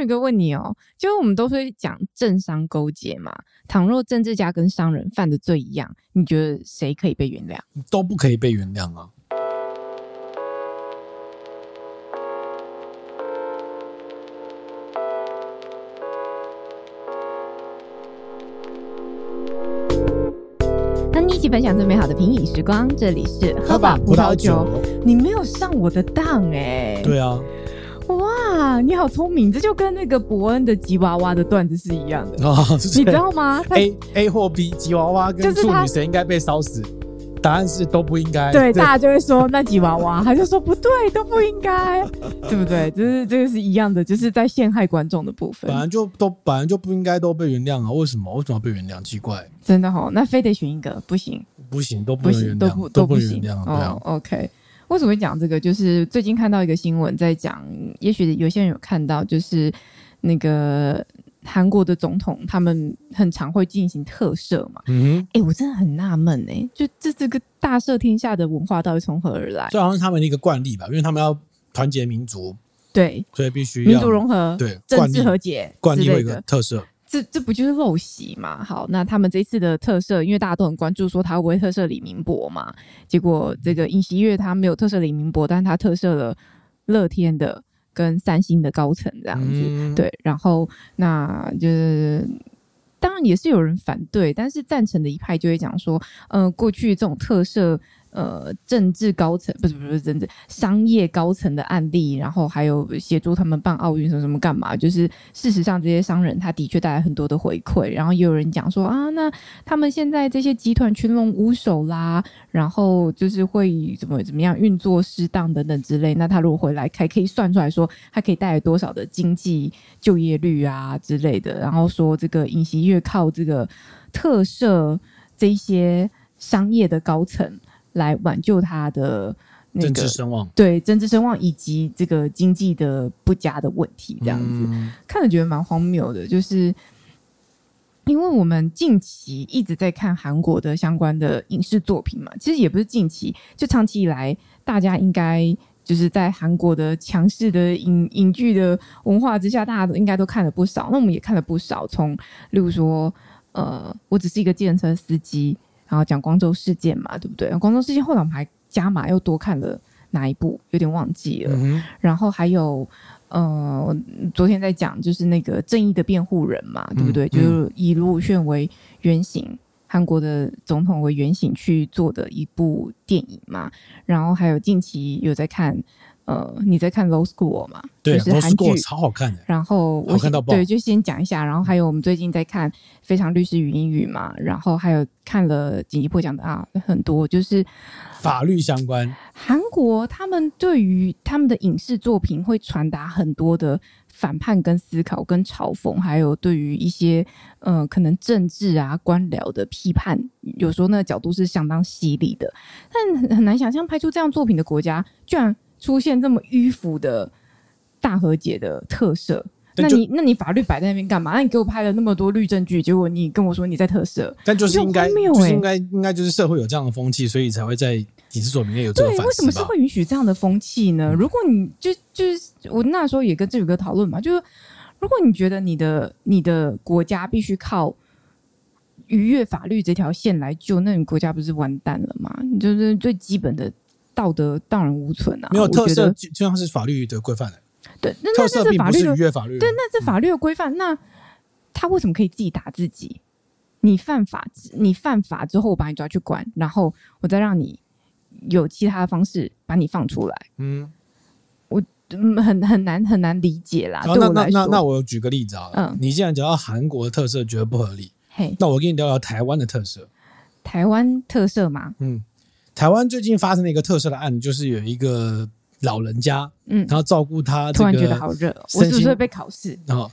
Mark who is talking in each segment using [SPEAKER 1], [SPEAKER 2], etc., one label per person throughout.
[SPEAKER 1] 宇哥问你哦，就我们都是讲政商勾结嘛，倘若政治家跟商人犯的罪一样，你觉得谁可以被原谅？
[SPEAKER 2] 都不可以被原谅啊。
[SPEAKER 1] 和你一起分享最美好的平饮时光，这里是酒。，你没有上我的当哎、
[SPEAKER 2] 对啊，
[SPEAKER 1] 哇，你好聪明，这就跟那个伯恩的吉娃娃的段子是一 样的，
[SPEAKER 2] 啊，就是
[SPEAKER 1] 你知道吗？他
[SPEAKER 2] A A 或 B 吉娃娃跟
[SPEAKER 1] 就是
[SPEAKER 2] 处
[SPEAKER 1] 他
[SPEAKER 2] 女谁应该被烧死？答案是都不应该。
[SPEAKER 1] 对，大家就会说那吉娃娃， 他就说不对，都不应该， 对不对？就是这个是一样的，就是在陷害观众的部分
[SPEAKER 2] 本，来就都本来就不应该都被原谅啊，为什么？为什么要被原谅？奇怪，
[SPEAKER 1] 真的哦，那非得选一个，不行，
[SPEAKER 2] 不行，都
[SPEAKER 1] 不
[SPEAKER 2] 能
[SPEAKER 1] 行，
[SPEAKER 2] 原
[SPEAKER 1] 都
[SPEAKER 2] 谅，
[SPEAKER 1] 不
[SPEAKER 2] 都
[SPEAKER 1] 不
[SPEAKER 2] 能原
[SPEAKER 1] 行
[SPEAKER 2] 谅，对啊
[SPEAKER 1] 哦，，OK。为什么会讲这个？就是最近看到一个新闻，在讲，也许有些人有看到，就是那个韩国的总统，他们很常会进行特赦嘛。
[SPEAKER 2] 嗯
[SPEAKER 1] 哎、我真的很纳闷哎，就这这个大赦天下的文化到底从何而来
[SPEAKER 2] 哼，？这好像是他们的一个惯例吧，因为他们要团结民族，
[SPEAKER 1] 对，
[SPEAKER 2] 所以必须
[SPEAKER 1] 民
[SPEAKER 2] 要
[SPEAKER 1] 族融合，
[SPEAKER 2] 对
[SPEAKER 1] 政
[SPEAKER 2] 惯
[SPEAKER 1] 治
[SPEAKER 2] 例
[SPEAKER 1] 和解
[SPEAKER 2] 惯
[SPEAKER 1] 之
[SPEAKER 2] 例会
[SPEAKER 1] 类
[SPEAKER 2] 有一个
[SPEAKER 1] 的，
[SPEAKER 2] 特色，
[SPEAKER 1] 这这不就是陋习嘛？好，那他们这次的特赦，因为大家都很关注说他会不会特赦李明博嘛，结果这个尹锡悦他没有特赦李明博，但是他特赦了乐天的跟三星的高层这样子，
[SPEAKER 2] 嗯，
[SPEAKER 1] 对，然后那就是。当然也是有人反对，但是赞成的一派就会讲说，呃，过去这种特赦，呃，政治高层不是不是不是政治商业高层的案例，然后还有协助他们办奥运什么什么干嘛，就是事实上这些商人他的确带来很多的回馈，然后也有人讲说啊，那他们现在这些集团群龙无首啦，然后就是会怎么怎么样运作失当等等之类，那他如果回来还可以算出来说，他可以带来多少的经济就业率啊之类的，然后说这个尹锡悦靠这个特赦这一些商业的高层来挽救他的那
[SPEAKER 2] 政
[SPEAKER 1] 个
[SPEAKER 2] 治声望
[SPEAKER 1] 对政治声望以及这个经济的不佳的问题这样子，
[SPEAKER 2] 嗯
[SPEAKER 1] 看了觉得蛮荒谬的，就是。因为我们近期一直在看韩国的相关的影视作品嘛，其实也不是近期，就长期以来，大家应该就是在韩国的强势的影影剧的文化之下，大家都应该都看了不少。那我们也看了不少，从例如说，呃，我只是一个计程车司机，然后讲光州事件嘛，对不对？光州事件后来我们还加码又多看了哪一部，有点忘记了。
[SPEAKER 2] 嗯
[SPEAKER 1] 然后还有呃，我昨天在讲就是那个正义的辩护人嘛，对不对？
[SPEAKER 2] 嗯
[SPEAKER 1] 就是以卢武铉为原型，韩国的总统为原型去做的一部电影嘛。然后还有近期有在看，呃，你在看《Low School》嘛？
[SPEAKER 2] 对，
[SPEAKER 1] 就是
[SPEAKER 2] 罗
[SPEAKER 1] 韩剧
[SPEAKER 2] 斯过。超好看的，
[SPEAKER 1] 然后我
[SPEAKER 2] 好看
[SPEAKER 1] 先
[SPEAKER 2] 到爆
[SPEAKER 1] 对，就先讲一下。然后还有我们最近在看《非常律师与英语》嘛，然后还有看了紧急迫降的啊，很多就是
[SPEAKER 2] 法律相关，
[SPEAKER 1] 韩国他们对于他们的影视作品会传达很多的反叛、跟思考、跟嘲讽，还有对于一些呃可能政治啊、官僚的批判，有时候那个角度是相当犀利的。但很很难想象拍出这样作品的国家，居然出现这么迂腐的大和解的特色。那
[SPEAKER 2] 但就
[SPEAKER 1] 你那你法律摆在那边干嘛？那你给我拍了那么多律政剧，结果你跟我说你在特赦，
[SPEAKER 2] 但就是
[SPEAKER 1] 就
[SPEAKER 2] 应该
[SPEAKER 1] 荒谬
[SPEAKER 2] 就是
[SPEAKER 1] 欸
[SPEAKER 2] 应该应该就是社会有这样的风气，所以才会在影视作品内有这种
[SPEAKER 1] 对，
[SPEAKER 2] 反
[SPEAKER 1] 为什么
[SPEAKER 2] 思
[SPEAKER 1] 是
[SPEAKER 2] 吧。嗯
[SPEAKER 1] 会允许这样的风气呢？如果你就就是我那时候也跟志宇哥讨论嘛，就是如果你觉得你的你的国家必须靠逾越法律这条线来救，那你国家不是完蛋了吗？你就是最基本的道德荡然无存啊！
[SPEAKER 2] 没有
[SPEAKER 1] 我
[SPEAKER 2] 特
[SPEAKER 1] 觉得
[SPEAKER 2] 色，就就像是法律的规范的，
[SPEAKER 1] 对，那
[SPEAKER 2] 特
[SPEAKER 1] 那
[SPEAKER 2] 色
[SPEAKER 1] 那是
[SPEAKER 2] 并
[SPEAKER 1] 法
[SPEAKER 2] 不
[SPEAKER 1] 律
[SPEAKER 2] 是
[SPEAKER 1] 的
[SPEAKER 2] 逾越法律的。
[SPEAKER 1] 对，那这法律的规范，那他为什么可以自己打自己？你犯法，你犯法之后，我把你抓去关，然后我再让你有其他的方式把你放出来。
[SPEAKER 2] 嗯，
[SPEAKER 1] 嗯，很很难很难理解啦。
[SPEAKER 2] 好，
[SPEAKER 1] 啊对
[SPEAKER 2] 那
[SPEAKER 1] 我
[SPEAKER 2] 那
[SPEAKER 1] 来
[SPEAKER 2] 那
[SPEAKER 1] 说，
[SPEAKER 2] 那我举个例子啊，
[SPEAKER 1] 嗯
[SPEAKER 2] 你既然讲到韩国的特色觉得不合理，
[SPEAKER 1] 嘿，
[SPEAKER 2] 那我跟你聊聊台湾的特色。
[SPEAKER 1] 台湾特色嘛，
[SPEAKER 2] 嗯，台湾最近发生了一个特色的案，就是有一个老人家，
[SPEAKER 1] 嗯，
[SPEAKER 2] 然后照顾他
[SPEAKER 1] 突
[SPEAKER 2] 这
[SPEAKER 1] 然觉得
[SPEAKER 2] 个，
[SPEAKER 1] 好热哦，
[SPEAKER 2] 身
[SPEAKER 1] 我是不是
[SPEAKER 2] 心
[SPEAKER 1] 会被考试？
[SPEAKER 2] 然后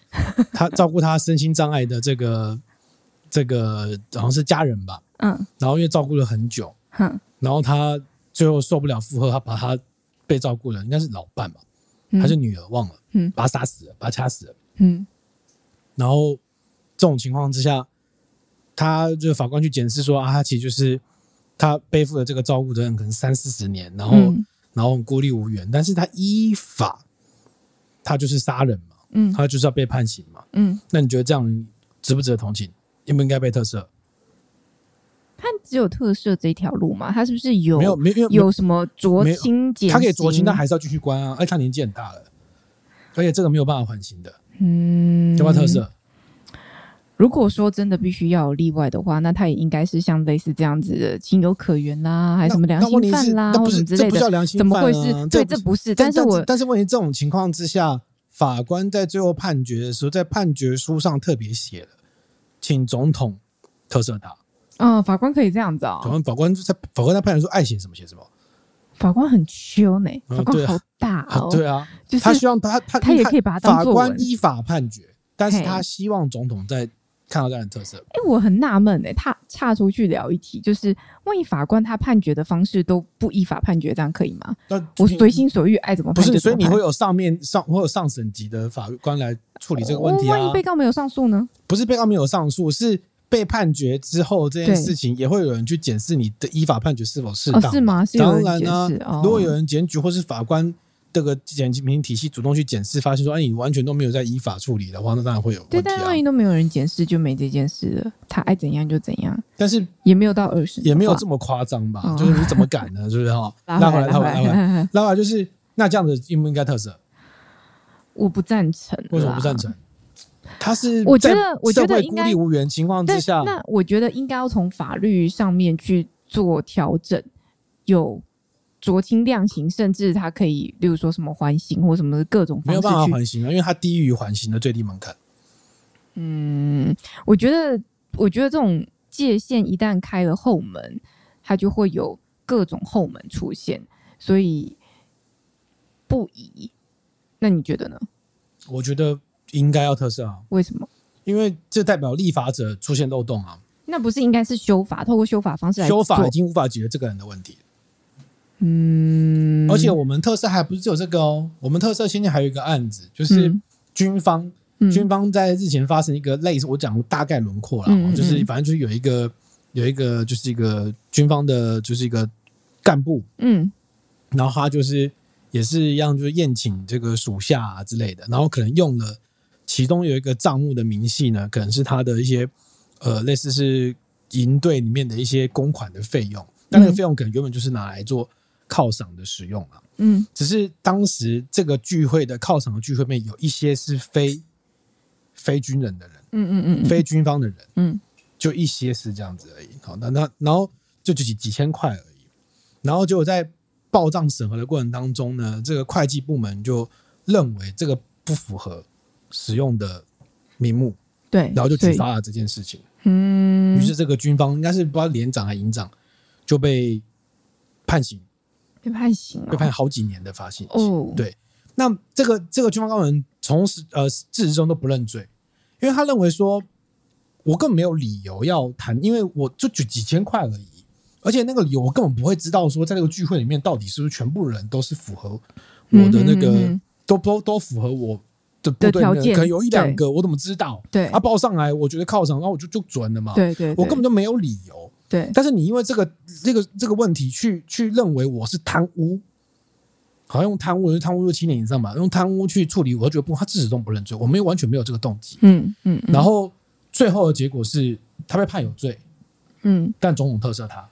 [SPEAKER 2] 他照顾他身心障碍的这个这个好像是家人吧，
[SPEAKER 1] 嗯
[SPEAKER 2] 然后因为照顾了很久，
[SPEAKER 1] 哼，
[SPEAKER 2] 然后他最后受不了负荷，他把他被照顾了，应该是老伴吧，
[SPEAKER 1] 嗯
[SPEAKER 2] 还是女儿忘了，
[SPEAKER 1] 嗯
[SPEAKER 2] 把他杀死了，把他掐死了。
[SPEAKER 1] 嗯
[SPEAKER 2] 然后这种情况之下，他就是法官去检视说啊，他其实就是他背负了这个照顾责任，可能三四十年，然后、
[SPEAKER 1] 嗯
[SPEAKER 2] 然后孤立无援，但是他依法他就是杀人嘛，
[SPEAKER 1] 嗯
[SPEAKER 2] 他就是要被判刑嘛。
[SPEAKER 1] 嗯，
[SPEAKER 2] 那你觉得这样值不值得同情？应不应该被特赦？
[SPEAKER 1] 他只有特赦这一条路嘛？他是不是有
[SPEAKER 2] 没有，没有，没
[SPEAKER 1] 有什么酌情减刑？
[SPEAKER 2] 他可以酌情，但还是要继续关啊。而且他年纪很大了，而且这个没有办法缓刑的，
[SPEAKER 1] 嗯
[SPEAKER 2] 要不要特赦？
[SPEAKER 1] 如果说真的必须要有例外的话，那他也应该是像类似这样子的情有可原啦，还
[SPEAKER 2] 那
[SPEAKER 1] 是什么良
[SPEAKER 2] 那问
[SPEAKER 1] 心
[SPEAKER 2] 题
[SPEAKER 1] 犯
[SPEAKER 2] 是
[SPEAKER 1] 啦，
[SPEAKER 2] 那
[SPEAKER 1] 或
[SPEAKER 2] 不
[SPEAKER 1] 什
[SPEAKER 2] 是
[SPEAKER 1] 么之
[SPEAKER 2] 这
[SPEAKER 1] 类
[SPEAKER 2] 不叫
[SPEAKER 1] 的，
[SPEAKER 2] 良心
[SPEAKER 1] 怎么
[SPEAKER 2] 犯
[SPEAKER 1] 会
[SPEAKER 2] 啊
[SPEAKER 1] 是？
[SPEAKER 2] 这
[SPEAKER 1] 对？
[SPEAKER 2] 不
[SPEAKER 1] 这不是，
[SPEAKER 2] 但
[SPEAKER 1] 但是我
[SPEAKER 2] 但是问题，这种情况之下，法官在最后判决的时候，在判决书上特别写了，请总统特赦他。
[SPEAKER 1] 嗯，法官可以这样子啊、
[SPEAKER 2] 法官法官在法官在判决书爱写什么写什么。
[SPEAKER 1] 法官很凶呢、
[SPEAKER 2] 嗯
[SPEAKER 1] 法
[SPEAKER 2] 对
[SPEAKER 1] 官
[SPEAKER 2] 啊
[SPEAKER 1] 好大
[SPEAKER 2] 啊
[SPEAKER 1] 哦，
[SPEAKER 2] 对啊，
[SPEAKER 1] 就
[SPEAKER 2] 他
[SPEAKER 1] 是
[SPEAKER 2] 希望他他
[SPEAKER 1] 他也可
[SPEAKER 2] 以
[SPEAKER 1] 以把它当
[SPEAKER 2] 法
[SPEAKER 1] 作文
[SPEAKER 2] 官。依法判决，但是
[SPEAKER 1] 嘿
[SPEAKER 2] 他希望总统在看到这样的特色。
[SPEAKER 1] 哎、我很纳闷哎，他岔出去聊一题，就是万一法官他判决的方式都不依法判决，这样可以吗？
[SPEAKER 2] 那
[SPEAKER 1] 我
[SPEAKER 2] 你
[SPEAKER 1] 随心所欲，爱怎么
[SPEAKER 2] 不
[SPEAKER 1] 判
[SPEAKER 2] 是，
[SPEAKER 1] 就
[SPEAKER 2] 所以
[SPEAKER 1] 怎么
[SPEAKER 2] 你
[SPEAKER 1] 判。
[SPEAKER 2] 会有上面上会有上审级的法官来处理这个问题
[SPEAKER 1] 哦万
[SPEAKER 2] 啊
[SPEAKER 1] 一。被告没有上诉呢？
[SPEAKER 2] 不是被告没有上诉，是被判决之后这件
[SPEAKER 1] 对
[SPEAKER 2] 事情也会有人去检视你的依法判决是否适
[SPEAKER 1] 哦
[SPEAKER 2] 当嘛。，
[SPEAKER 1] 是吗？是有
[SPEAKER 2] 当
[SPEAKER 1] 人
[SPEAKER 2] 然
[SPEAKER 1] 解
[SPEAKER 2] 啊
[SPEAKER 1] 释、哦。
[SPEAKER 2] 如果有人检举或是法官这个检评体系主动去检视，发现说哎你完全都没有在依法处理的话，那当然会有
[SPEAKER 1] 对，
[SPEAKER 2] 问题
[SPEAKER 1] 但
[SPEAKER 2] 啊
[SPEAKER 1] 万。一都没有人检视，就没这件事了。他爱怎样就怎样，
[SPEAKER 2] 但是
[SPEAKER 1] 也没有到二十，
[SPEAKER 2] 也没有这么夸 张吧？
[SPEAKER 1] 哦
[SPEAKER 2] 就是你怎么敢呢？是不是哈？
[SPEAKER 1] 拉回
[SPEAKER 2] 回
[SPEAKER 1] 来
[SPEAKER 2] 来，
[SPEAKER 1] 拉
[SPEAKER 2] 拉回
[SPEAKER 1] 回
[SPEAKER 2] 来，
[SPEAKER 1] 来
[SPEAKER 2] 拉回来，拉回来就是那这样子应不应该特赦？
[SPEAKER 1] 我不赞成，
[SPEAKER 2] 为什么不赞？成？他是
[SPEAKER 1] 啊我觉得
[SPEAKER 2] 在
[SPEAKER 1] 我觉得
[SPEAKER 2] 社会
[SPEAKER 1] 应
[SPEAKER 2] 孤
[SPEAKER 1] 该
[SPEAKER 2] 立无援情况
[SPEAKER 1] 但
[SPEAKER 2] 之下，
[SPEAKER 1] 那我觉得应该要从法律上面去做调整，有酌情量刑，甚至他可以，例如说什么缓刑或什么各种
[SPEAKER 2] 没
[SPEAKER 1] 方
[SPEAKER 2] 有
[SPEAKER 1] 式
[SPEAKER 2] 办法
[SPEAKER 1] 去。
[SPEAKER 2] 缓刑啊，因为它低于缓刑的最低门槛。
[SPEAKER 1] 嗯，我觉得，我觉得这种界限一旦开了后门，它就会有各种后门出现，所以不宜。那你觉得呢？
[SPEAKER 2] 我觉得应该要特赦啊，
[SPEAKER 1] 为什么？
[SPEAKER 2] 因为这代表立法者出现漏洞啊，
[SPEAKER 1] 那不是应该是修法，透过修法方式来
[SPEAKER 2] 修法
[SPEAKER 1] 做
[SPEAKER 2] 已经无法解决这个人的问题。
[SPEAKER 1] 嗯，
[SPEAKER 2] 而且我们特赦还不是只有这个哦，我们特赦现在还有一个案子，就是
[SPEAKER 1] 嗯
[SPEAKER 2] 军方
[SPEAKER 1] 嗯
[SPEAKER 2] 军方在日前发生一个类似，我讲大概轮廓啦，哦
[SPEAKER 1] 嗯嗯嗯
[SPEAKER 2] 就是反正就是有一个有一个就是一个军方的，就是一个干部，
[SPEAKER 1] 嗯
[SPEAKER 2] 然后他就是也是一样，就是宴请这个属下啊之类的，然后可能用了其中有一个账目的明细呢，可能是他的一些呃类似是营队里面的一些公款的费用，但那个
[SPEAKER 1] 嗯
[SPEAKER 2] 费用可能原本就是拿来做犒赏的使用啊。
[SPEAKER 1] 嗯
[SPEAKER 2] 只是当时这个聚会的犒赏的聚会里面有一些是非非军人的人，
[SPEAKER 1] 嗯嗯嗯嗯
[SPEAKER 2] 非军方的人，
[SPEAKER 1] 嗯
[SPEAKER 2] 就一些是这样子而已。好，那那然后就几几千块而已。然后结果在报账审核的过程当中呢，这个会计部门就认为这个不符合使用的名目，
[SPEAKER 1] 对，
[SPEAKER 2] 然后就
[SPEAKER 1] 所
[SPEAKER 2] 举
[SPEAKER 1] 以
[SPEAKER 2] 发了这件事情。
[SPEAKER 1] 嗯
[SPEAKER 2] 于是这个军方应该是不知道连长还营长就被判刑，
[SPEAKER 1] 被判刑了、
[SPEAKER 2] 被判好几年的罚刑。
[SPEAKER 1] 哦，
[SPEAKER 2] 对那这个这个军方高人从始呃自始至终都不认罪，因为他认为说，我根本没有理由要谈，因为我就举几千块而已，而且那个理由我根本不会知道说，在这个聚会里面到底是不是全部人都是符合我的那个、
[SPEAKER 1] 嗯哼嗯哼
[SPEAKER 2] 都都都符合我的部队
[SPEAKER 1] 的条
[SPEAKER 2] 那个
[SPEAKER 1] 件
[SPEAKER 2] 可能有一两个我怎么知道？
[SPEAKER 1] 对
[SPEAKER 2] 他报上来，我觉得靠上，然后我就就准了嘛，
[SPEAKER 1] 对对，
[SPEAKER 2] 我根本
[SPEAKER 1] 就
[SPEAKER 2] 就没有理由。
[SPEAKER 1] 对，
[SPEAKER 2] 但是你因为这个这个这个问题去去认为我是贪污，好像用贪污，贪污就七年以上吧，用贪污去处理，我觉得不，他自始终不认罪，我们完全没有这个动机。
[SPEAKER 1] 嗯嗯，嗯
[SPEAKER 2] 然后最后的结果是他被判有罪，
[SPEAKER 1] 嗯
[SPEAKER 2] 但总统特赦他，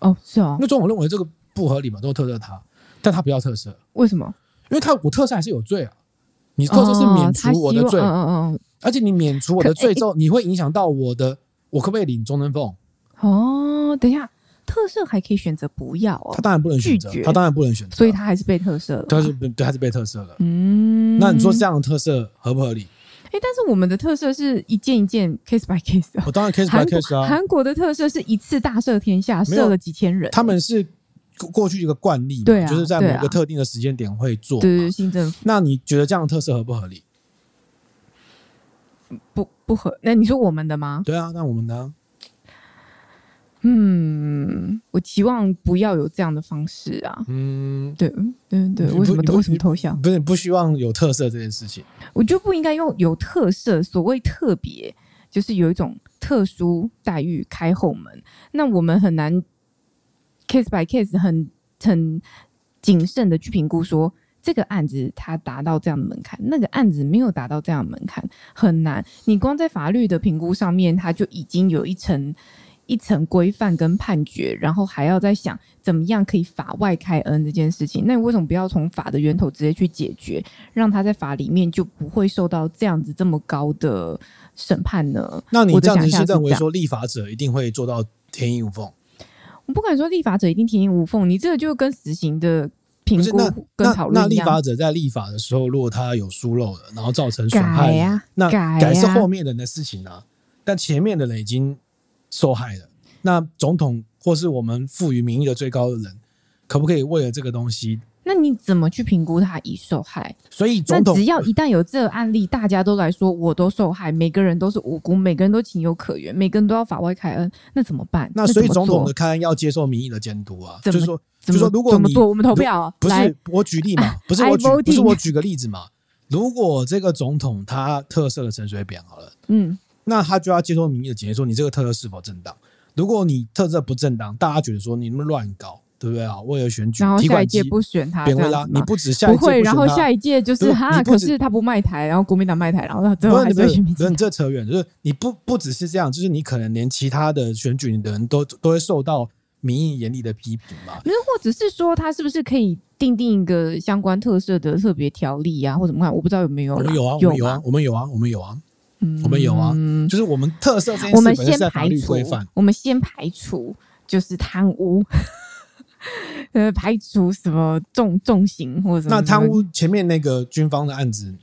[SPEAKER 1] 哦是哦
[SPEAKER 2] 因，为总统认为这个不合理嘛，都特赦他，但他不要特赦，因
[SPEAKER 1] 为什么？
[SPEAKER 2] 为他我特赦还是有罪啊，你特赦是免除我的罪，
[SPEAKER 1] 哦他希望嗯嗯
[SPEAKER 2] 而且你免除我的
[SPEAKER 1] 可哎
[SPEAKER 2] 罪之后，你会影响到我的，我可不可以领终身俸？
[SPEAKER 1] 嗯，哦，等一下，特赦还可以选择不要哦
[SPEAKER 2] 他，当然不能选择
[SPEAKER 1] 拒，绝
[SPEAKER 2] 他当然不能选择，
[SPEAKER 1] 所以他还是被特赦了嘛。
[SPEAKER 2] 他是被对他是被特赦了。
[SPEAKER 1] 嗯，
[SPEAKER 2] 那你说这样的特色合不合理？
[SPEAKER 1] 哎、但是我们的特色是一件一件 case by case 哦
[SPEAKER 2] 我当然 case
[SPEAKER 1] 韩
[SPEAKER 2] by
[SPEAKER 1] 国
[SPEAKER 2] case 啊，
[SPEAKER 1] 韩国的特色是一次大赦天下，
[SPEAKER 2] 没有
[SPEAKER 1] 赦了几千人。
[SPEAKER 2] 他们是过过去一个惯例嘛，
[SPEAKER 1] 对啊
[SPEAKER 2] 就是在
[SPEAKER 1] 对
[SPEAKER 2] 某
[SPEAKER 1] 啊
[SPEAKER 2] 个特定的时间点会做嘛。
[SPEAKER 1] 对对啊对新政府
[SPEAKER 2] 那你觉得这样的特色合不合理？
[SPEAKER 1] 不不合。那你说我们的吗？
[SPEAKER 2] 对啊，那我们呢？
[SPEAKER 1] 嗯，我期望不要有这样的方式啊。
[SPEAKER 2] 嗯，
[SPEAKER 1] 对对对，
[SPEAKER 2] 你
[SPEAKER 1] 为什
[SPEAKER 2] 不
[SPEAKER 1] 么
[SPEAKER 2] 你不
[SPEAKER 1] 为什么偷笑？
[SPEAKER 2] 嗯不是不希望有特色这件事情。
[SPEAKER 1] 我就不应该用有特色，所谓特别，就是有一种特殊待遇开后门。那我们很难 case by case 很很谨慎的去评估说这个案子它达到这样的门槛，那个案子没有达到这样的门槛，很难。你光在法律的评估上面，它就已经有一层一层规范跟判决，然后还要再想怎么样可以法外开恩这件事情。那你为什么不要从法的源头直接去解决，让他在法里面就不会受到这样子这么高的审判呢？
[SPEAKER 2] 那你
[SPEAKER 1] 我的
[SPEAKER 2] 这样子
[SPEAKER 1] 想
[SPEAKER 2] 是
[SPEAKER 1] 象是
[SPEAKER 2] 认
[SPEAKER 1] 这
[SPEAKER 2] 为
[SPEAKER 1] 样
[SPEAKER 2] 说立法者一定会做到天衣无缝？
[SPEAKER 1] 我不敢说立法者一定天衣无缝，你这个就跟死刑的评
[SPEAKER 2] 不是
[SPEAKER 1] 估
[SPEAKER 2] 那
[SPEAKER 1] 跟
[SPEAKER 2] 那
[SPEAKER 1] 讨
[SPEAKER 2] 那
[SPEAKER 1] 论一
[SPEAKER 2] 立
[SPEAKER 1] 样。
[SPEAKER 2] 法者在立法的时候，如果他有疏漏了，然后造成损害
[SPEAKER 1] 改
[SPEAKER 2] 了，
[SPEAKER 1] 呀、
[SPEAKER 2] 那
[SPEAKER 1] 改啊呀、
[SPEAKER 2] 改是后面人的事情啊，但前面的人已经受害了。那总统或是我们赋予民意的最高的人，可不可以为了这个东西？
[SPEAKER 1] 那你怎么去评估他已受害？
[SPEAKER 2] 所以总
[SPEAKER 1] 那
[SPEAKER 2] 统
[SPEAKER 1] 只要一旦有这个案例，大家都来说我都受害，每个人都是无辜，每个人都情有可原，每个人都要法外开恩，那怎么办？
[SPEAKER 2] 那所以
[SPEAKER 1] 怎么
[SPEAKER 2] 总
[SPEAKER 1] 做
[SPEAKER 2] 统的开恩要接受民意的监督啊，就
[SPEAKER 1] 怎么
[SPEAKER 2] 是说，
[SPEAKER 1] 怎
[SPEAKER 2] 就
[SPEAKER 1] 么
[SPEAKER 2] 说如果
[SPEAKER 1] 怎么
[SPEAKER 2] 你
[SPEAKER 1] 做？我们投
[SPEAKER 2] 如
[SPEAKER 1] 票啊
[SPEAKER 2] 不
[SPEAKER 1] 来
[SPEAKER 2] 是我举例嘛，不是
[SPEAKER 1] I
[SPEAKER 2] 我举不是
[SPEAKER 1] voting
[SPEAKER 2] 我举个例子嘛。如果这个总统他特赦了陈水扁好了，
[SPEAKER 1] 嗯，
[SPEAKER 2] 那他就要接受民意的检验，说你这个特赦是否正当。如果你特赦不正当，大家觉得说你们乱搞，对不对啊？为了选举
[SPEAKER 1] 然后
[SPEAKER 2] 提
[SPEAKER 1] 下一
[SPEAKER 2] 款
[SPEAKER 1] 届
[SPEAKER 2] 机，
[SPEAKER 1] 不选他，这
[SPEAKER 2] 扁会拉
[SPEAKER 1] 样，子
[SPEAKER 2] 你
[SPEAKER 1] 吗？
[SPEAKER 2] 不止下一
[SPEAKER 1] 不
[SPEAKER 2] 届
[SPEAKER 1] 会，
[SPEAKER 2] 选
[SPEAKER 1] 然后
[SPEAKER 2] 他
[SPEAKER 1] 下一届就是
[SPEAKER 2] 对
[SPEAKER 1] 哈，
[SPEAKER 2] 你不
[SPEAKER 1] 可
[SPEAKER 2] 止
[SPEAKER 1] 是他不卖台，然后国民党卖台，然后最后
[SPEAKER 2] 不
[SPEAKER 1] 还
[SPEAKER 2] 是
[SPEAKER 1] 是
[SPEAKER 2] 不
[SPEAKER 1] 会
[SPEAKER 2] 是
[SPEAKER 1] 选民进
[SPEAKER 2] 不是，
[SPEAKER 1] 来
[SPEAKER 2] 你这扯远，就是你不不只是这样，就是你可能连其他的选举的人都都会受到民意严厉的批评嘛。
[SPEAKER 1] 没有，或者是说他是不是可以定定一个相关特色的特别条例啊，或怎么看？我不知道有没有
[SPEAKER 2] 我
[SPEAKER 1] 啦
[SPEAKER 2] 们有啊，我
[SPEAKER 1] 有
[SPEAKER 2] 们有啊
[SPEAKER 1] 吗，，
[SPEAKER 2] 我们有啊，我们有啊，
[SPEAKER 1] 嗯
[SPEAKER 2] 我们有啊就是我们特色这件
[SPEAKER 1] 我
[SPEAKER 2] 事
[SPEAKER 1] 们
[SPEAKER 2] 本身
[SPEAKER 1] 先
[SPEAKER 2] 是在法
[SPEAKER 1] 排
[SPEAKER 2] 律
[SPEAKER 1] 除嗯
[SPEAKER 2] 规范，，
[SPEAKER 1] 我们先排除就是贪污，呃，排除什么重重刑或者什么
[SPEAKER 2] 那贪
[SPEAKER 1] 嗯
[SPEAKER 2] 污前面那个军方的案子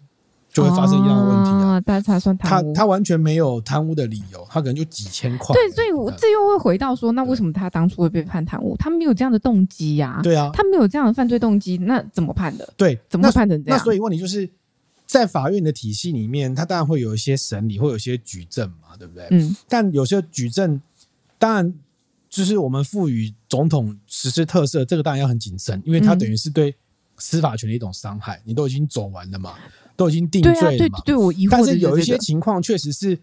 [SPEAKER 2] 就会发生一样的问题啊。
[SPEAKER 1] 啊，大家算
[SPEAKER 2] 他
[SPEAKER 1] 贪污。
[SPEAKER 2] 他完全没有贪污的理由，他可能就几千块而已。
[SPEAKER 1] 对，所以我
[SPEAKER 2] 嗯
[SPEAKER 1] 这又会回到说，那为什么他当初会被判贪污？他没有这样的动机呀、
[SPEAKER 2] 对啊，
[SPEAKER 1] 他没有这样的犯罪动机，那怎么判的？
[SPEAKER 2] 对，
[SPEAKER 1] 怎么
[SPEAKER 2] 那
[SPEAKER 1] 会判成这
[SPEAKER 2] 那
[SPEAKER 1] 样？
[SPEAKER 2] 所以问题就是在法院的体系里面，他当然会有一些审理，会有一些举证嘛，对不对？
[SPEAKER 1] 嗯，
[SPEAKER 2] 但有些举证，当然就是我们赋予总统实施特赦，这个当然要很谨慎，因为它
[SPEAKER 1] 嗯
[SPEAKER 2] 等于是对司法权的一种伤害。你都已经走完了嘛，都已经定
[SPEAKER 1] 对啊，
[SPEAKER 2] 罪
[SPEAKER 1] 对
[SPEAKER 2] 了嘛。
[SPEAKER 1] 对，我疑惑
[SPEAKER 2] 但
[SPEAKER 1] 的
[SPEAKER 2] 是
[SPEAKER 1] 就
[SPEAKER 2] 有一
[SPEAKER 1] 这
[SPEAKER 2] 些
[SPEAKER 1] 个
[SPEAKER 2] 情况确实是，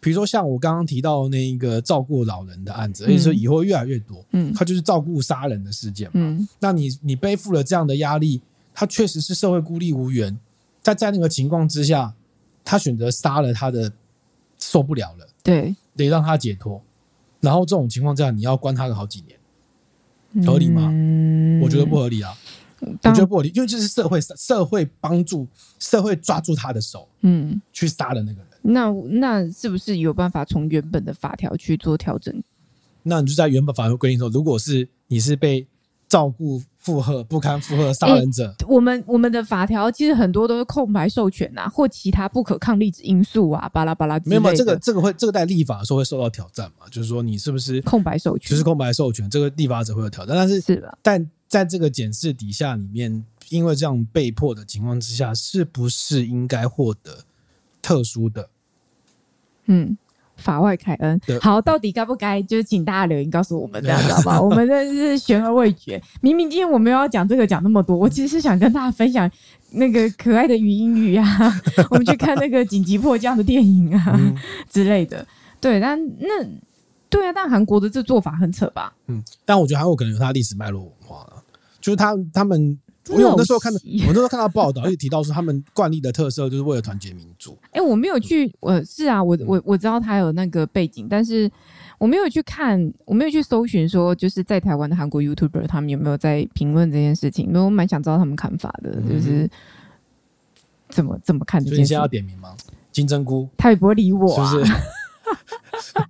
[SPEAKER 2] 比如说像我刚刚提到那个照顾老人的案子，而且是
[SPEAKER 1] 嗯
[SPEAKER 2] 以后越来越多，
[SPEAKER 1] 嗯
[SPEAKER 2] 它就是照顾杀人的事件嘛。
[SPEAKER 1] 嗯，
[SPEAKER 2] 那你你背负了这样的压力，他确实是社会孤立无援。在在那个情况之下，他选择杀了他的受不了了，
[SPEAKER 1] 对，
[SPEAKER 2] 得让他解脱。然后这种情况下，你要关他个好几年，合理吗
[SPEAKER 1] 嗯
[SPEAKER 2] 我觉得不，合理啊，我
[SPEAKER 1] 当
[SPEAKER 2] 觉得不合理，因为这是社会社会帮助社会抓住他的手
[SPEAKER 1] 嗯，
[SPEAKER 2] 去杀了那个人，
[SPEAKER 1] 那那是不是有办法从原本的法条去做调整？
[SPEAKER 2] 那你就在原本法律规定说，如果是你是被照顾负荷不堪负荷的杀人者，
[SPEAKER 1] 我们我们的法条其实很多都是空白授权呐、或其他不可抗力因素啊，巴拉巴拉之
[SPEAKER 2] 没有没有
[SPEAKER 1] 类
[SPEAKER 2] 这个
[SPEAKER 1] 的
[SPEAKER 2] 这个会这个在立法的时候会受到挑战嘛？就是说你是不是
[SPEAKER 1] 空白授权，
[SPEAKER 2] 就是空白授权，这个立法者会有挑战，但是
[SPEAKER 1] 是吧？
[SPEAKER 2] 但在这个检视底下里面，因为这样被迫的情况之下，是不是应该获得特殊的？
[SPEAKER 1] 嗯。法外凯恩
[SPEAKER 2] 对，
[SPEAKER 1] 好，到底该不该？就是请大家留言告诉我们，这样子好不 好？我们真的是悬而未决。明明今天我没有要讲这个，讲那么多，我其实是想跟大家分享那个可爱的语音语啊， 我们去看那个《紧急迫降》的电影啊。
[SPEAKER 2] 嗯
[SPEAKER 1] 之类的。对，但那对啊，但韩国的这做法很扯吧？
[SPEAKER 2] 嗯，但我觉得韩国可能有它历史脉络文化了，就是他他们。因为我那时候看到，
[SPEAKER 1] 陋习
[SPEAKER 2] 我那时候看到报道，一直提到说他们惯例的特色就是为了团结民族。
[SPEAKER 1] 哎、我
[SPEAKER 2] 嗯
[SPEAKER 1] 没有去，呃，是啊，我我我知道他有那个背景，但是我没有去看，我没有去搜寻说就是在台湾的韩国 YouTuber 他们有没有在评论这件事情，因为我蛮想知道他们看法的，就是怎么怎么看这
[SPEAKER 2] 嗯所以
[SPEAKER 1] 件
[SPEAKER 2] 你现
[SPEAKER 1] 事
[SPEAKER 2] 在要。点名吗？金针菇
[SPEAKER 1] 他也不会理我、
[SPEAKER 2] 是
[SPEAKER 1] 啊，
[SPEAKER 2] 嗯不是？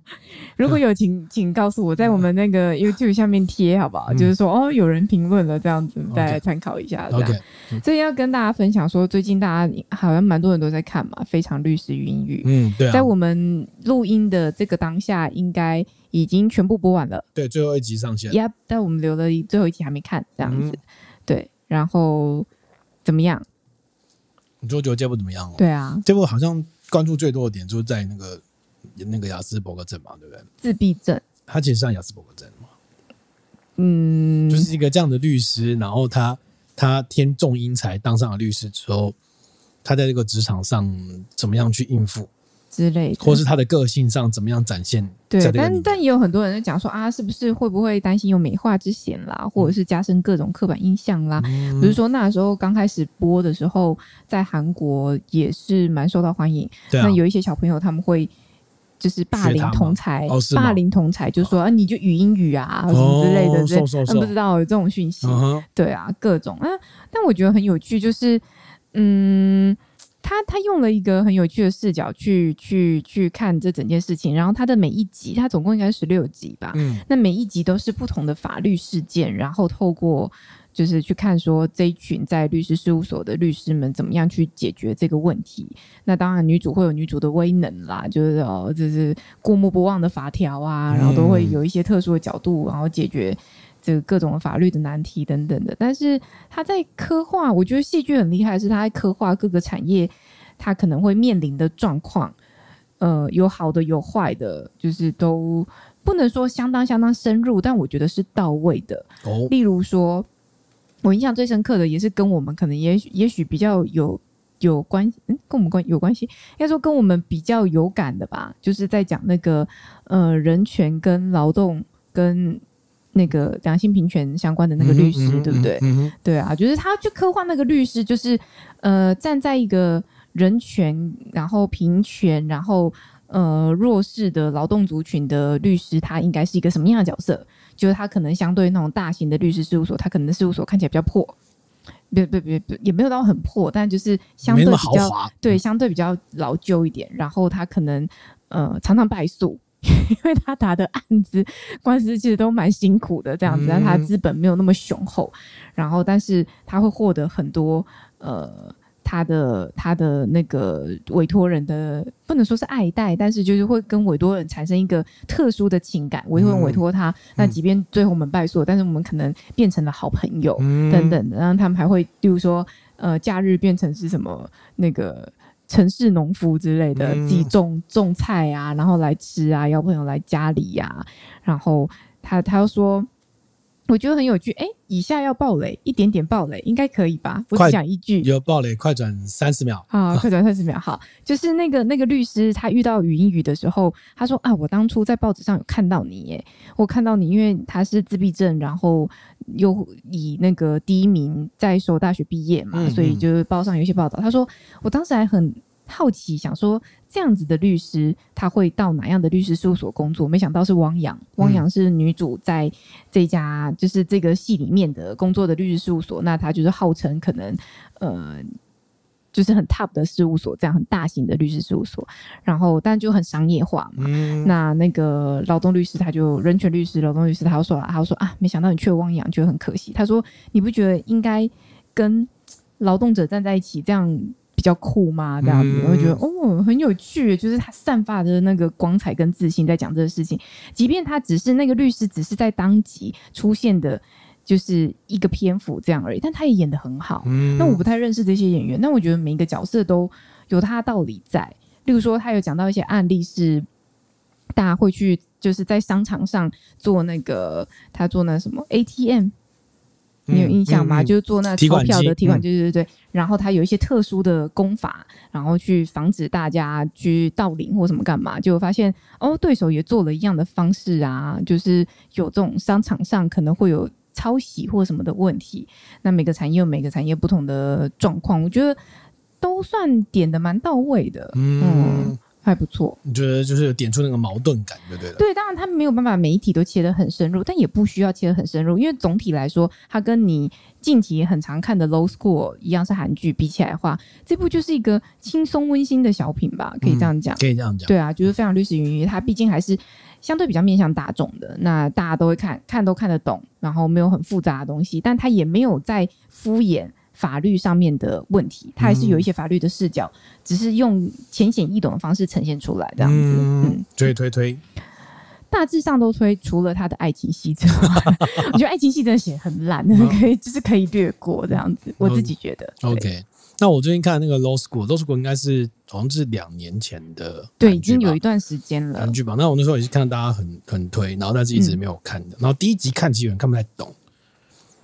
[SPEAKER 1] 如果有，请请告诉我，在我们那个 YouTube 下面贴好不好？
[SPEAKER 2] 嗯
[SPEAKER 1] 就是说，哦，有人评论了，这样子，再来
[SPEAKER 2] OK
[SPEAKER 1] 参考一下。这样
[SPEAKER 2] OK，
[SPEAKER 1] 所以要跟大家分享说，最近大家好像蛮多人都在看嘛，《非常律师与英语》
[SPEAKER 2] 嗯，对
[SPEAKER 1] 在
[SPEAKER 2] 啊，
[SPEAKER 1] 我们录音的这个当下，应该已经全部播完了。
[SPEAKER 2] 对，最后一集上线。
[SPEAKER 1] Yep，但我们留了一最后一集还没看，这样子。
[SPEAKER 2] 嗯
[SPEAKER 1] 对，然后怎么样？
[SPEAKER 2] 你就觉得这部怎么样哦？
[SPEAKER 1] 对啊，
[SPEAKER 2] 这部好像关注最多的点就是在那个那个雅斯伯格症嘛，对不对？
[SPEAKER 1] 自闭症，
[SPEAKER 2] 他其实像雅斯伯格症嘛，
[SPEAKER 1] 嗯，
[SPEAKER 2] 就是一个这样的律师，然后他他天纵英才当上了律师之后，他在这个职场上怎么样去应付，
[SPEAKER 1] 之类的，
[SPEAKER 2] 或是他的个性上怎么样展现在
[SPEAKER 1] 嗯对
[SPEAKER 2] 这，个里
[SPEAKER 1] 但
[SPEAKER 2] 面？
[SPEAKER 1] 但也有很多人在讲说啊，是不是会不会担心有美化之嫌啦，或者是加深各种刻板印象啦？
[SPEAKER 2] 嗯
[SPEAKER 1] 比如说那时候刚开始播的时候，在韩国也是蛮受到欢迎。
[SPEAKER 2] 对啊
[SPEAKER 1] 那，有一些小朋友他们会就是霸凌同才，
[SPEAKER 2] 学他吗哦是吗
[SPEAKER 1] 霸凌同才，就说啊你就语音语啊什么之类的，
[SPEAKER 2] 哦
[SPEAKER 1] 之类
[SPEAKER 2] 瘦瘦瘦
[SPEAKER 1] 嗯不知道有这种讯息，
[SPEAKER 2] 嗯哼，
[SPEAKER 1] 对啊，各种啊。但我觉得很有趣，就是嗯，他他用了一个很有趣的视角去去去看这整件事情，然后他的每一集，他总共应该十六集吧，
[SPEAKER 2] 嗯，
[SPEAKER 1] 那每一集都是不同的法律事件，然后透过就是去看说这一群在律师事务所的律师们怎么样去解决这个问题。那当然，女主会有女主的威能啦，就是哦，就是过目不忘的法条啊，
[SPEAKER 2] 嗯
[SPEAKER 1] 然后都会有一些特殊的角度，然后解决。这个各种法律的难题等等的，但是他在刻画，我觉得戏剧很厉害，的是他在刻画各个产业他可能会面临的状况，呃，有好的有坏的，就是都不能说相当相当深入，但我觉得是到位的。
[SPEAKER 2] 哦，
[SPEAKER 1] 例如说，我印象最深刻的也是跟我们可能也许也许比较有有关，嗯，跟我们关有关系，应该说跟我们比较有感的吧，就是在讲那个呃人权跟劳动跟那个良性平权相关的那个律师，
[SPEAKER 2] 嗯哼
[SPEAKER 1] 对不对？？
[SPEAKER 2] 嗯哼，嗯哼
[SPEAKER 1] 对啊，就是他去刻画那个律师，就是呃，站在一个人权，然后平权，然后呃弱势的劳动族群的律师，他应该是一个什么样的角色？就是他可能相对那种大型的律师事务所，他可能事务所看起来比较破，别别别，也没有到很破，但就是相
[SPEAKER 2] 没
[SPEAKER 1] 对
[SPEAKER 2] 那么
[SPEAKER 1] 比
[SPEAKER 2] 豪
[SPEAKER 1] 较
[SPEAKER 2] 华，
[SPEAKER 1] 对，相对比较老旧一点，然后他可能呃常常败诉， 因为他打的案子官司其实都蛮辛苦的这样子，但他
[SPEAKER 2] 嗯
[SPEAKER 1] 资本没有那么雄厚，然后但是他会获得很多呃他的他的那个委托人的不能说是爱戴，但是就是会跟委托人产生一个特殊的情感，委托人委托他，那即便最后我们败诉了，但是我们可能变成了好朋友，
[SPEAKER 2] 嗯
[SPEAKER 1] 等，等的，然后他们还会，例如说，呃，假日变成是什么那个城市农夫之类的，
[SPEAKER 2] 嗯
[SPEAKER 1] 自己种种菜啊，然后来吃啊，邀朋友来家里呀、然后他他又说，我觉得很有趣，哎，以下要爆雷，一点点爆雷应该可以吧？我
[SPEAKER 2] 快
[SPEAKER 1] 只讲一句，
[SPEAKER 2] 有暴雷，快转三十秒，
[SPEAKER 1] 啊，快转三十秒，好，就是那个那个律师，他遇到语音语的时候，他说啊，我当初在报纸上有看到你耶，我看到你，因为他是自闭症，然后又以那个第一名在首尔大学毕业嘛，
[SPEAKER 2] 嗯
[SPEAKER 1] 所以
[SPEAKER 2] 嗯
[SPEAKER 1] 就是报上有一些报道，他说我当时还很好奇，想说这样子的律师他会到哪样的律师事务所工作，没想到是汪洋，汪洋是女主在这家就是这个戏里面的工作的律师事务所，那他就是号称可能呃就是很 top 的事务所，这样很大型的律师事务所，然后但就很商业化嘛。
[SPEAKER 2] 嗯，
[SPEAKER 1] 那那个劳动律师他就人权律师、劳动律师，他就说了，他就说啊，没想到你去了汪洋，觉得很可惜。他说你不觉得应该跟劳动者站在一起，这样比较酷吗？这样子，
[SPEAKER 2] 嗯
[SPEAKER 1] 我就觉得哦，很有趣，就是他散发着那个光彩跟自信，在讲这个事情。即便他只是那个律师，只是在当集出现的，就是一个篇幅这样而已，但他也演的很好。
[SPEAKER 2] 嗯，
[SPEAKER 1] 那我不太认识这些演员，但我觉得每一个角色都有他的道理在。例如说，他有讲到一些案例是大家会去，就是在商场上做那个他做那什么 ATM，
[SPEAKER 2] 嗯
[SPEAKER 1] 你有印象吗？
[SPEAKER 2] 嗯嗯
[SPEAKER 1] 就是做那
[SPEAKER 2] 提
[SPEAKER 1] 钞
[SPEAKER 2] 款
[SPEAKER 1] 票的
[SPEAKER 2] 机
[SPEAKER 1] 提款
[SPEAKER 2] 嗯
[SPEAKER 1] 机，对对对。然后他有一些特殊的功法，然后去防止大家去盗领或什么干嘛，就发现哦，对手也做了一样的方式啊，就是有这种商场上可能会有抄袭或什么的问题。那每个产业有每个产业不同的状况，我觉得都算点的蛮到位的，
[SPEAKER 2] 嗯
[SPEAKER 1] 嗯，还不错。
[SPEAKER 2] 你觉得就是有点出那个矛盾感，对不对了？
[SPEAKER 1] 对，当然他没有办法每一题都切得很深入，但也不需要切得很深入，因为总体来说，它跟你近期很常看的《Low School》一样是韩剧比起来的话，这部就是一个轻松温馨的小品吧，可以这样讲。
[SPEAKER 2] 可以这样讲，
[SPEAKER 1] 对啊，就是非常律师云云，它毕竟还是相对比较面向大众的，那大家都会看看都看得懂，然后没有很复杂的东西，但它也没有在敷衍法律上面的问题，它还是有一些法律的视角，只是用浅显易懂的方式呈现出来这样子。嗯，
[SPEAKER 2] 推推推，
[SPEAKER 1] 大致上都推，除了他的爱情戏 之外，我觉得爱情戏真的写得很烂，
[SPEAKER 2] 嗯
[SPEAKER 1] 可以就是可以略过这样子，我自己觉得。对
[SPEAKER 2] OK，那我最近看那个《Law School》，《Law School》应该是好像是两年前的
[SPEAKER 1] 对，
[SPEAKER 2] 韩
[SPEAKER 1] 已
[SPEAKER 2] 剧
[SPEAKER 1] 经有
[SPEAKER 2] 吧嗯
[SPEAKER 1] 一段时间了
[SPEAKER 2] 韩。剧吧。那我那时候也是看到大家很很推，然后但是一直
[SPEAKER 1] 嗯
[SPEAKER 2] 没有看的。然后第一集看其实有点看不太懂，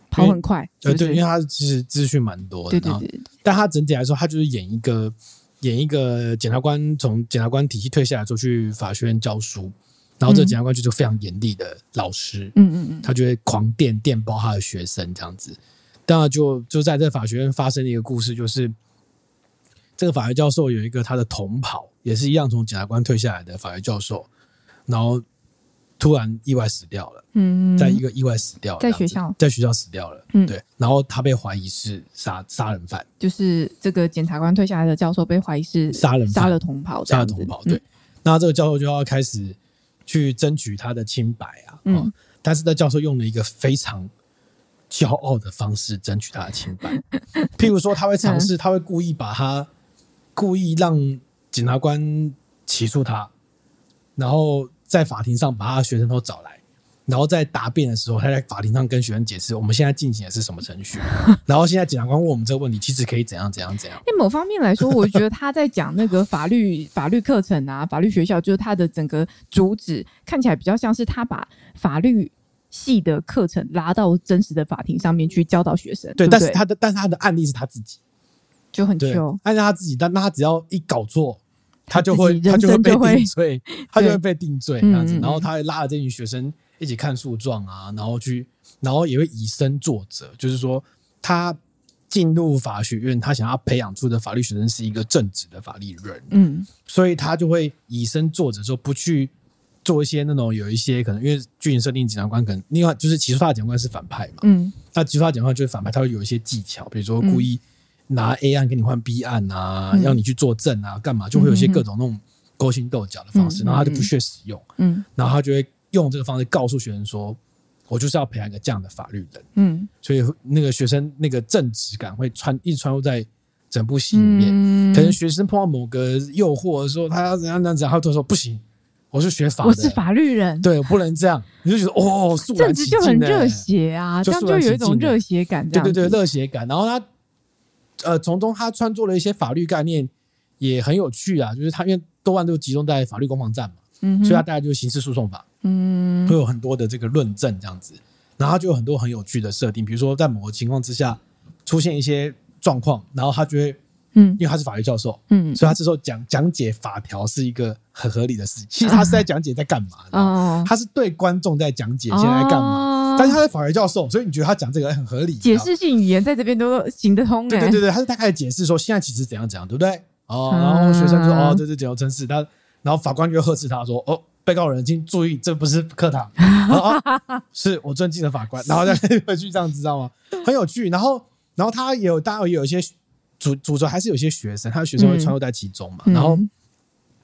[SPEAKER 1] 跑很快，是
[SPEAKER 2] 呃，
[SPEAKER 1] 不是
[SPEAKER 2] 对，呃因为它其实资讯蛮多的。啊
[SPEAKER 1] 对
[SPEAKER 2] 然
[SPEAKER 1] 对
[SPEAKER 2] 后
[SPEAKER 1] 对，
[SPEAKER 2] 但它整体来说，它就是演一个演一个检察官从检察官体系退下来之后去法学院教书，然后这个检察官就是个非常严厉的老师，
[SPEAKER 1] 嗯嗯嗯，
[SPEAKER 2] 他就会狂电电爆他的学生这样子。当然就就在这法学院发生的一个故事，就是这个法学教授有一个他的同袍，也是一样从检察官退下来的法学教授，然后突然意外死掉了，
[SPEAKER 1] 嗯，
[SPEAKER 2] 在一个意外死掉了
[SPEAKER 1] 在
[SPEAKER 2] 这样
[SPEAKER 1] 学
[SPEAKER 2] 子，
[SPEAKER 1] 校
[SPEAKER 2] 在学校死掉了，
[SPEAKER 1] 嗯
[SPEAKER 2] 对，然后他被怀疑是杀杀人犯，
[SPEAKER 1] 就是这个检察官退下来的教授被怀疑是
[SPEAKER 2] 杀人犯
[SPEAKER 1] 杀了同袍这
[SPEAKER 2] 杀
[SPEAKER 1] 样
[SPEAKER 2] 了
[SPEAKER 1] 子，嗯
[SPEAKER 2] 同袍，对，那这个教授就要开始去争取他的清白啊，
[SPEAKER 1] 嗯
[SPEAKER 2] 嗯，但是这教授用了一个非常骄傲的方式争取他的清白，譬如说他会尝
[SPEAKER 1] 嗯
[SPEAKER 2] 试，他会故意把他故意让检察官起诉他，然后在法庭上把他的学生都找来。然后在答辩的时候，他在法庭上跟学生解释我们现在进行的是什么 程序。然后现在检察官问我们这个问题，其实可以怎样怎样怎样。
[SPEAKER 1] 那某方面来说，我觉得他在讲那个法律法律课程啊，法律学校，就是他的整个主旨看起来比较像是他把法律系的课程拉到真实的法庭上面去教导学生，
[SPEAKER 2] 对，
[SPEAKER 1] 对不
[SPEAKER 2] 但
[SPEAKER 1] 对，
[SPEAKER 2] 是他的但是他的案例是他自己，
[SPEAKER 1] 就很
[SPEAKER 2] 对
[SPEAKER 1] 糗，，
[SPEAKER 2] 按照他自己，但那他只要一搞错，他就会
[SPEAKER 1] 他
[SPEAKER 2] 他
[SPEAKER 1] 自己
[SPEAKER 2] 就会
[SPEAKER 1] 人
[SPEAKER 2] 被
[SPEAKER 1] 生
[SPEAKER 2] 定罪，他就会
[SPEAKER 1] 对
[SPEAKER 2] 被定罪这样
[SPEAKER 1] 嗯
[SPEAKER 2] 子。
[SPEAKER 1] 嗯嗯
[SPEAKER 2] 然后他还拉着这群学生一起看诉状啊，然后去，然后也会以身作则，就是说他进入法学院，他想要培养出的法律学生是一个正直的法律人，
[SPEAKER 1] 嗯
[SPEAKER 2] 所以他就会以身作则，说不去做一些那种有一些可能，因为剧情设定检察官可能另外就是起诉他的检察官是反派嘛，
[SPEAKER 1] 嗯
[SPEAKER 2] 那举法检话就是反派，他会有一些技巧，比如说故意拿 A 案跟你换 B 案啊，
[SPEAKER 1] 嗯
[SPEAKER 2] 要你去作证啊，干嘛，就会有一些各种那种勾心斗角的方
[SPEAKER 1] 嗯
[SPEAKER 2] 式，
[SPEAKER 1] 嗯
[SPEAKER 2] 然后他就不屑使用，
[SPEAKER 1] 嗯
[SPEAKER 2] 然后他就会用这个方式告诉学生说，我就是要培养一个这样的法律人，
[SPEAKER 1] 嗯
[SPEAKER 2] 所以那个学生那个正直感会穿一直穿入在整部戏里面。
[SPEAKER 1] 嗯，
[SPEAKER 2] 可能学生碰到某个诱惑的时候，他要怎样怎样怎样，他就说不行，我是学法的，
[SPEAKER 1] 我是法律人，
[SPEAKER 2] 对，我不能这样，你就觉得哦，肃然
[SPEAKER 1] 政治
[SPEAKER 2] 起敬
[SPEAKER 1] 就很
[SPEAKER 2] 欸
[SPEAKER 1] 热血啊，
[SPEAKER 2] 就
[SPEAKER 1] 这
[SPEAKER 2] 肃
[SPEAKER 1] 样就
[SPEAKER 2] 然
[SPEAKER 1] 有
[SPEAKER 2] 起
[SPEAKER 1] 一种
[SPEAKER 2] 敬欸
[SPEAKER 1] 热血感，这
[SPEAKER 2] 对
[SPEAKER 1] 样
[SPEAKER 2] 对对，
[SPEAKER 1] 子，
[SPEAKER 2] 热血感。然后他呃，从中他穿梭了一些法律概念，也很有趣啊。就是他因为多半都集中在法律攻防战嘛，
[SPEAKER 1] 嗯哼，
[SPEAKER 2] 所以他大概就是刑事诉讼法
[SPEAKER 1] 嗯
[SPEAKER 2] 会有很多的这个论证这样子。然后他就有很多很有趣的设定，比如说在某个情况之下出现一些状况，然后他就会
[SPEAKER 1] 嗯
[SPEAKER 2] 因为他是法律教授，
[SPEAKER 1] 嗯
[SPEAKER 2] 所以他这时候讲讲解法条是一个很合理的事情。其实他是在讲解在干嘛，你知道吗
[SPEAKER 1] 哦，
[SPEAKER 2] 他是对观众在讲解现在在干嘛。
[SPEAKER 1] 嘛
[SPEAKER 2] 但是他是法律教授，所以你觉得他讲这个很合理，
[SPEAKER 1] 哦解
[SPEAKER 2] 你知道吗
[SPEAKER 1] 释性语言在这边都行得通、欸，
[SPEAKER 2] 对对对对，他就大概解释说现在其实怎样怎样，对不对？哦，
[SPEAKER 1] 嗯
[SPEAKER 2] 然后学生说哦，对对对，有真是他，然后法官就呵斥他说哦，被告人请注意，这不是课堂， 然后啊是我尊敬的法官，然 后再回去这样子，知道吗？很有趣。然后然后他也有，当然也有一些主主轴，还是有些学生，他的学生会穿入在其中嘛。
[SPEAKER 1] 嗯
[SPEAKER 2] 然后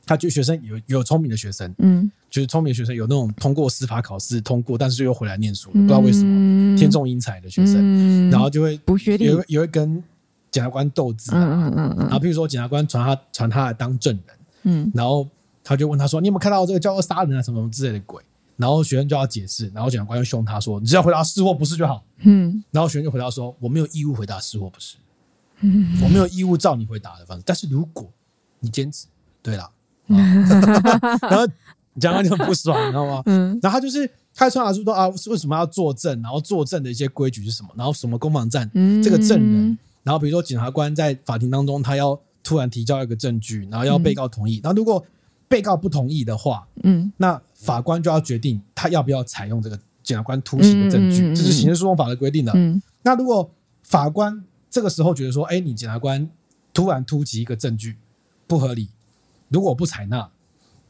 [SPEAKER 2] 他就学生有有聪明的学生，
[SPEAKER 1] 嗯，
[SPEAKER 2] 就是聪明的学生有那种通过司法考试通过，但是又回来念书，
[SPEAKER 1] 嗯
[SPEAKER 2] 不知道为什么天纵英才的学生，
[SPEAKER 1] 嗯
[SPEAKER 2] 然后就会
[SPEAKER 1] 不学历
[SPEAKER 2] 也，会也会跟检察官斗智啊、
[SPEAKER 1] 嗯嗯嗯
[SPEAKER 2] 然后譬如说检察官传他传他来当证人，
[SPEAKER 1] 嗯
[SPEAKER 2] 然后他就问他说：“你有没有看到这个叫做杀人啊什么什么之类的鬼？”然后学生就要解释，然后检察官又凶他说：“你只要回答是或不是就好。
[SPEAKER 1] 嗯嗯”
[SPEAKER 2] 然后学生就回答说：“我没有义务回答是或不是， 我没有义务照你回答的方式。但是如果你坚持，对啦，啊 然后检察官就很不爽，你知道吗？
[SPEAKER 1] 嗯
[SPEAKER 2] 然后他就是他传达出说啊，为什么要作证，然后作证的一些规矩是什么，然后什么攻防战，
[SPEAKER 1] 嗯，
[SPEAKER 2] 这个证人，然后比如说检察官在法庭当中，他要突然提交一个证据，然后要被告同意，然后如果被告不同意的话，
[SPEAKER 1] 嗯，
[SPEAKER 2] 那法官就要决定他要不要采用这个检察官突袭的证据，
[SPEAKER 1] 嗯嗯嗯嗯
[SPEAKER 2] 这是刑事诉讼法的规定的。
[SPEAKER 1] 嗯
[SPEAKER 2] 那如果法官这个时候觉得说，哎，你检察官突然突袭一个证据不合理，如果不采纳，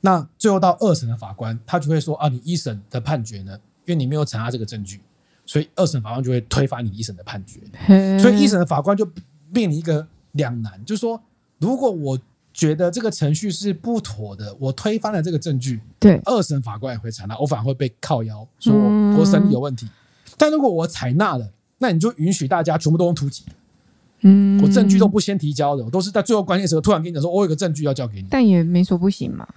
[SPEAKER 2] 那最后到二审的法官他就会说啊，你一审的判决呢，因为你没有采纳这个证据，所以二审法官就会推翻你一审的判决。
[SPEAKER 1] 嗯，
[SPEAKER 2] 所以一审的法官就面临一个两难，就是说，如果我觉得这个程序是不妥的，我推翻了这个证据，
[SPEAKER 1] 对，
[SPEAKER 2] 二审法官也会采纳，我反而会被靠腰，说
[SPEAKER 1] 嗯
[SPEAKER 2] 我我审理有问题。但如果我采纳了，那你就允许大家全部都用突击，
[SPEAKER 1] 嗯，
[SPEAKER 2] 我证据都，不先提交的，我都是在最后关键时刻突然跟你讲说，我有个证据要交给你。
[SPEAKER 1] 但也没说不行嘛，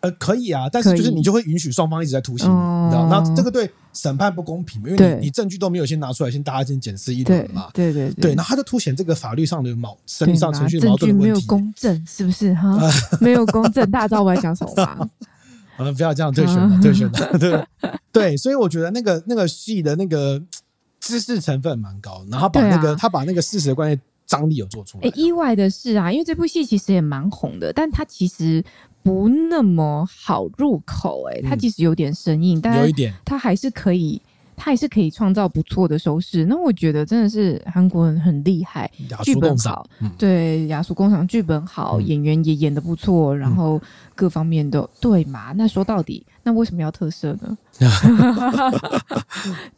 [SPEAKER 2] 呃，可以啊，但是就是
[SPEAKER 1] 可以
[SPEAKER 2] 你就会允许双方一直在突袭你，
[SPEAKER 1] 哦
[SPEAKER 2] 你知道？那这个对审判不公平嘛，因为
[SPEAKER 1] 对
[SPEAKER 2] 你你证据都没有先拿出来，先大家先检视一
[SPEAKER 1] 对
[SPEAKER 2] 轮嘛。
[SPEAKER 1] 对对
[SPEAKER 2] 对，
[SPEAKER 1] 对
[SPEAKER 2] 然。后他就凸显这个法律上的矛、
[SPEAKER 1] 对
[SPEAKER 2] 审理上
[SPEAKER 1] 嘛
[SPEAKER 2] 程序的
[SPEAKER 1] 证
[SPEAKER 2] 矛
[SPEAKER 1] 据
[SPEAKER 2] 盾的
[SPEAKER 1] 没
[SPEAKER 2] 问
[SPEAKER 1] 有
[SPEAKER 2] 题。
[SPEAKER 1] 公正，是不是哈？没有公正，大家知道我在讲什么吗？
[SPEAKER 2] 好嗯了，不要这样，退选
[SPEAKER 1] 嗯
[SPEAKER 2] 了，退选了， 对对，所以我觉得那个那个戏的那个嘖知识成分蛮高，然后把
[SPEAKER 1] 对啊
[SPEAKER 2] 那个、他把那个事实的观念张力有做出来
[SPEAKER 1] 诶，
[SPEAKER 2] 啊。
[SPEAKER 1] 意外的是啊，因为这部戏其实也蛮红的，但它其实不那么好入口、诶，它
[SPEAKER 2] 嗯
[SPEAKER 1] 其实有点生硬，但
[SPEAKER 2] 有一
[SPEAKER 1] 是
[SPEAKER 2] 点，
[SPEAKER 1] 它还是可以，它还是可以创造不错的收视。那我觉得真的是韩国人很厉害，
[SPEAKER 2] 雅
[SPEAKER 1] 剧
[SPEAKER 2] 俗
[SPEAKER 1] 本
[SPEAKER 2] 共赏
[SPEAKER 1] 好，
[SPEAKER 2] 嗯
[SPEAKER 1] 对，雅俗工厂剧本好，
[SPEAKER 2] 嗯
[SPEAKER 1] 演员也演的不错，然后各方面都对嘛。那说到底，那为什么要特色 呢？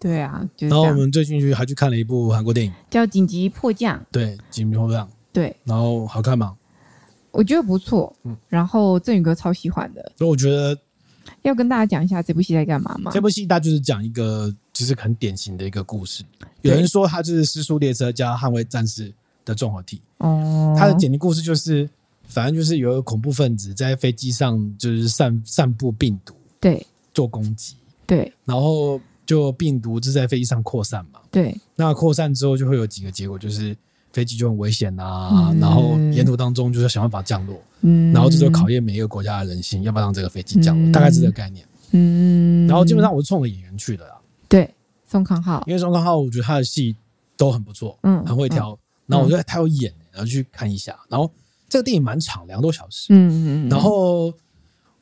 [SPEAKER 1] 对啊，就是
[SPEAKER 2] 然后
[SPEAKER 1] 这
[SPEAKER 2] 我
[SPEAKER 1] 样，
[SPEAKER 2] 们最近去还去看了一部韩国电影，
[SPEAKER 1] 叫紧急迫降。
[SPEAKER 2] 对《锦标浪》，
[SPEAKER 1] 对
[SPEAKER 2] 然后好看吗？
[SPEAKER 1] 我觉得不错，
[SPEAKER 2] 嗯
[SPEAKER 1] 然后振宇哥超喜欢的。
[SPEAKER 2] 所以我觉得
[SPEAKER 1] 要跟大家讲一下这部戏在干嘛吗
[SPEAKER 2] 这？部戏它就是讲一个就是很典型的一个故事。
[SPEAKER 1] 对
[SPEAKER 2] 有人说它就是《失速列车》加《捍卫战士》的综合体。
[SPEAKER 1] 哦，
[SPEAKER 2] 它的简历故事就是，反正就是有一个恐怖分子在飞机上就是散散布病毒
[SPEAKER 1] 对
[SPEAKER 2] 做攻击，
[SPEAKER 1] 对
[SPEAKER 2] 然后就病毒就在飞机上扩散嘛。
[SPEAKER 1] 对
[SPEAKER 2] 那扩散之后就会有几个结果，就是飞机就很危险啊，
[SPEAKER 1] 嗯
[SPEAKER 2] 然后沿途当中就是要想办法降落，
[SPEAKER 1] 嗯，
[SPEAKER 2] 然后这就考验每一个国家的人心，要不要让这个飞机降落，
[SPEAKER 1] 嗯
[SPEAKER 2] 大概是这个概念。
[SPEAKER 1] 嗯，
[SPEAKER 2] 然后基本上我是冲着演员去的啦，
[SPEAKER 1] 对宋康昊，
[SPEAKER 2] 因为宋康昊我觉得他的戏都很不错，
[SPEAKER 1] 嗯
[SPEAKER 2] 很会挑，然后我觉得他有演，然后去看一下。然后这个电影蛮长，两个多小时，
[SPEAKER 1] 嗯嗯嗯，
[SPEAKER 2] 然后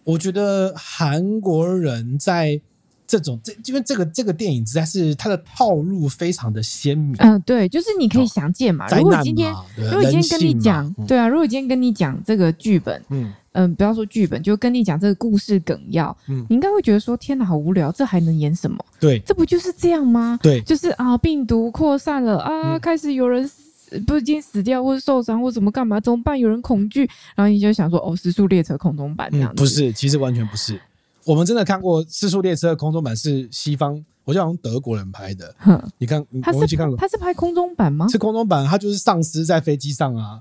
[SPEAKER 2] 我觉得韩国人在这种这因为这个这个电影实在是它的套路非常的鲜明，
[SPEAKER 1] 嗯、对，就是你可以想见嘛。
[SPEAKER 2] 灾
[SPEAKER 1] 啊如果
[SPEAKER 2] 难
[SPEAKER 1] 今天
[SPEAKER 2] 嘛，对
[SPEAKER 1] 如果今天跟你讲，，
[SPEAKER 2] 呃人性嘛
[SPEAKER 1] 对啊，如果今天跟你讲这个剧本，
[SPEAKER 2] 嗯
[SPEAKER 1] 嗯、不要说剧本，就跟你讲这个故事梗要，
[SPEAKER 2] 嗯
[SPEAKER 1] 你应该会觉得说，天哪，好无聊，这还能演什么？
[SPEAKER 2] 嗯，对
[SPEAKER 1] 这不就是这样吗？
[SPEAKER 2] 对
[SPEAKER 1] 就是啊，病毒扩散了啊，
[SPEAKER 2] 嗯
[SPEAKER 1] 开始有人死，不是已经死掉或者受伤或怎么干嘛，怎么办？有人恐惧，然后你就想说，哦，时速列车空中版这样
[SPEAKER 2] 嗯
[SPEAKER 1] 子，
[SPEAKER 2] 不是，其实完全不是。我们真的看过《四速列车》的空中版是西方，我记得好像德国人拍的。
[SPEAKER 1] 哼，
[SPEAKER 2] 你看，
[SPEAKER 1] 他
[SPEAKER 2] 我们一
[SPEAKER 1] 是
[SPEAKER 2] 起看过，
[SPEAKER 1] 他是拍空中版吗？
[SPEAKER 2] 是空中版，它就是丧尸在飞机上啊。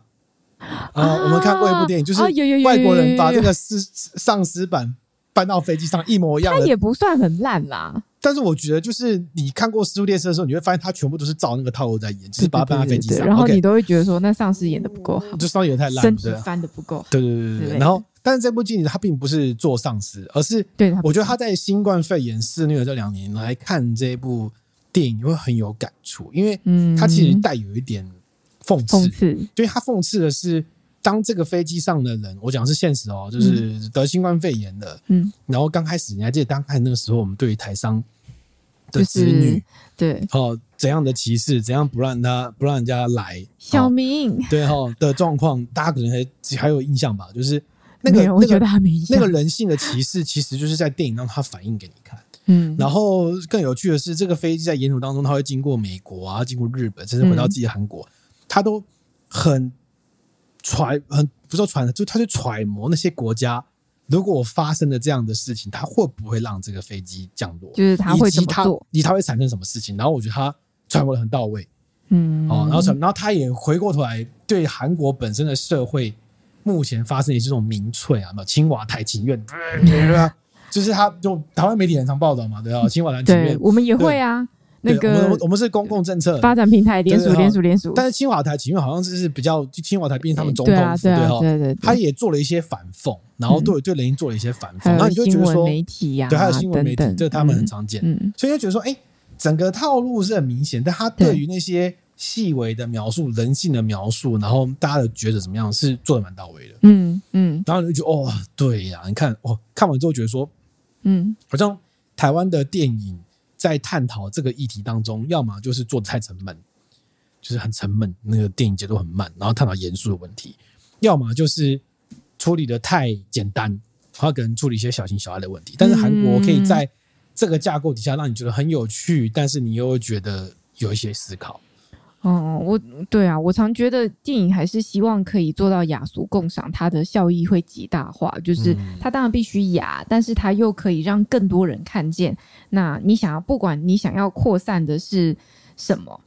[SPEAKER 2] 啊，我们看过一部电影，就是
[SPEAKER 1] 啊有有有有
[SPEAKER 2] 外国人把
[SPEAKER 1] 有有
[SPEAKER 2] 这个是丧尸版搬到飞机上一模一样
[SPEAKER 1] 他
[SPEAKER 2] 的
[SPEAKER 1] 也不算很烂啦，
[SPEAKER 2] 但是我觉得，就是你看过《失物列车》的时候，你会发现它全部都是照那个套路在演，只是把它搬到
[SPEAKER 1] 对
[SPEAKER 2] 飞
[SPEAKER 1] 对
[SPEAKER 2] 机
[SPEAKER 1] 对
[SPEAKER 2] 上。
[SPEAKER 1] 然后
[SPEAKER 2] OK，
[SPEAKER 1] 你都会觉得说，那上司演的不够好，
[SPEAKER 2] 就稍微有点太烂，
[SPEAKER 1] 身体
[SPEAKER 2] 对啊
[SPEAKER 1] 翻的不够好，
[SPEAKER 2] 对对对对
[SPEAKER 1] 之类
[SPEAKER 2] 对。
[SPEAKER 1] 的
[SPEAKER 2] 然后，但是这部剧它并不是做丧尸，而是
[SPEAKER 1] 对，他
[SPEAKER 2] 我觉得他在新冠肺炎肆虐的这两年来看这部电影，会很有感触，因为
[SPEAKER 1] 嗯，
[SPEAKER 2] 它其实带有一点讽
[SPEAKER 1] 讽
[SPEAKER 2] 刺，
[SPEAKER 1] 刺，
[SPEAKER 2] 对它讽刺的是，当这个飞机上的人，我讲的是现实哦，就是得新冠肺炎的，
[SPEAKER 1] 嗯，
[SPEAKER 2] 然后刚开始你还记得刚开始那个时候，我们对于台商
[SPEAKER 1] 就
[SPEAKER 2] 的
[SPEAKER 1] 是
[SPEAKER 2] 子女。
[SPEAKER 1] 对，
[SPEAKER 2] 哦，怎样的歧视，怎样不让他不让人家来，
[SPEAKER 1] 小
[SPEAKER 2] 哦、
[SPEAKER 1] 明，
[SPEAKER 2] 对哈、哦、的状况，大家可能还还有印象吧，就是那个
[SPEAKER 1] 没有我
[SPEAKER 2] 那
[SPEAKER 1] 觉得
[SPEAKER 2] 个
[SPEAKER 1] 他没印象
[SPEAKER 2] 那个人性的歧视，其实就是在电影让他反映给你看。
[SPEAKER 1] 嗯，
[SPEAKER 2] 然后更有趣的是，这个飞机在沿途当中，它会经过美国啊，经过日本，甚至
[SPEAKER 1] 嗯
[SPEAKER 2] 回到自己的韩国，他都很揣很不是说揣，就他去揣摩那些国家。如果发生了这样的事情，他会不会让这个飞机降落？
[SPEAKER 1] 就是他会
[SPEAKER 2] 以
[SPEAKER 1] 怎
[SPEAKER 2] 及
[SPEAKER 1] 么
[SPEAKER 2] 他
[SPEAKER 1] 做，
[SPEAKER 2] 以及他会产生什么事情。然后我觉得他揣摩的很到位
[SPEAKER 1] 嗯，
[SPEAKER 2] 哦，然后揣，然后他也回过头来对韩国本身的社会目前发生的这种民粹啊，有没有清华台情院， 啊就是他就台湾媒体很常报道嘛，对啊，清华台情
[SPEAKER 1] 对
[SPEAKER 2] 院，
[SPEAKER 1] 我们也会啊，那
[SPEAKER 2] 对我们
[SPEAKER 1] 个
[SPEAKER 2] 我们是公共政策。
[SPEAKER 1] 发展平台联署
[SPEAKER 2] 对啊
[SPEAKER 1] 联署联署，
[SPEAKER 2] 但是清华台情院好像就是比较，就清华台毕竟他们总
[SPEAKER 1] 对
[SPEAKER 2] 统
[SPEAKER 1] 啊
[SPEAKER 2] 府
[SPEAKER 1] 对啊
[SPEAKER 2] 哦
[SPEAKER 1] 对对，对
[SPEAKER 2] 他也做了一些反讽，然后对对人民做了一些反讽，
[SPEAKER 1] 还
[SPEAKER 2] 然后
[SPEAKER 1] 有
[SPEAKER 2] 你就觉
[SPEAKER 1] 新
[SPEAKER 2] 得
[SPEAKER 1] 闻
[SPEAKER 2] 说，
[SPEAKER 1] 媒体呀，
[SPEAKER 2] 对，还有新闻媒体
[SPEAKER 1] 等，等
[SPEAKER 2] 这他们很
[SPEAKER 1] 嗯
[SPEAKER 2] 常见。
[SPEAKER 1] 嗯，
[SPEAKER 2] 所以就觉得说，哎、整个套路是很明显，但他对于那些细微的描述、人性的描述，然后大家的觉得怎么样，是做的蛮到位的。
[SPEAKER 1] 嗯嗯
[SPEAKER 2] 然后你就觉得，哦，对呀、你看，哦，看完之后觉得说，
[SPEAKER 1] 嗯，
[SPEAKER 2] 好像台湾的电影在探讨这个议题当中，要么就是做的太沉闷，就是很沉闷，那个电影节奏很慢，然后探讨严肃的问题；要么就是处理的太简单，它可能处理一些小情小爱的问题。但是韩国可以在
[SPEAKER 1] 嗯
[SPEAKER 2] 这个架构底下，让你觉得很有趣，但是你又会觉得有一些思考。
[SPEAKER 1] 哦，我对啊，我常觉得电影还是希望可以做到雅俗共赏，它的效益会极大化。就是
[SPEAKER 2] 嗯
[SPEAKER 1] 它当然必须雅，但是它又可以让更多人看见。那你想要，不管你想要扩散的是什么，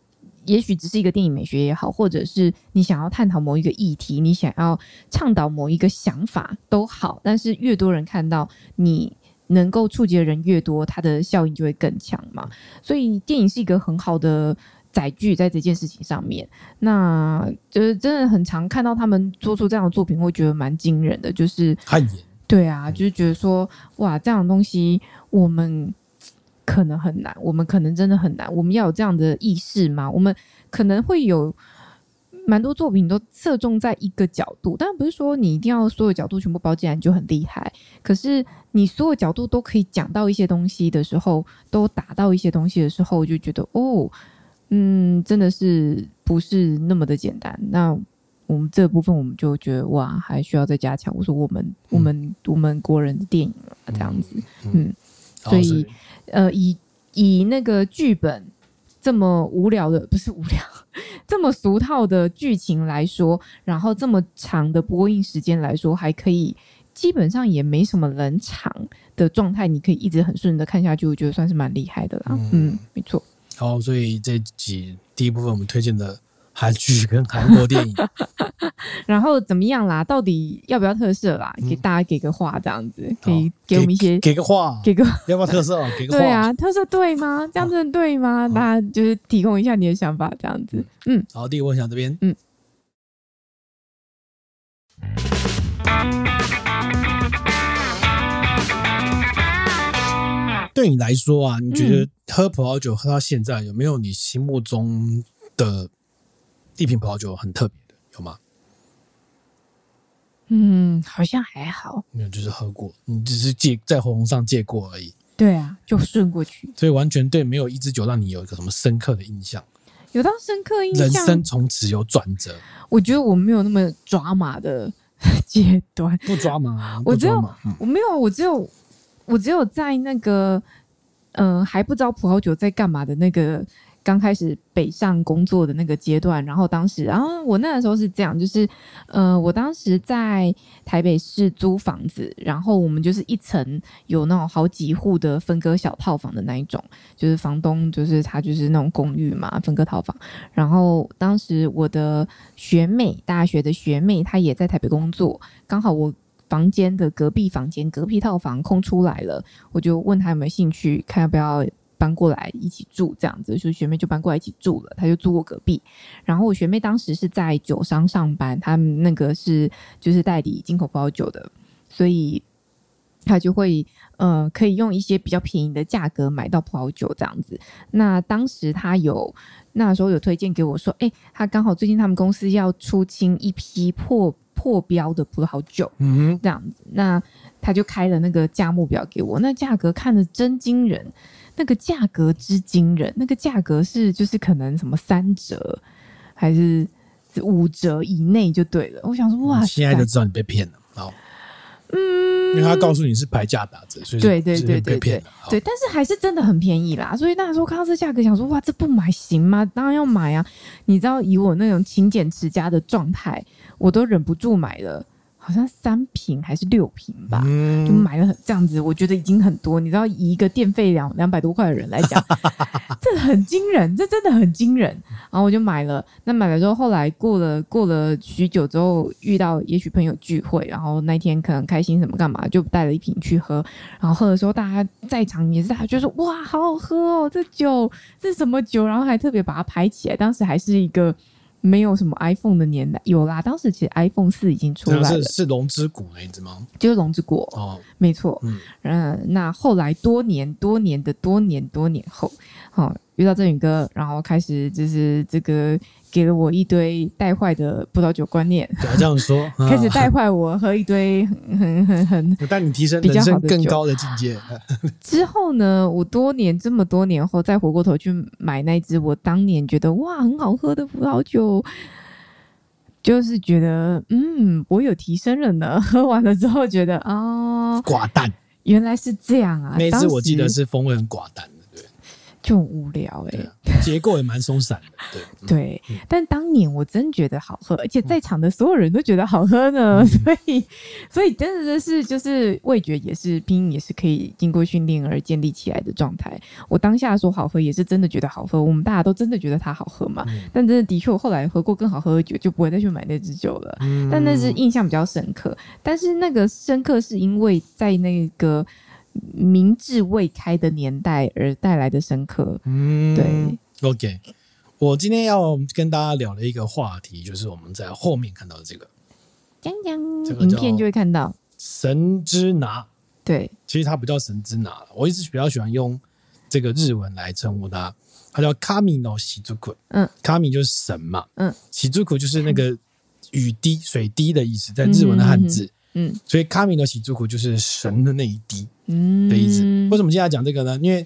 [SPEAKER 1] 也许只是一个电影美学也好，或者是你想要探讨某一个议题，你想要倡导某一个想法都好，但是越多人看到你。能够触及的人越多，它的效应就会更强嘛。所以电影是一个很好的载具在这件事情上面。那就是真的很常看到他们做出这样的作品，会觉得蛮惊人的。就是
[SPEAKER 2] 汗颜，
[SPEAKER 1] 对啊，就是觉得说哇，这样的东西我们可能很难，我们可能真的很难。我们要有这样的意识吗？我们可能会有。嗯蛮多作品都侧重在一个角度，但不是说你一定要所有角度全部包进来你就很厉害。可是你所有角度都可以讲到一些东西的时候，都打到一些东西的时候，我就觉得哦，嗯，真的是不是那么的简单。那我们这部分我们就觉得哇，还需要再加强。我说我们我们我们国人的电影了这样子，嗯，所
[SPEAKER 2] 哦
[SPEAKER 1] 以呃，以以那个剧本这么无聊的，不是无聊， 这么俗套的剧情来说，然后这么长的播映时间来说，还可以基本上也没什么冷场的状态，你可以一直很顺的看下去，我觉得算是蛮厉害的啦。嗯没错，
[SPEAKER 2] 好，所以这集第一部分我们推荐的韩剧跟韩国电影，
[SPEAKER 1] 然后怎么样啦？到底要不要特色啦？
[SPEAKER 2] 嗯
[SPEAKER 1] 给大家给个话，这样子 可
[SPEAKER 2] 好
[SPEAKER 1] 以给我们一些
[SPEAKER 2] 给个话，
[SPEAKER 1] 给个
[SPEAKER 2] 要不要特色？给个话，
[SPEAKER 1] 对啊，特色对吗？这样真的对吗？大家就是提供一下你的想法，这样子。嗯，
[SPEAKER 2] 好，第一个问想这边，
[SPEAKER 1] 嗯，
[SPEAKER 2] 对你来说啊，你觉
[SPEAKER 1] 嗯
[SPEAKER 2] 得喝葡萄酒喝到现在，有没有你心目中的一瓶葡萄酒很特别的？有吗？
[SPEAKER 1] 嗯，好像还好。
[SPEAKER 2] 没有，就是喝过，你只是借在喉咙上借过而已，
[SPEAKER 1] 对啊，就顺过去，
[SPEAKER 2] 所以完全对没有一支酒让你有一个什么深刻的印象，
[SPEAKER 1] 有到深刻印
[SPEAKER 2] 人
[SPEAKER 1] 象
[SPEAKER 2] 生。从此有转折，
[SPEAKER 1] 我觉得我没有那么抓马的 阶段，
[SPEAKER 2] 不抓吗？
[SPEAKER 1] 我
[SPEAKER 2] 不
[SPEAKER 1] 知道
[SPEAKER 2] 抓吗？嗯
[SPEAKER 1] 我没有，我只有我只有在那个呃还不知道葡萄酒在干嘛的那个刚开始北上工作的那个阶段，然后当时，然后我那个时候是这样，就是呃我当时在台北市租房子，然后我们就是一层有那种好几户的分割小套房的那一种，就是房东就是他就是那种公寓嘛，分割套房。然后当时我的学妹，大学的学妹，她也在台北工作，刚好我房间的隔壁房间隔壁套房空出来了，我就问她有没有兴趣，看要不要搬过来一起住，这样子，所以学妹就搬过来一起住了，她就住我隔壁。然后我学妹当时是在酒商上班，她们那个是就是代理进口葡萄酒的，所以。她就会呃，可以用一些比较便宜的价格买到葡萄酒这样子。那当时她有那时候有推荐给我说，哎、他刚好最近他们公司要出清一批破破标的葡萄酒，
[SPEAKER 2] 嗯哼，
[SPEAKER 1] 这样子，那他就开了那个价目表给我，那价格看的真惊人，那个价格之惊人，那个价格是就是可能什么三折还是五折以内就对了。我想说，哇塞，
[SPEAKER 2] 嗯现在就知道你被骗了。好，嗯，因为他告诉你是牌价打折，所以
[SPEAKER 1] 对对
[SPEAKER 2] 是
[SPEAKER 1] 对
[SPEAKER 2] 被
[SPEAKER 1] 对
[SPEAKER 2] 骗了。好
[SPEAKER 1] 对，，但是还是真的很便宜啦。所以那时候看到这价格，想说哇，这不买行吗？当然要买啊！你知道以我那种勤俭持家的状态，我都忍不住买了，好像三瓶还是六瓶吧。就
[SPEAKER 2] 嗯，
[SPEAKER 1] 买了很这样子，我觉得已经很多。你知道，以一个电费两两百多块的人来 讲，这很惊人，这真的很惊人。然后我就买了，那买了之后，后来过了过了许久之后，遇到也许朋友聚会，然后那天可能开心什么干嘛，就带了一瓶去喝。然后喝的时候，大家在场也是大家就说：“哇，好好喝哦，这酒这是什么酒？”然后还特别把它拍起来。当时还是一个没有什么 iPhone 的年代，有啦。当时其实 iPhone 四已经出
[SPEAKER 2] 这
[SPEAKER 1] 来
[SPEAKER 2] 个
[SPEAKER 1] 了
[SPEAKER 2] 是，是龙之谷欸那一只吗？
[SPEAKER 1] 就是龙之国。
[SPEAKER 2] 哦，
[SPEAKER 1] 没错，
[SPEAKER 2] 嗯
[SPEAKER 1] 嗯、那后来多年、多年的多年、多年后，好、遇到振宇哥，然后开始就是这个给了我一堆带坏的葡萄酒观念，
[SPEAKER 2] 不要这 样说，啊
[SPEAKER 1] 开始 带坏我喝一堆很很很很。
[SPEAKER 2] 带你提升
[SPEAKER 1] 比较
[SPEAKER 2] 人
[SPEAKER 1] 好
[SPEAKER 2] 生
[SPEAKER 1] 的
[SPEAKER 2] 更
[SPEAKER 1] 酒
[SPEAKER 2] 高的境界。呃
[SPEAKER 1] 之后呢，我多年这么多年后再回过头去买那支我当年觉得哇很好喝的葡萄酒。就是觉得，嗯，我有提升了呢。喝完了之后觉得，哦，
[SPEAKER 2] 寡淡，
[SPEAKER 1] 原来是这样啊。
[SPEAKER 2] 那一
[SPEAKER 1] 当
[SPEAKER 2] 只我记得
[SPEAKER 1] 时
[SPEAKER 2] 是风味很寡淡的，对
[SPEAKER 1] 就很无聊哎、
[SPEAKER 2] 对啊，结构也蛮松散的，对嗯
[SPEAKER 1] 对
[SPEAKER 2] 嗯，
[SPEAKER 1] 但当年我真觉得好喝，而且在场的所有人都觉得好喝
[SPEAKER 2] 嗯
[SPEAKER 1] 呢， 所以，所以真的是就是味觉也是拼也是可以经过训练而建立起来的状态。我当下说好喝，也是真的觉得好喝，我们大家都真的觉得它好喝嘛。
[SPEAKER 2] 嗯
[SPEAKER 1] 但真的的确，我后来喝过更好喝的酒，就不会再去买那支酒了。
[SPEAKER 2] 嗯
[SPEAKER 1] 但那是印象比较深刻。但是那个深刻是因为在那个明智未开的年代而带来的深刻。
[SPEAKER 2] 嗯
[SPEAKER 1] 对。
[SPEAKER 2] OK，我今天要跟大家聊的一个话题，就是我们在后面看到的这个
[SPEAKER 1] 讲讲
[SPEAKER 2] 这个
[SPEAKER 1] 影
[SPEAKER 2] 叫
[SPEAKER 1] 片就会看到，
[SPEAKER 2] 神之拿，
[SPEAKER 1] 对。
[SPEAKER 2] 其实它不叫神之拿了，我一直比较喜欢用这个日文来称呼它。它叫卡米诺喜珠库，
[SPEAKER 1] 嗯，
[SPEAKER 2] 卡米就是神嘛，
[SPEAKER 1] 嗯，
[SPEAKER 2] 喜珠库就是那个雨滴、水滴的意思，在日文的汉字，
[SPEAKER 1] 嗯
[SPEAKER 2] 所以卡米诺喜珠库就是神的那一滴
[SPEAKER 1] 嗯
[SPEAKER 2] 的意思。为什么现在讲这个呢？因为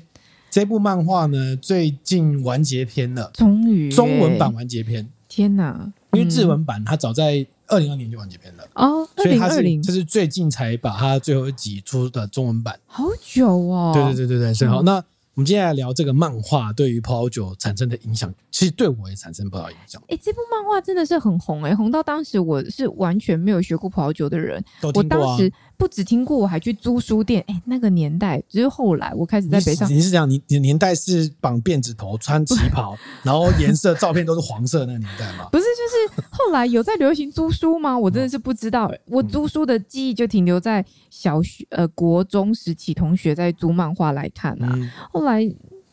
[SPEAKER 2] 这部漫画呢最近完结篇了，
[SPEAKER 1] 终于欸
[SPEAKER 2] 中文版完结篇，
[SPEAKER 1] 天哪！
[SPEAKER 2] 因为
[SPEAKER 1] 嗯
[SPEAKER 2] 日文版它早在二零二年就完结篇了。
[SPEAKER 1] 哦，二
[SPEAKER 2] 所以
[SPEAKER 1] 零
[SPEAKER 2] 它
[SPEAKER 1] 二
[SPEAKER 2] 是
[SPEAKER 1] 零
[SPEAKER 2] 这是最近才把它最后一集出的中文版。
[SPEAKER 1] 好久哦，
[SPEAKER 2] 对对对对对，是好。
[SPEAKER 1] 嗯
[SPEAKER 2] 那我们接下来聊这个漫画对于葡萄酒产生的影响，其实对我也产生不少影响。
[SPEAKER 1] 哎、这部漫画真的是很红哎、红到当时我是完全没有学过葡萄酒的人，
[SPEAKER 2] 都
[SPEAKER 1] 我
[SPEAKER 2] 听过
[SPEAKER 1] 当
[SPEAKER 2] 啊。
[SPEAKER 1] 时不只听过，我还去租书店。哎、那个年代，只是后来我开始在
[SPEAKER 2] 你
[SPEAKER 1] 北上
[SPEAKER 2] 是，你是讲你你的年代是绑辫子头、穿旗袍，然后颜色照片都是黄色那个年代 嘛？
[SPEAKER 1] 不是就是后来有在流行租书吗？我真的是不知
[SPEAKER 2] 嗯
[SPEAKER 1] 道，我租书的记忆就停留在小学呃国中时期，同学在租漫画来看啊。
[SPEAKER 2] 嗯，
[SPEAKER 1] 后来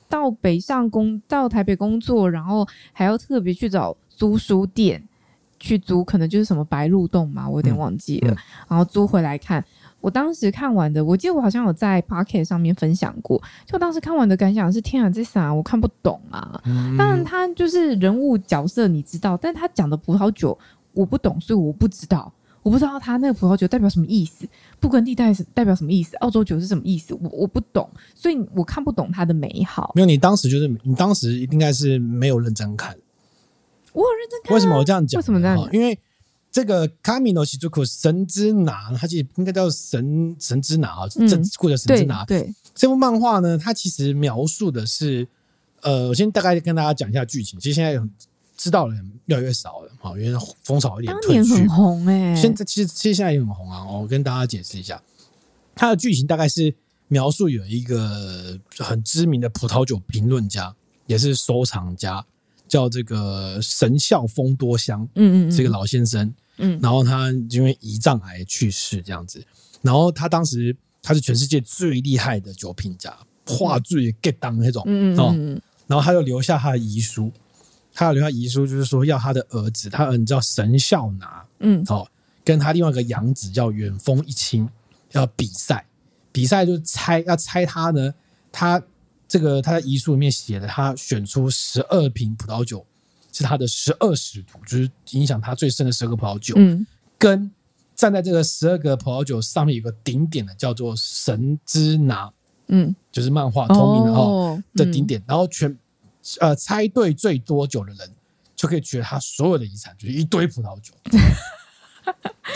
[SPEAKER 1] 到北上工到台北工作，然后还要特别去找租书店去租，可能就是什么白鹿洞嘛，我有点忘记了。
[SPEAKER 2] 嗯
[SPEAKER 1] 然后租回来看，我当时看完的，我记得我好像有在 Pocket 上面分享过，就当时看完的感想是：天啊，这啥我看不懂啊！
[SPEAKER 2] 嗯
[SPEAKER 1] 当然，他就是人物角色你知道，但他讲的葡萄酒我不懂，所以我不知道。我不知道他那个葡萄酒代表什么意思，布根地代代表什么意思，澳洲酒是什么意思，我我不懂，所以我看不懂它的美好。
[SPEAKER 2] 没有，你当时就是你当时应该是没有认真看。
[SPEAKER 1] 我有认真看啊、
[SPEAKER 2] 为什么我这样讲呢？
[SPEAKER 1] 为什么这样
[SPEAKER 2] 哈因为这个卡米诺西朱库神之拿，它其实应该叫神神之拿啊，
[SPEAKER 1] 嗯
[SPEAKER 2] 这或者神之
[SPEAKER 1] 对
[SPEAKER 2] 拿。
[SPEAKER 1] 对，
[SPEAKER 2] 这部漫画呢，它其实描述的是，呃，我先大概跟大家讲一下剧情。其实现在有知道的人越来越少了，好，因为风潮有点
[SPEAKER 1] 当
[SPEAKER 2] 退
[SPEAKER 1] 年
[SPEAKER 2] 去
[SPEAKER 1] 很。红哎、
[SPEAKER 2] 现在其实其实现在也很红啊，我跟大家解释一下，它的剧情大概是描述有一个很知名的葡萄酒评论家，也是收藏家，叫这个神效丰多香，
[SPEAKER 1] 嗯嗯嗯，
[SPEAKER 2] 这个老先生，
[SPEAKER 1] 嗯
[SPEAKER 2] 然后他因为胰脏癌去世这样子，然后他当时他是全世界最厉害的酒品家，话最 get 当那种，
[SPEAKER 1] 嗯嗯
[SPEAKER 2] 哦，
[SPEAKER 1] 嗯嗯
[SPEAKER 2] 然后他就留下他的遗书，他留下遗书就是说要他的儿子，他儿子叫神孝拿，
[SPEAKER 1] 嗯
[SPEAKER 2] 哦，跟他另外一个养子叫远峰一清要比赛，比赛就是猜要猜他呢，他这个他的遗书里面写的，他选出十二瓶葡萄酒是他的十二使徒，就是影响他最深的十二个葡萄酒，
[SPEAKER 1] 嗯
[SPEAKER 2] 跟站在这个十二个葡萄酒上面有个顶点的叫做神之拿，
[SPEAKER 1] 嗯，
[SPEAKER 2] 就是漫画聪明的哦的顶
[SPEAKER 1] 点，
[SPEAKER 2] 点，然后全呃猜对最多酒的人就可以取得他所有的遗产，就是一堆葡萄 酒。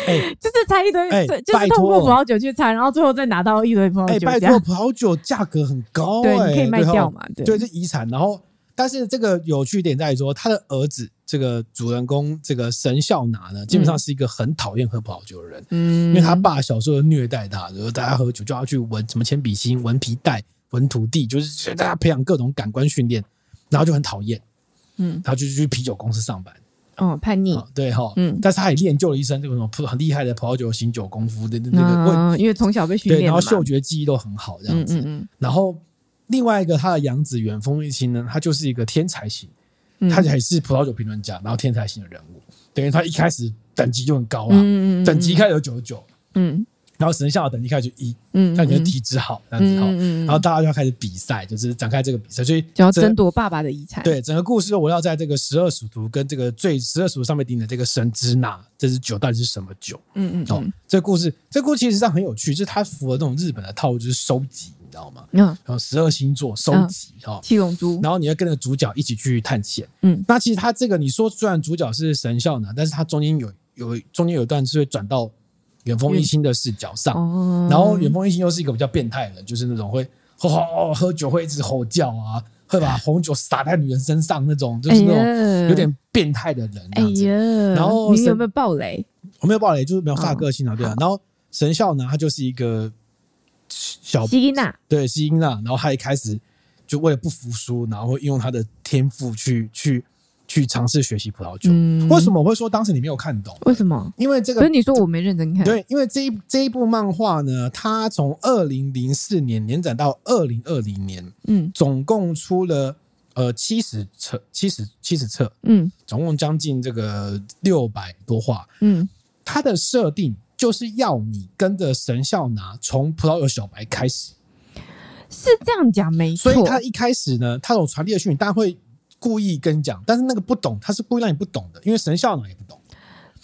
[SPEAKER 2] 哎、
[SPEAKER 1] 就是猜一堆，
[SPEAKER 2] 哎
[SPEAKER 1] 对就是
[SPEAKER 2] 拜
[SPEAKER 1] 透过
[SPEAKER 2] 托
[SPEAKER 1] 葡萄酒去猜，然后最后再拿到一堆葡哦
[SPEAKER 2] 哎、
[SPEAKER 1] 萄酒，
[SPEAKER 2] 拜
[SPEAKER 1] 这样
[SPEAKER 2] 托，葡萄酒价格很高、哎，
[SPEAKER 1] 对，你可以卖
[SPEAKER 2] 哦
[SPEAKER 1] 掉嘛，对
[SPEAKER 2] 对，这遗产。然后，但是这个有趣点在于说，他的儿子这个主人公这个神孝拿呢，基本上是一个很讨厌喝葡萄酒的人，
[SPEAKER 1] 嗯，
[SPEAKER 2] 因为他爸小时候虐待他，然后大家喝酒就要去闻什么铅笔芯、闻皮带、闻土地，就是大家培养各种感官训练，然后就很讨厌，
[SPEAKER 1] 嗯
[SPEAKER 2] 他就去啤酒公司上班。
[SPEAKER 1] 哦叛逆
[SPEAKER 2] 啊，对哈，
[SPEAKER 1] 嗯
[SPEAKER 2] 但是他也练就了一身这个什么葡很厉害的葡萄酒醒酒功夫的那那个味，
[SPEAKER 1] 嗯，因为从小被训
[SPEAKER 2] 对，
[SPEAKER 1] 练
[SPEAKER 2] 然
[SPEAKER 1] 的嘛，
[SPEAKER 2] 后嗅觉记忆都很好这
[SPEAKER 1] 嗯
[SPEAKER 2] 样子。
[SPEAKER 1] 嗯嗯
[SPEAKER 2] 然后另外一个他的养子远峰一清呢，他就是一个天才型，
[SPEAKER 1] 嗯，
[SPEAKER 2] 他也是葡萄酒评论家，然后天才型的人物，等于他一开始等级就很高
[SPEAKER 1] 嗯
[SPEAKER 2] 啊，
[SPEAKER 1] 嗯嗯
[SPEAKER 2] 等级一开始有九十九，
[SPEAKER 1] 嗯
[SPEAKER 2] 然后神像的等级一开始就一，
[SPEAKER 1] 嗯，
[SPEAKER 2] 那你就
[SPEAKER 1] 嗯
[SPEAKER 2] 体质好这样子哈。
[SPEAKER 1] 嗯嗯，
[SPEAKER 2] 然后大家就要开始比赛，就是展开这个比赛，所以
[SPEAKER 1] 就要
[SPEAKER 2] 这个
[SPEAKER 1] 争夺爸爸的遗产，
[SPEAKER 2] 对，整个故事围绕在这个十二属图跟这个最十二属上面顶的这个神之纳，这支酒到底是什么酒？
[SPEAKER 1] 嗯，嗯
[SPEAKER 2] 哦，
[SPEAKER 1] 嗯
[SPEAKER 2] 这故事这故事其实上很有趣，就是它符合那种日本的套路，就是收集，你知道吗？
[SPEAKER 1] 嗯，
[SPEAKER 2] 然后十二星座收集哦，
[SPEAKER 1] 七龙珠，
[SPEAKER 2] 然后你要跟那个主角一起去探险。
[SPEAKER 1] 嗯，
[SPEAKER 2] 那其实他这个你说虽然主角是神孝男，但是他中间有有中间有一段是会转到远峰一星的视角上，
[SPEAKER 1] 哦，
[SPEAKER 2] 然后远峰一心又是一个比较变态的人，就是那种会吼吼吼喝酒会一直吼叫啊，会把红酒洒在女人身上那种，就是那种
[SPEAKER 1] 种
[SPEAKER 2] 有点变态的人这
[SPEAKER 1] 哎
[SPEAKER 2] 样子。
[SPEAKER 1] 呀，
[SPEAKER 2] 然后
[SPEAKER 1] 你有
[SPEAKER 2] 神
[SPEAKER 1] 没有暴雷？
[SPEAKER 2] 我没有暴雷，就是没有发
[SPEAKER 1] 哦
[SPEAKER 2] 个性啊，对啊。然后神孝呢，他就是一个小
[SPEAKER 1] 西伊娜，
[SPEAKER 2] 对西英娜，然后他一开始就为了不服输，然后会用他的天赋去去去尝试学习葡萄酒。
[SPEAKER 1] 嗯，
[SPEAKER 2] 为什？么我会说当时你没有看懂？
[SPEAKER 1] 为什么？
[SPEAKER 2] 因为这
[SPEAKER 1] 不
[SPEAKER 2] 个
[SPEAKER 1] 是你说我没认真看，，
[SPEAKER 2] 对，因为这一这一部漫画呢，它从二零零四年连载到二零二零年，
[SPEAKER 1] 嗯
[SPEAKER 2] 总共出了呃七十册，七十七十册，
[SPEAKER 1] 嗯
[SPEAKER 2] 总共将近这个六百多话。
[SPEAKER 1] 嗯
[SPEAKER 2] 它的设定就是要你跟着神孝拿从葡萄酒小白开始，
[SPEAKER 1] 是这样讲没错
[SPEAKER 2] 所以。他一开始呢，他有传递的讯息，大家会故意跟你讲，但是那个不懂，他是故意让你不懂的，因为神校长也不懂，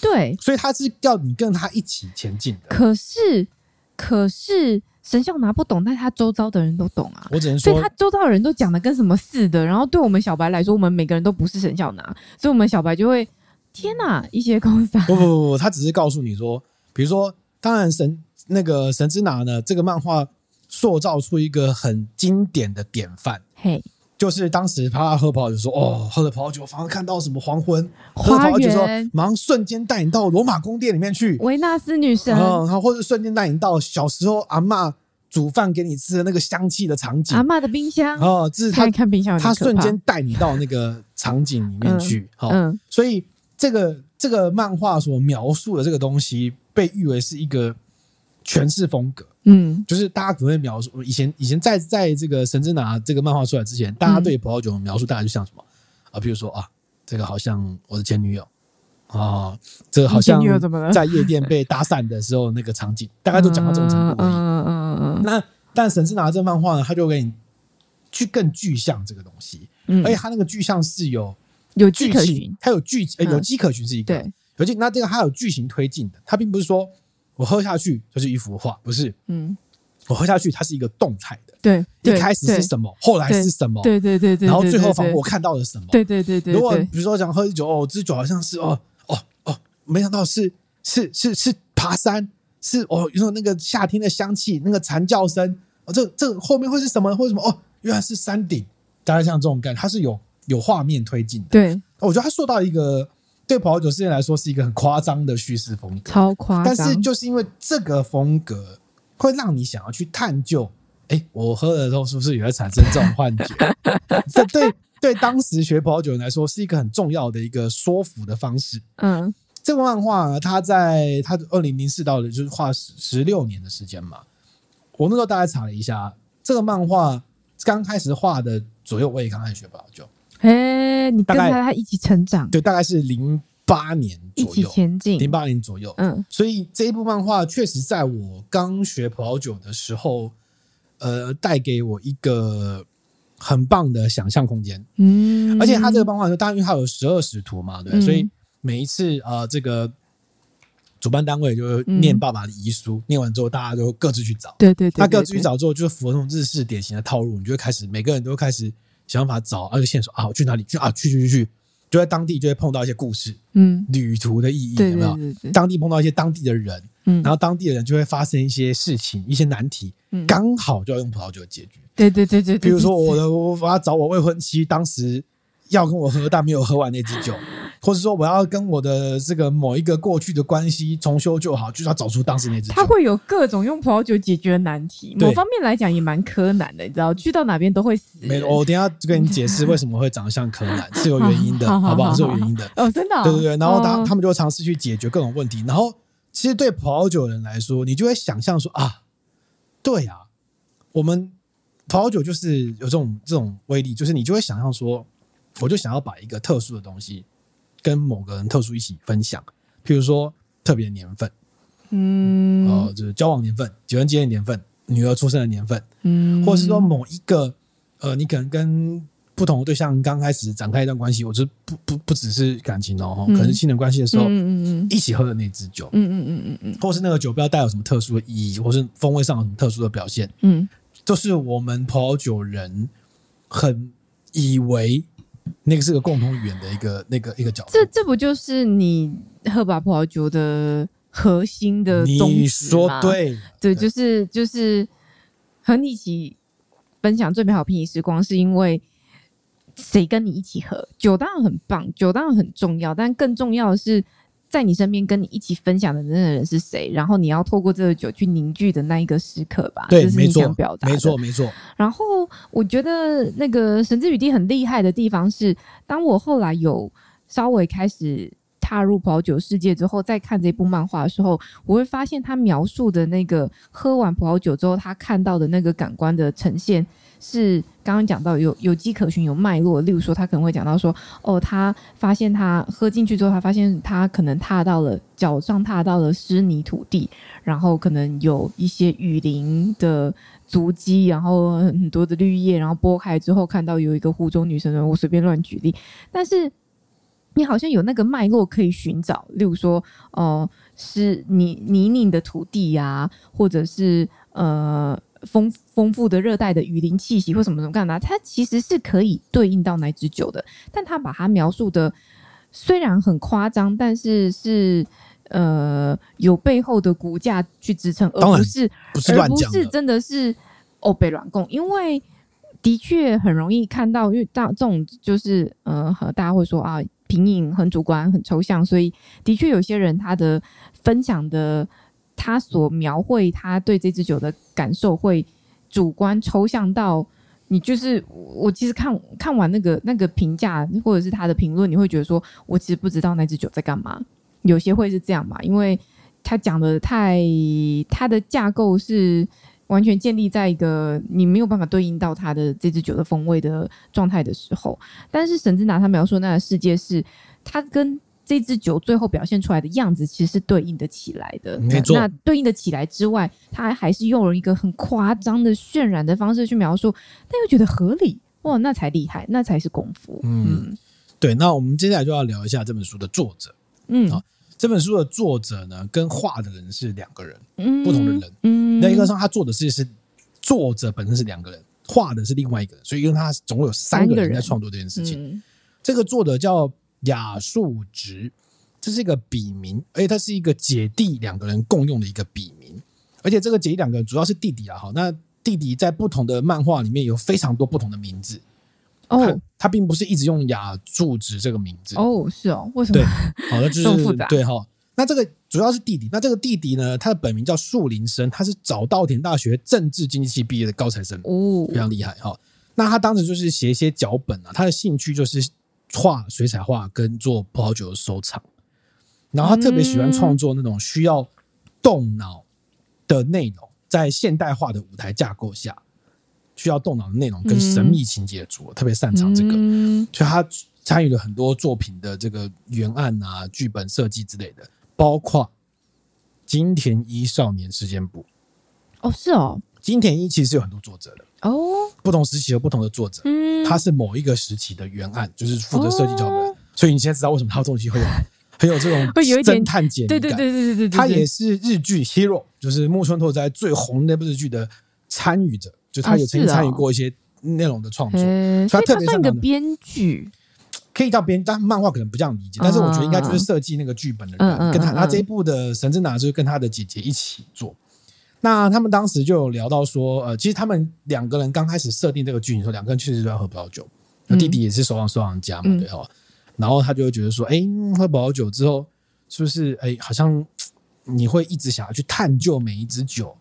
[SPEAKER 1] 对，
[SPEAKER 2] 所以他是要你跟他一起前进的。
[SPEAKER 1] 可是可是神校拿不懂，但他周遭的人都懂啊。
[SPEAKER 2] 我只能
[SPEAKER 1] 所
[SPEAKER 2] 说
[SPEAKER 1] 以，他周遭的人都讲的跟什么似的，然后对我们小白来说，我们每个人都不是神校拿，所以我们小白就会天哪，一些公司啊
[SPEAKER 2] 不不不不，他只是告诉你说，比如说，当然神那个神之拿呢，这个漫画塑造出一个很经典的典范，
[SPEAKER 1] 嘿，
[SPEAKER 2] 就是当时他喝葡萄酒说，哦，喝了葡萄酒，反而看到什么黄昏，喝了葡
[SPEAKER 1] 花
[SPEAKER 2] 萄酒之后
[SPEAKER 1] 园，
[SPEAKER 2] 马上瞬间带你到罗马宫殿里面去，
[SPEAKER 1] 维纳斯女神、
[SPEAKER 2] 嗯，然后或者瞬间带你到小时候阿嬷煮饭给你吃的那个香气的场景
[SPEAKER 1] 阿，嬷的冰箱，
[SPEAKER 2] 哦，这是他
[SPEAKER 1] 看一看冰箱有
[SPEAKER 2] 他
[SPEAKER 1] 点可
[SPEAKER 2] 瞬
[SPEAKER 1] 怕，
[SPEAKER 2] 间哦带你到那个场景里面去，好、
[SPEAKER 1] 嗯，
[SPEAKER 2] 所以这个这个漫画所描述的这个东西，被誉为是一个诠释风格，
[SPEAKER 1] 嗯
[SPEAKER 2] 就是大家可能会描述以前以前在在这个《神之拿》这个漫画出来之前，大家对葡萄酒的描述大概就像什么啊？比如说啊，这个好像我的前女友啊，这个好像
[SPEAKER 1] 嗯你前女友怎么了
[SPEAKER 2] 在夜店被搭讪的时候那个场景，大概都讲到这种程度而已。
[SPEAKER 1] 嗯嗯嗯
[SPEAKER 2] 那但《神之拿》这漫画呢，它就给你去更具象这个东西，
[SPEAKER 1] 嗯，
[SPEAKER 2] 而且它那个具象是有
[SPEAKER 1] 有迹
[SPEAKER 2] 哎剧
[SPEAKER 1] 可
[SPEAKER 2] 情
[SPEAKER 1] 循，，
[SPEAKER 2] 它有剧呃
[SPEAKER 1] 嗯
[SPEAKER 2] 有迹可循是一个，
[SPEAKER 1] 对，
[SPEAKER 2] 有迹。那这个它有剧情推进的，它并不是说我喝下去就是一幅画，不是
[SPEAKER 1] 嗯，
[SPEAKER 2] 我喝下去它是一个动态的，
[SPEAKER 1] 对，对
[SPEAKER 2] 一开始是什么，后来是什么，
[SPEAKER 1] 对对对对对，
[SPEAKER 2] 然后最后
[SPEAKER 1] 对
[SPEAKER 2] 仿佛我看到了什么。
[SPEAKER 1] 对对对对
[SPEAKER 2] 如果
[SPEAKER 1] 对
[SPEAKER 2] 比如说讲喝酒，哦，这酒好像是哦哦哦，没想到是是是是爬山，是哦，有种那个夏天的香气，那个蝉叫声，哦，这这后面会是什么？会什么？哦，原来是山顶，大概像这种感觉，它是有有画面推进的。
[SPEAKER 1] 对，
[SPEAKER 2] 我觉得他塑造一个对葡萄酒世界来说是一个很夸张的叙事风格，
[SPEAKER 1] 超夸
[SPEAKER 2] 但
[SPEAKER 1] 张，
[SPEAKER 2] 是就是因为这个风格会让你想要去探究，哎，我喝了之后是不是也会产生这种 幻觉？这对对当时学葡萄酒人来说是一个很重要的一个说服的方式。
[SPEAKER 1] 嗯
[SPEAKER 2] 这个漫画呢，它在它二零零四到的就是画十十六年的时间嘛。我那时候大概查了一下，这个漫画刚开始画的左右，我也刚开始学葡萄酒，
[SPEAKER 1] 哎，你
[SPEAKER 2] 大
[SPEAKER 1] 跟
[SPEAKER 2] 概
[SPEAKER 1] 着他一起成长，
[SPEAKER 2] 对，大概是零八年
[SPEAKER 1] 一
[SPEAKER 2] 左
[SPEAKER 1] 起
[SPEAKER 2] 右，
[SPEAKER 1] 前
[SPEAKER 2] 零
[SPEAKER 1] 进，
[SPEAKER 2] 八年左右。
[SPEAKER 1] 嗯
[SPEAKER 2] 所以这一部漫画确实在我刚学葡萄酒的时候，呃，带给我一个很棒的想象空间。
[SPEAKER 1] 嗯，
[SPEAKER 2] 而且它这个漫画，当然因为它有十二使徒嘛，对，
[SPEAKER 1] 嗯
[SPEAKER 2] 所以每一次呃，这个主办单位就
[SPEAKER 1] 嗯
[SPEAKER 2] 念爸爸的遗书，念完之后大家就各自去找。
[SPEAKER 1] 对对对，
[SPEAKER 2] 他各
[SPEAKER 1] 对
[SPEAKER 2] 自去，找之后，就是符合那种日式典型的套路，你就会开始每个人都开始想办法找啊，个线索啊，我去哪里去啊，去去去去，就在当地就会碰到一些故事，
[SPEAKER 1] 对嗯，
[SPEAKER 2] 旅途的意义
[SPEAKER 1] 对
[SPEAKER 2] 有没
[SPEAKER 1] 对
[SPEAKER 2] 有？
[SPEAKER 1] 对对，
[SPEAKER 2] 当地碰到一些当地的人，
[SPEAKER 1] 嗯，
[SPEAKER 2] 然后当地的人就会发生一些事情、一些难题，
[SPEAKER 1] 嗯
[SPEAKER 2] 刚好就要用葡萄酒解决。
[SPEAKER 1] 对对对对，对
[SPEAKER 2] 比如 说，我的我我要找我未婚妻，当时要跟我喝但没有喝完那支酒，或者说我要跟我的这个某一个过去的关系重修旧好，就是要找出当时那支酒
[SPEAKER 1] 他。会有各种用葡萄酒解决的难题，
[SPEAKER 2] 对
[SPEAKER 1] 某方面来讲也蛮柯南的，你知道，去到哪边都会死人。
[SPEAKER 2] 没，我等一下跟你解释为什么会长得像柯南，是有原因的，
[SPEAKER 1] 好好好
[SPEAKER 2] 好不好？
[SPEAKER 1] 好
[SPEAKER 2] 是有原因的。
[SPEAKER 1] 哦，真的哦、
[SPEAKER 2] 对对对，然后他
[SPEAKER 1] 哦
[SPEAKER 2] 他们就会尝试去解决各种问题。然后其实对葡萄酒人来说，你就会想象说啊，对啊，我们葡萄酒就是有这种这种威力，就是你就会想象说，我就想要把一个特殊的东西跟某个人特殊一起分享，譬如说特别的年份，
[SPEAKER 1] 嗯、
[SPEAKER 2] 呃，就是交往年份、结婚纪念年份、女儿出生的年份，
[SPEAKER 1] 嗯，
[SPEAKER 2] 或者是说某一个呃，你可能跟不同的对象刚开始展开一段关系，我就不不不只是感情哦，
[SPEAKER 1] 嗯
[SPEAKER 2] 可能是亲人关系的
[SPEAKER 1] 嗯
[SPEAKER 2] 时候，
[SPEAKER 1] 嗯嗯
[SPEAKER 2] 一起喝的那支酒，
[SPEAKER 1] 嗯嗯嗯嗯嗯
[SPEAKER 2] 或是那个酒标带有什么特殊的意义，或是风味上有什么特殊的表现，
[SPEAKER 1] 嗯，
[SPEAKER 2] 都是我们葡萄酒人很以为那个是个共同语言的一个那个一个角
[SPEAKER 1] 这
[SPEAKER 2] 度。
[SPEAKER 1] 这不就是你喝把葡萄酒的核心的宗旨
[SPEAKER 2] 你说
[SPEAKER 1] 吗？
[SPEAKER 2] 对，
[SPEAKER 1] 对，就是就是和你一起分享最美好品饮时光，是因为谁跟你一起喝？酒当然很棒，酒当然很重要，但更重要的是。在你身边跟你一起分享的那个人是谁？然后你要透过这个酒去凝聚的那一个时刻吧，
[SPEAKER 2] 对
[SPEAKER 1] 啊这，是
[SPEAKER 2] 没
[SPEAKER 1] 你
[SPEAKER 2] 错
[SPEAKER 1] 想表，达的。
[SPEAKER 2] 没错，没错。
[SPEAKER 1] 然后我觉得那个《神之雨滴》很厉害的地方是，当我后来有稍微开始踏入葡萄酒世界之后，再看这部漫画的时候，我会发现他描述的那个喝完葡萄酒之后他看到的那个感官的呈现，是刚刚讲到有有迹可循、有脉络。例如说，他可能会讲到说，哦，他发现他喝进去之后，他发现他可能踏到了脚上踏到了湿泥土地，然后可能有一些雨林的足迹，然后很多的绿叶，然后剥开之后看到有一个湖中女神，我随便乱举例，但是你好像有那个脉络可以寻找，例如说，哦、是泥泥泞的土地呀、或者是呃丰丰富的热带的雨林气息或什么什么干嘛，它其实是可以对应到那支酒的，但他把它描述的虽然很夸张，但是是。呃，有背后的骨架去支撑，而
[SPEAKER 2] 当然
[SPEAKER 1] 不是
[SPEAKER 2] 不是乱讲
[SPEAKER 1] 而不是
[SPEAKER 2] 的。
[SPEAKER 1] 真的是哦被软供，因为的确很容易看到，因为大这种就是呃，和大家会说啊，品饮很主观、很抽象，所以的确有些人他的分享的他所描绘他对这支酒的感受会主观抽象到。你就是我，其实看看完那个那个评价或者是他的评论，你会觉得说，我其实不知道那支酒在干嘛。有些会是这样嘛，因为他讲的太，他的架构是完全建立在一个你没有办法对应到他的这支酒的风味的状态的时候。但是沈之拿他描述那个世界是，他跟这支酒最后表现出来的样子其实是对应的起来的。
[SPEAKER 2] 没错
[SPEAKER 1] 那对应的起来之外，他还是用了一个很夸张的渲染的方式去描述，但又觉得合理。哇，那才厉害，那才是功夫。
[SPEAKER 2] 嗯对，那我们接下来就要聊一下这本书的作者。
[SPEAKER 1] 嗯
[SPEAKER 2] 好这本书的作者呢，跟画的人是两个人，
[SPEAKER 1] 嗯，
[SPEAKER 2] 不同的人
[SPEAKER 1] 嗯，
[SPEAKER 2] 那应该说他做的事是作者本身是两个人，画的是另外一个人，所以因为他总共有三个
[SPEAKER 1] 三个
[SPEAKER 2] 人
[SPEAKER 1] 人
[SPEAKER 2] 在创作这件事情。
[SPEAKER 1] 嗯
[SPEAKER 2] 这个作者叫雅树直，这是一个笔名，而且他是一个姐弟两个人共用的一个笔名，而且这个姐弟两个人主要是弟弟啊，好，那弟弟在不同的漫画里面有非常多不同的名字，
[SPEAKER 1] 哦
[SPEAKER 2] 他，他并不是一直用雅树直这个名字，
[SPEAKER 1] 哦，是哦，为什
[SPEAKER 2] 对
[SPEAKER 1] 么？
[SPEAKER 2] 好的，就是
[SPEAKER 1] 这么复杂
[SPEAKER 2] 对哈。那这个主要是弟弟，那这个弟弟呢，他的本名叫树林生，他是早稻田大学政治经济系毕业的高材生，
[SPEAKER 1] 哦
[SPEAKER 2] 非，常厉害哈。那他当时就是写一些脚本啊，他的兴趣就是画水彩画跟做葡萄酒的收藏，然后他特别喜欢创作那种需要动脑的内容，在现代化的舞台架构下，需要动脑的内容跟神秘情节的组合，特别擅长这个。
[SPEAKER 1] 嗯
[SPEAKER 2] 所以他参与了很多作品的这个原案啊、剧本设计之类的，包括金田一少年事件簿。
[SPEAKER 1] 哦，是哦，
[SPEAKER 2] 金田一其实有很多作者的，
[SPEAKER 1] 哦，
[SPEAKER 2] 不同时期有不同的作者，
[SPEAKER 1] 嗯，
[SPEAKER 2] 他是某一个时期的原案，就是负责设计脚本的
[SPEAKER 1] 哦。
[SPEAKER 2] 所以你现在知道为什么他的东 西会有很有这种
[SPEAKER 1] 会有一点
[SPEAKER 2] 侦探解谜
[SPEAKER 1] 对
[SPEAKER 2] 感。
[SPEAKER 1] 对对对对对，对
[SPEAKER 2] 他也
[SPEAKER 1] 对
[SPEAKER 2] 是日剧《Hero》，就是木村拓哉最红的那部日剧的参与者，就他
[SPEAKER 1] 啊
[SPEAKER 2] 有曾经
[SPEAKER 1] 是哦
[SPEAKER 2] 参与过一些内容的创作。
[SPEAKER 1] 嘿所
[SPEAKER 2] 所以
[SPEAKER 1] 以
[SPEAKER 2] 他特
[SPEAKER 1] 他
[SPEAKER 2] 别
[SPEAKER 1] 算
[SPEAKER 2] 擅
[SPEAKER 1] 一个
[SPEAKER 2] 长的
[SPEAKER 1] 编剧，
[SPEAKER 2] 可以到别人，但漫画可能不这样理解，但是我觉得应该就是
[SPEAKER 1] 嗯
[SPEAKER 2] 设计那个剧本的人，
[SPEAKER 1] 嗯嗯
[SPEAKER 2] 跟他
[SPEAKER 1] 嗯
[SPEAKER 2] 他这一部的《神之拿》就是跟他的姐姐一起做。那他们当时就有聊到说，呃，其实他们两个人刚开始设定这个剧情的时候，两个人确实都要喝葡萄酒，那
[SPEAKER 1] 嗯
[SPEAKER 2] 弟弟也是收藏收藏家嘛，
[SPEAKER 1] 嗯
[SPEAKER 2] 对哦。然后他就会觉得说，哎、嗯喝葡萄酒之后是不是，哎、好像嘖你会一直想要去探究每一支酒，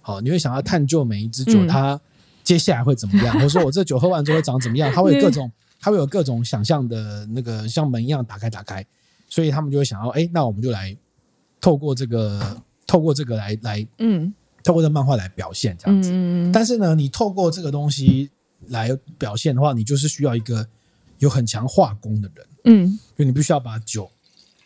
[SPEAKER 2] 好，你会想要探究每一支酒
[SPEAKER 1] 嗯
[SPEAKER 2] 它接下来会怎么 样，或者说我这酒喝完之后会长怎么样，它
[SPEAKER 1] 嗯
[SPEAKER 2] 会有各种，它会有各种想象的那个像门一样打开打开，所以他们就会想要，哎、那我们就来透过这个，透过这个来来
[SPEAKER 1] 嗯
[SPEAKER 2] 透过这漫画来表现这样
[SPEAKER 1] 嗯
[SPEAKER 2] 子。
[SPEAKER 1] 嗯，嗯
[SPEAKER 2] 但是呢，你透过这个东西来表现的话，你就是需要一个有很强画工的人，
[SPEAKER 1] 嗯，
[SPEAKER 2] 因为你必须要把酒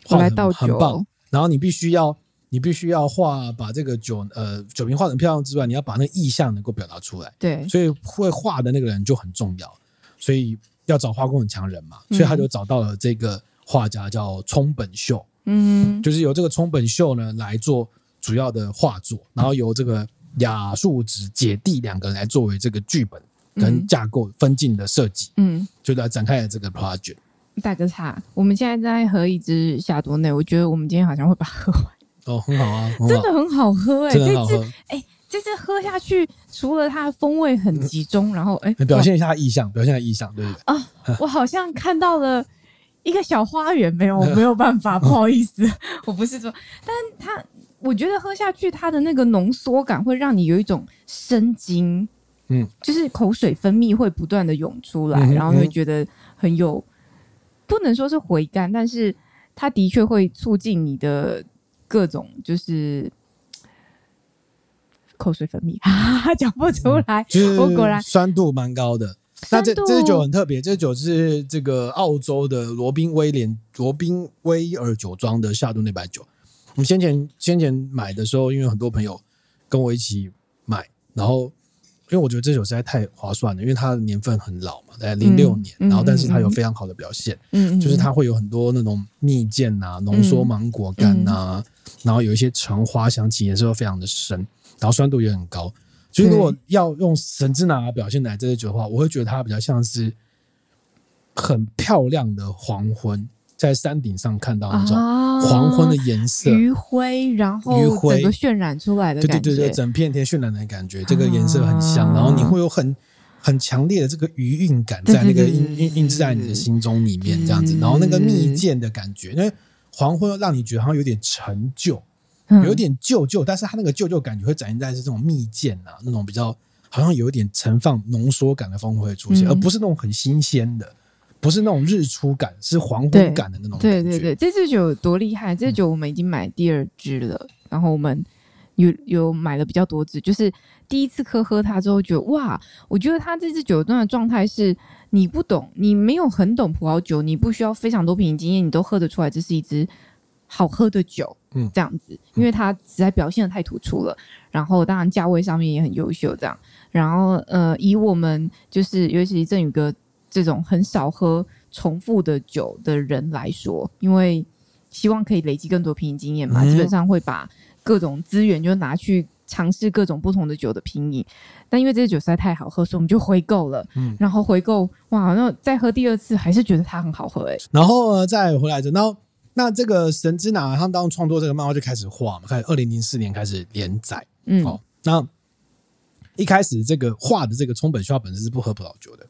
[SPEAKER 1] 我
[SPEAKER 2] 画
[SPEAKER 1] 来
[SPEAKER 2] 的
[SPEAKER 1] 倒
[SPEAKER 2] 很
[SPEAKER 1] 酒，
[SPEAKER 2] 棒，然后你必须要你必须要画把这个酒呃酒瓶画的漂亮之外，你要把那个意象能够表达出来，
[SPEAKER 1] 对，
[SPEAKER 2] 所以会画的那个人就很重要，所以要找画工很强的人嘛，所以他就找到了这个画家叫冲本秀，
[SPEAKER 1] 嗯
[SPEAKER 2] 就是由这个冲本秀呢来做主要的画作，然后由这个雅树子姐弟两个人来作为这个剧本跟
[SPEAKER 1] 嗯
[SPEAKER 2] 架构分镜的设计，
[SPEAKER 1] 嗯。
[SPEAKER 2] 就来展开了这个 project。
[SPEAKER 1] 打个岔，我们现在在喝一支夏多内，我觉得我们今天好像会把它喝完，
[SPEAKER 2] 哦，很好啊，很
[SPEAKER 1] 真
[SPEAKER 2] 好
[SPEAKER 1] 的，很好喝哎、
[SPEAKER 2] 真的很好
[SPEAKER 1] 这支
[SPEAKER 2] 喝。
[SPEAKER 1] 这支喝下去，除了它的风味很集中，然后哎、
[SPEAKER 2] 你表现一下意向，表现一下意向，对不对？
[SPEAKER 1] 哇 我好像看到了一个小花园，没有， 我没有办法，不好意思，我不是说，但它我觉得喝下去，它的那个浓缩感会让你有一种生津，
[SPEAKER 2] 嗯，
[SPEAKER 1] 就是口水分泌会不断的涌出来，
[SPEAKER 2] 嗯哼
[SPEAKER 1] 然后会
[SPEAKER 2] 嗯
[SPEAKER 1] 觉得很有，不能说是回甘，但是它的确会促进你的各种就是口水分泌， 哈哈，讲不出来。
[SPEAKER 2] 嗯就是
[SPEAKER 1] 哦我果然
[SPEAKER 2] 酸度蛮高的。那这
[SPEAKER 1] 酸度
[SPEAKER 2] 这支酒很特别，这支酒是这个澳洲的罗宾威廉罗宾威尔酒庄的夏顿那白酒。我们先前先前买的时候，因为很多朋友跟我一起买，然后因为我觉得这酒实在太划算了，因为它的年份很老嘛，大概零六年，
[SPEAKER 1] 嗯
[SPEAKER 2] 然后但是它有
[SPEAKER 1] 嗯嗯
[SPEAKER 2] 非常好的表现。
[SPEAKER 1] 嗯，嗯
[SPEAKER 2] 就是它会有很多那种蜜饯呐、浓缩芒果干呐、
[SPEAKER 1] 嗯
[SPEAKER 2] 然后有一些橙花香气也是会非常的深，然后酸度也很高。所以如果要用神之拿表现奶这支酒的话，我会觉得它比较像是很漂亮的黄昏，在山顶上看到那种
[SPEAKER 1] 啊
[SPEAKER 2] 黄昏的颜色，
[SPEAKER 1] 余晖，然后
[SPEAKER 2] 余晖
[SPEAKER 1] 整个渲染出来的
[SPEAKER 2] 对
[SPEAKER 1] 感
[SPEAKER 2] 对
[SPEAKER 1] 觉，
[SPEAKER 2] 对对，整片天渲染的感觉，这个颜色很香，
[SPEAKER 1] 啊
[SPEAKER 2] 然后你会有很。很强烈的这个余韵感在那个
[SPEAKER 1] 对对对
[SPEAKER 2] 印印印制在你的心中里面，这样子，
[SPEAKER 1] 嗯
[SPEAKER 2] 然后那个蜜饯的感觉，因为黄昏让你觉得好像有点陈旧，
[SPEAKER 1] 嗯
[SPEAKER 2] 有点旧旧，但是它那个旧旧感觉会展现在是这种蜜饯啊，那种比较好像有一点盛放浓缩感的风味会出现，
[SPEAKER 1] 嗯
[SPEAKER 2] 而不是那种很新鲜的，不是那种日出感，是黄昏感的那种感觉。
[SPEAKER 1] 对
[SPEAKER 2] 嗯
[SPEAKER 1] 对对，这支酒有多厉害？这支酒我们已经买第二支了，然后我们有有买了比较多支，就是第一次喝喝它之后，觉得哇，我觉得它这支酒真的状态是你不懂，你没有很懂葡萄酒，你不需要非常多品饮经验，你都喝得出来，这是一支好喝的酒。
[SPEAKER 2] 嗯
[SPEAKER 1] 这样子，因为它实在表现的太突出了，然后当然价位上面也很优秀，这样，然后呃，以我们就是尤其振宇哥这种很少喝重复的酒的人来说，因为希望可以累积更多品饮经验嘛，
[SPEAKER 2] 嗯
[SPEAKER 1] 基本上会把各种资源就拿去尝试各种不同的酒的品饮。但因为这支酒实在太好喝，所以我们就回购了。
[SPEAKER 2] 嗯
[SPEAKER 1] 然后回购，哇，那再喝第二次还是觉得它很好喝、欸，哎，
[SPEAKER 2] 然后呢，再回来着，然后那这个神之拿他们当时创作这个漫画就开始画嘛，开始二零零四年开始连载。
[SPEAKER 1] 嗯，
[SPEAKER 2] 哦，那一开始这个画的这个冲本需要本身是不喝葡萄酒的，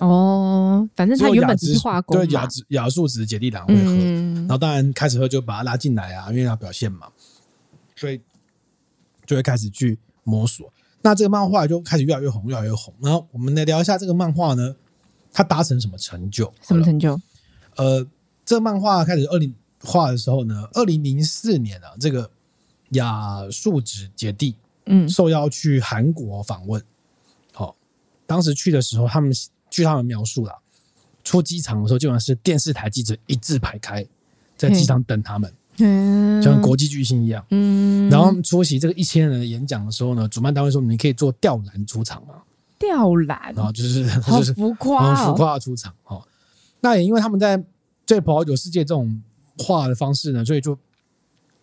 [SPEAKER 1] 哦，反正
[SPEAKER 2] 只
[SPEAKER 1] 它
[SPEAKER 2] 有
[SPEAKER 1] 原
[SPEAKER 2] 雅
[SPEAKER 1] 本只是
[SPEAKER 2] 之
[SPEAKER 1] 化工
[SPEAKER 2] 对雅
[SPEAKER 1] 嘛，
[SPEAKER 2] 之雅树子姐弟俩会喝。
[SPEAKER 1] 嗯
[SPEAKER 2] 然，后当然开始喝就把他拉进来啊，因为他表现嘛，所以就会开始去摸索。那这个漫画就开始越来越红，越来越红。然后我们来聊一下这个漫画呢，它达成什么成就？
[SPEAKER 1] 什么成就？
[SPEAKER 2] 呃，这漫画开始二零画的时候呢，二零零四年啊，这个雅树子姐弟
[SPEAKER 1] 嗯
[SPEAKER 2] 受邀去韩国访问。好、当时去的时候，他们据他们描述啦，出机场的时候，基本上是电视台记者一字排开在机场等他们，
[SPEAKER 1] 嗯，
[SPEAKER 2] 就像国际巨星一样。
[SPEAKER 1] 嗯，
[SPEAKER 2] 然后他们出席这个一千人的演讲的时候呢，主办单位说你可以做吊篮出场嘛，
[SPEAKER 1] 吊篮，
[SPEAKER 2] 然后就是
[SPEAKER 1] 好
[SPEAKER 2] 就是
[SPEAKER 1] 浮
[SPEAKER 2] 很
[SPEAKER 1] 夸、哦，
[SPEAKER 2] 浮夸的出场哦。那也因为他们在对葡萄酒世界这种画的方式呢，所以就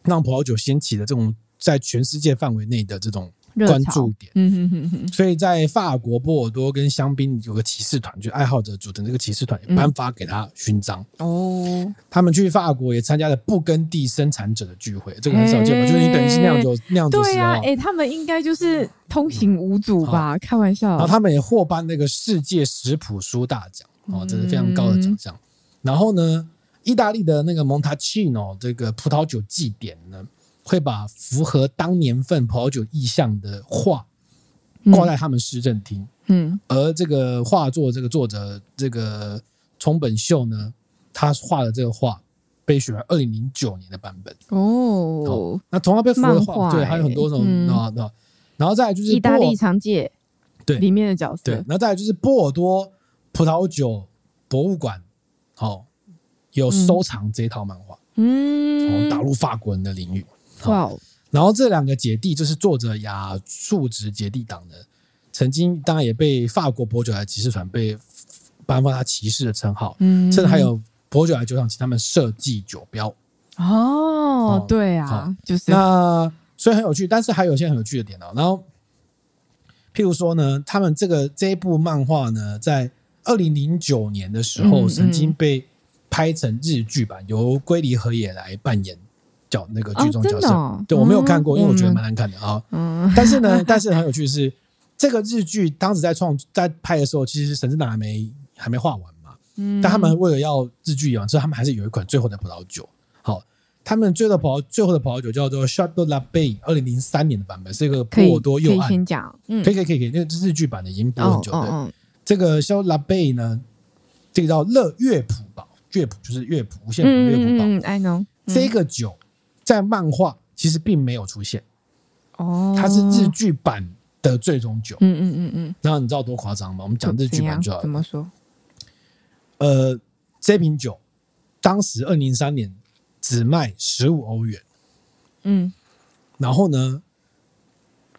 [SPEAKER 2] 让葡萄酒掀起了这种在全世界范围内的这种
[SPEAKER 1] 热
[SPEAKER 2] 关
[SPEAKER 1] 潮
[SPEAKER 2] 注点。
[SPEAKER 1] 嗯哼哼哼，
[SPEAKER 2] 所以在法国波尔多跟香槟有个骑士团，就爱好者组成这个骑士团，也颁发给他勋章。
[SPEAKER 1] 哦，
[SPEAKER 2] 他们去法国也参加了不耕地生产者的聚会，这个很少见吧？
[SPEAKER 1] 嘿
[SPEAKER 2] 就是你等于是酿酒酿酒
[SPEAKER 1] 对
[SPEAKER 2] 师
[SPEAKER 1] 呀、
[SPEAKER 2] 啊
[SPEAKER 1] 哎、。他们应该就是通行无阻吧？开玩笑，
[SPEAKER 2] 然后他们也获颁那个世界食谱书大奖，哦，这是非常高的奖
[SPEAKER 1] 嗯
[SPEAKER 2] 项。然后呢，意大利的那个蒙塔奇诺这个葡萄酒祭典呢，会把符合当年份葡萄酒意象的画挂在他们市政厅。
[SPEAKER 1] 嗯
[SPEAKER 2] 而这个画作这个作者这个冲本秀呢，他画的这个画被选为二零零九年的版本。
[SPEAKER 1] 嗯哦，
[SPEAKER 2] 那同样被符合的
[SPEAKER 1] 漫画
[SPEAKER 2] 画，对，
[SPEAKER 1] 欸
[SPEAKER 2] 还有很多种
[SPEAKER 1] 嗯
[SPEAKER 2] 啊啊。然后再来就是
[SPEAKER 1] 意大
[SPEAKER 2] 波
[SPEAKER 1] 利
[SPEAKER 2] 尔
[SPEAKER 1] 长界
[SPEAKER 2] 对
[SPEAKER 1] 里面的角
[SPEAKER 2] 对，
[SPEAKER 1] 色
[SPEAKER 2] 然，后再来就是波尔多葡萄酒博物馆，哦，有收藏这一套漫画，哦，
[SPEAKER 1] 嗯，
[SPEAKER 2] 打入法国人的领域。
[SPEAKER 1] 哇哦，
[SPEAKER 2] 然后这两个姐弟就是作者雅树直姐弟党的，曾经当然也被法国伯爵来骑士团被颁发他骑士的称号，
[SPEAKER 1] 嗯，
[SPEAKER 2] 甚至还有伯爵来酒厂请他们设计酒标。
[SPEAKER 1] 哦
[SPEAKER 2] 哦，
[SPEAKER 1] 对
[SPEAKER 2] 好
[SPEAKER 1] 啊，就是
[SPEAKER 2] 那所以很有趣，但是还有一些很有趣的点哦。然后，譬如说呢，他们这个这一部漫画呢，在二零零九年的时
[SPEAKER 1] 嗯
[SPEAKER 2] 候，
[SPEAKER 1] 嗯
[SPEAKER 2] 曾经被拍成日剧版，由龟梨和也来扮演角那个剧中角
[SPEAKER 1] 哦真
[SPEAKER 2] 色。
[SPEAKER 1] 的哦
[SPEAKER 2] 对我没有看过，
[SPEAKER 1] 嗯
[SPEAKER 2] 因为我觉得蛮难看的啊。
[SPEAKER 1] 嗯
[SPEAKER 2] 但是呢， 但是很有趣的是，这个日剧当时在创在拍的时候，其实神之岛还没还没画完嘛。
[SPEAKER 1] 嗯，
[SPEAKER 2] 但他们为了要日剧演完之后，他们还是有一款最后的葡萄酒。好，他们最后的葡萄最后的葡萄酒叫做 Shadow La Bay，二零零三年的版本是一个
[SPEAKER 1] 可
[SPEAKER 2] 波
[SPEAKER 1] 以
[SPEAKER 2] 尔多
[SPEAKER 1] 可
[SPEAKER 2] 右
[SPEAKER 1] 以
[SPEAKER 2] 岸。
[SPEAKER 1] 先讲，嗯
[SPEAKER 2] 可，以可以可以可以，那个是日剧版的已经播
[SPEAKER 1] 哦
[SPEAKER 2] 很久了。
[SPEAKER 1] 哦
[SPEAKER 2] 这个 Shadow La Bay 呢，这个叫乐乐谱吧，乐谱就是乐谱，无限谱乐谱
[SPEAKER 1] 嗯嗯
[SPEAKER 2] 榜。
[SPEAKER 1] 嗯嗯，I know，
[SPEAKER 2] 这
[SPEAKER 1] 嗯
[SPEAKER 2] 个九在漫画其实并没有出现，
[SPEAKER 1] 哦，
[SPEAKER 2] 它是日，剧版的最终九。
[SPEAKER 1] 嗯嗯嗯嗯，
[SPEAKER 2] 然后你知道多夸张吗？我们讲日剧
[SPEAKER 1] 怎
[SPEAKER 2] 版
[SPEAKER 1] 样
[SPEAKER 2] 就好
[SPEAKER 1] 怎
[SPEAKER 2] 了。
[SPEAKER 1] 么说？
[SPEAKER 2] 呃，这瓶酒当时二零零三年只卖十五欧元，
[SPEAKER 1] 嗯
[SPEAKER 2] 然后呢，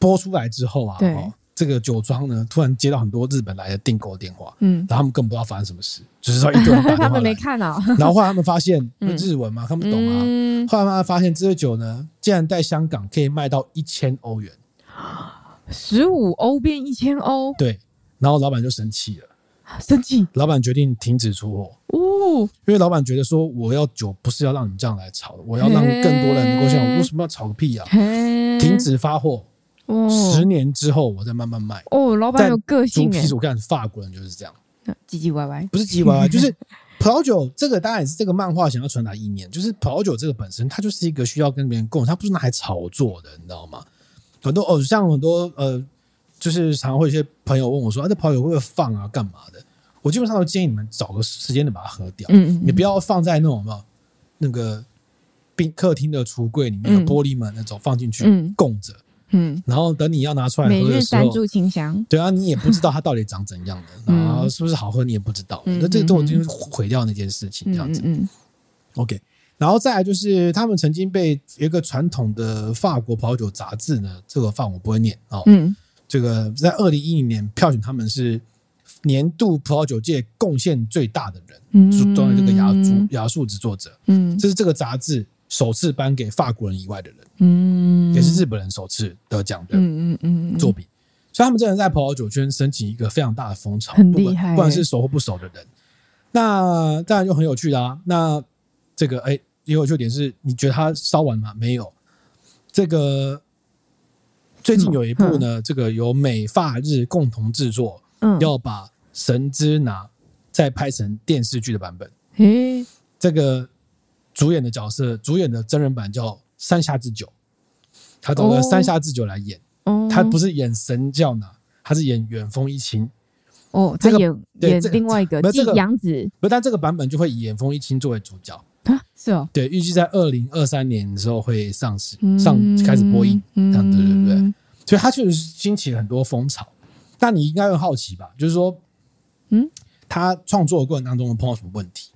[SPEAKER 2] 播出来之后啊，
[SPEAKER 1] 对
[SPEAKER 2] 哦、这个酒庄呢突然接到很多日本来的订购电话，
[SPEAKER 1] 嗯，
[SPEAKER 2] 然后他们根本不知道发生什么事，就是说一堆人打
[SPEAKER 1] 他
[SPEAKER 2] 电话
[SPEAKER 1] 们没
[SPEAKER 2] 来，
[SPEAKER 1] 看啊，
[SPEAKER 2] 然后后来他们发现
[SPEAKER 1] 嗯
[SPEAKER 2] 日文嘛，看不懂啊。
[SPEAKER 1] 嗯，
[SPEAKER 2] 后来他们发现这支酒呢，竟然在香港可以卖到一千欧元，
[SPEAKER 1] 十五欧变一千欧，
[SPEAKER 2] 对，然后老板就生气了，
[SPEAKER 1] 生气
[SPEAKER 2] 老板决定停止出货，
[SPEAKER 1] 哦，
[SPEAKER 2] 因为老板觉得说我要酒不是要让你们这样来炒的，我要让更多人能够像我，
[SPEAKER 1] 嘿
[SPEAKER 2] 为什么要炒个屁啊？
[SPEAKER 1] 嘿，
[SPEAKER 2] 停止发货，
[SPEAKER 1] 哦
[SPEAKER 2] 十年之后我再慢慢卖。
[SPEAKER 1] 哦，老板有个
[SPEAKER 2] 猪
[SPEAKER 1] 性哎
[SPEAKER 2] 皮，我看法国人就是这样，
[SPEAKER 1] 唧唧歪歪，
[SPEAKER 2] 不是 鸡娃，就是葡萄酒这个当然也是这个漫画想要传达意念，就是葡萄酒这个本身它就是一个需要跟别人共，它不是拿来炒作的，你知道吗？很多哦，像很多呃，就是常会有一些朋友问我说，啊，这葡萄酒会不会放啊，干嘛的？我基本上都建议你们找个时间的把它喝掉，
[SPEAKER 1] 嗯嗯
[SPEAKER 2] 你不要放在那种嘛那个宾客厅的橱柜里面的
[SPEAKER 1] 嗯
[SPEAKER 2] 玻璃门那种放进去、
[SPEAKER 1] 嗯
[SPEAKER 2] 供着，
[SPEAKER 1] 嗯，
[SPEAKER 2] 然后等你要拿出来
[SPEAKER 1] 每
[SPEAKER 2] 喝
[SPEAKER 1] 日
[SPEAKER 2] 的时
[SPEAKER 1] 三
[SPEAKER 2] 候，
[SPEAKER 1] 炷清香，
[SPEAKER 2] 对啊，你也不知道它到底长怎样的，
[SPEAKER 1] 嗯
[SPEAKER 2] 然后是不是好喝你也不知道，
[SPEAKER 1] 嗯
[SPEAKER 2] 那这
[SPEAKER 1] 嗯
[SPEAKER 2] 这种就是毁掉那件事
[SPEAKER 1] 嗯
[SPEAKER 2] 情这样
[SPEAKER 1] 嗯
[SPEAKER 2] 子。
[SPEAKER 1] 嗯
[SPEAKER 2] OK，然后再来就是他们曾经被有一个传统的法国葡萄酒杂志呢，这个饭我不会念哦，
[SPEAKER 1] 嗯，
[SPEAKER 2] 这个在二零一零年票选他们是年度葡萄酒界贡献最大的人，
[SPEAKER 1] 嗯
[SPEAKER 2] 主作为这个雅族雅数值作者，
[SPEAKER 1] 嗯
[SPEAKER 2] 这是这个杂志首次颁给法国人以外的人，
[SPEAKER 1] 嗯，
[SPEAKER 2] 也是日本人首次得奖的
[SPEAKER 1] 嗯嗯嗯嗯
[SPEAKER 2] 作品。所以他们真的在葡萄酒圈升起一个非常大的风潮，
[SPEAKER 1] 很
[SPEAKER 2] 不管
[SPEAKER 1] 厉害
[SPEAKER 2] 不管
[SPEAKER 1] 欸
[SPEAKER 2] 是熟或不熟的人。那当然就很有趣啦、那这个哎，也有趣的点是，你觉得它烧完吗？没有。这个最
[SPEAKER 1] 嗯
[SPEAKER 2] 近有一部呢，这个由美法日共同制作，
[SPEAKER 1] 嗯
[SPEAKER 2] 要把《神之拿》再拍成电视剧的版本。
[SPEAKER 1] 诶
[SPEAKER 2] 这个主演的角色，主演的真人版叫山下智久，他找了
[SPEAKER 1] 哦
[SPEAKER 2] 山下智久来演。
[SPEAKER 1] 哦，
[SPEAKER 2] 他不是演神教呢，他是演远风一清。
[SPEAKER 1] 哦，
[SPEAKER 2] 这
[SPEAKER 1] 他
[SPEAKER 2] 个
[SPEAKER 1] 演
[SPEAKER 2] 对
[SPEAKER 1] 演
[SPEAKER 2] 这个
[SPEAKER 1] 另外一个
[SPEAKER 2] 没有
[SPEAKER 1] 季
[SPEAKER 2] 这个
[SPEAKER 1] 杨紫
[SPEAKER 2] 不，但这个版本就会以远风一清作为主角。
[SPEAKER 1] 啊，是哦，
[SPEAKER 2] 对，预计在二零二三年的时候会上市，上开始播映，
[SPEAKER 1] 嗯
[SPEAKER 2] 这样对对对。
[SPEAKER 1] 嗯
[SPEAKER 2] 所以它确实是兴起了很多风潮。那你应该会好奇吧？就是说，
[SPEAKER 1] 嗯，
[SPEAKER 2] 他创作的过程当中有碰到什么问题？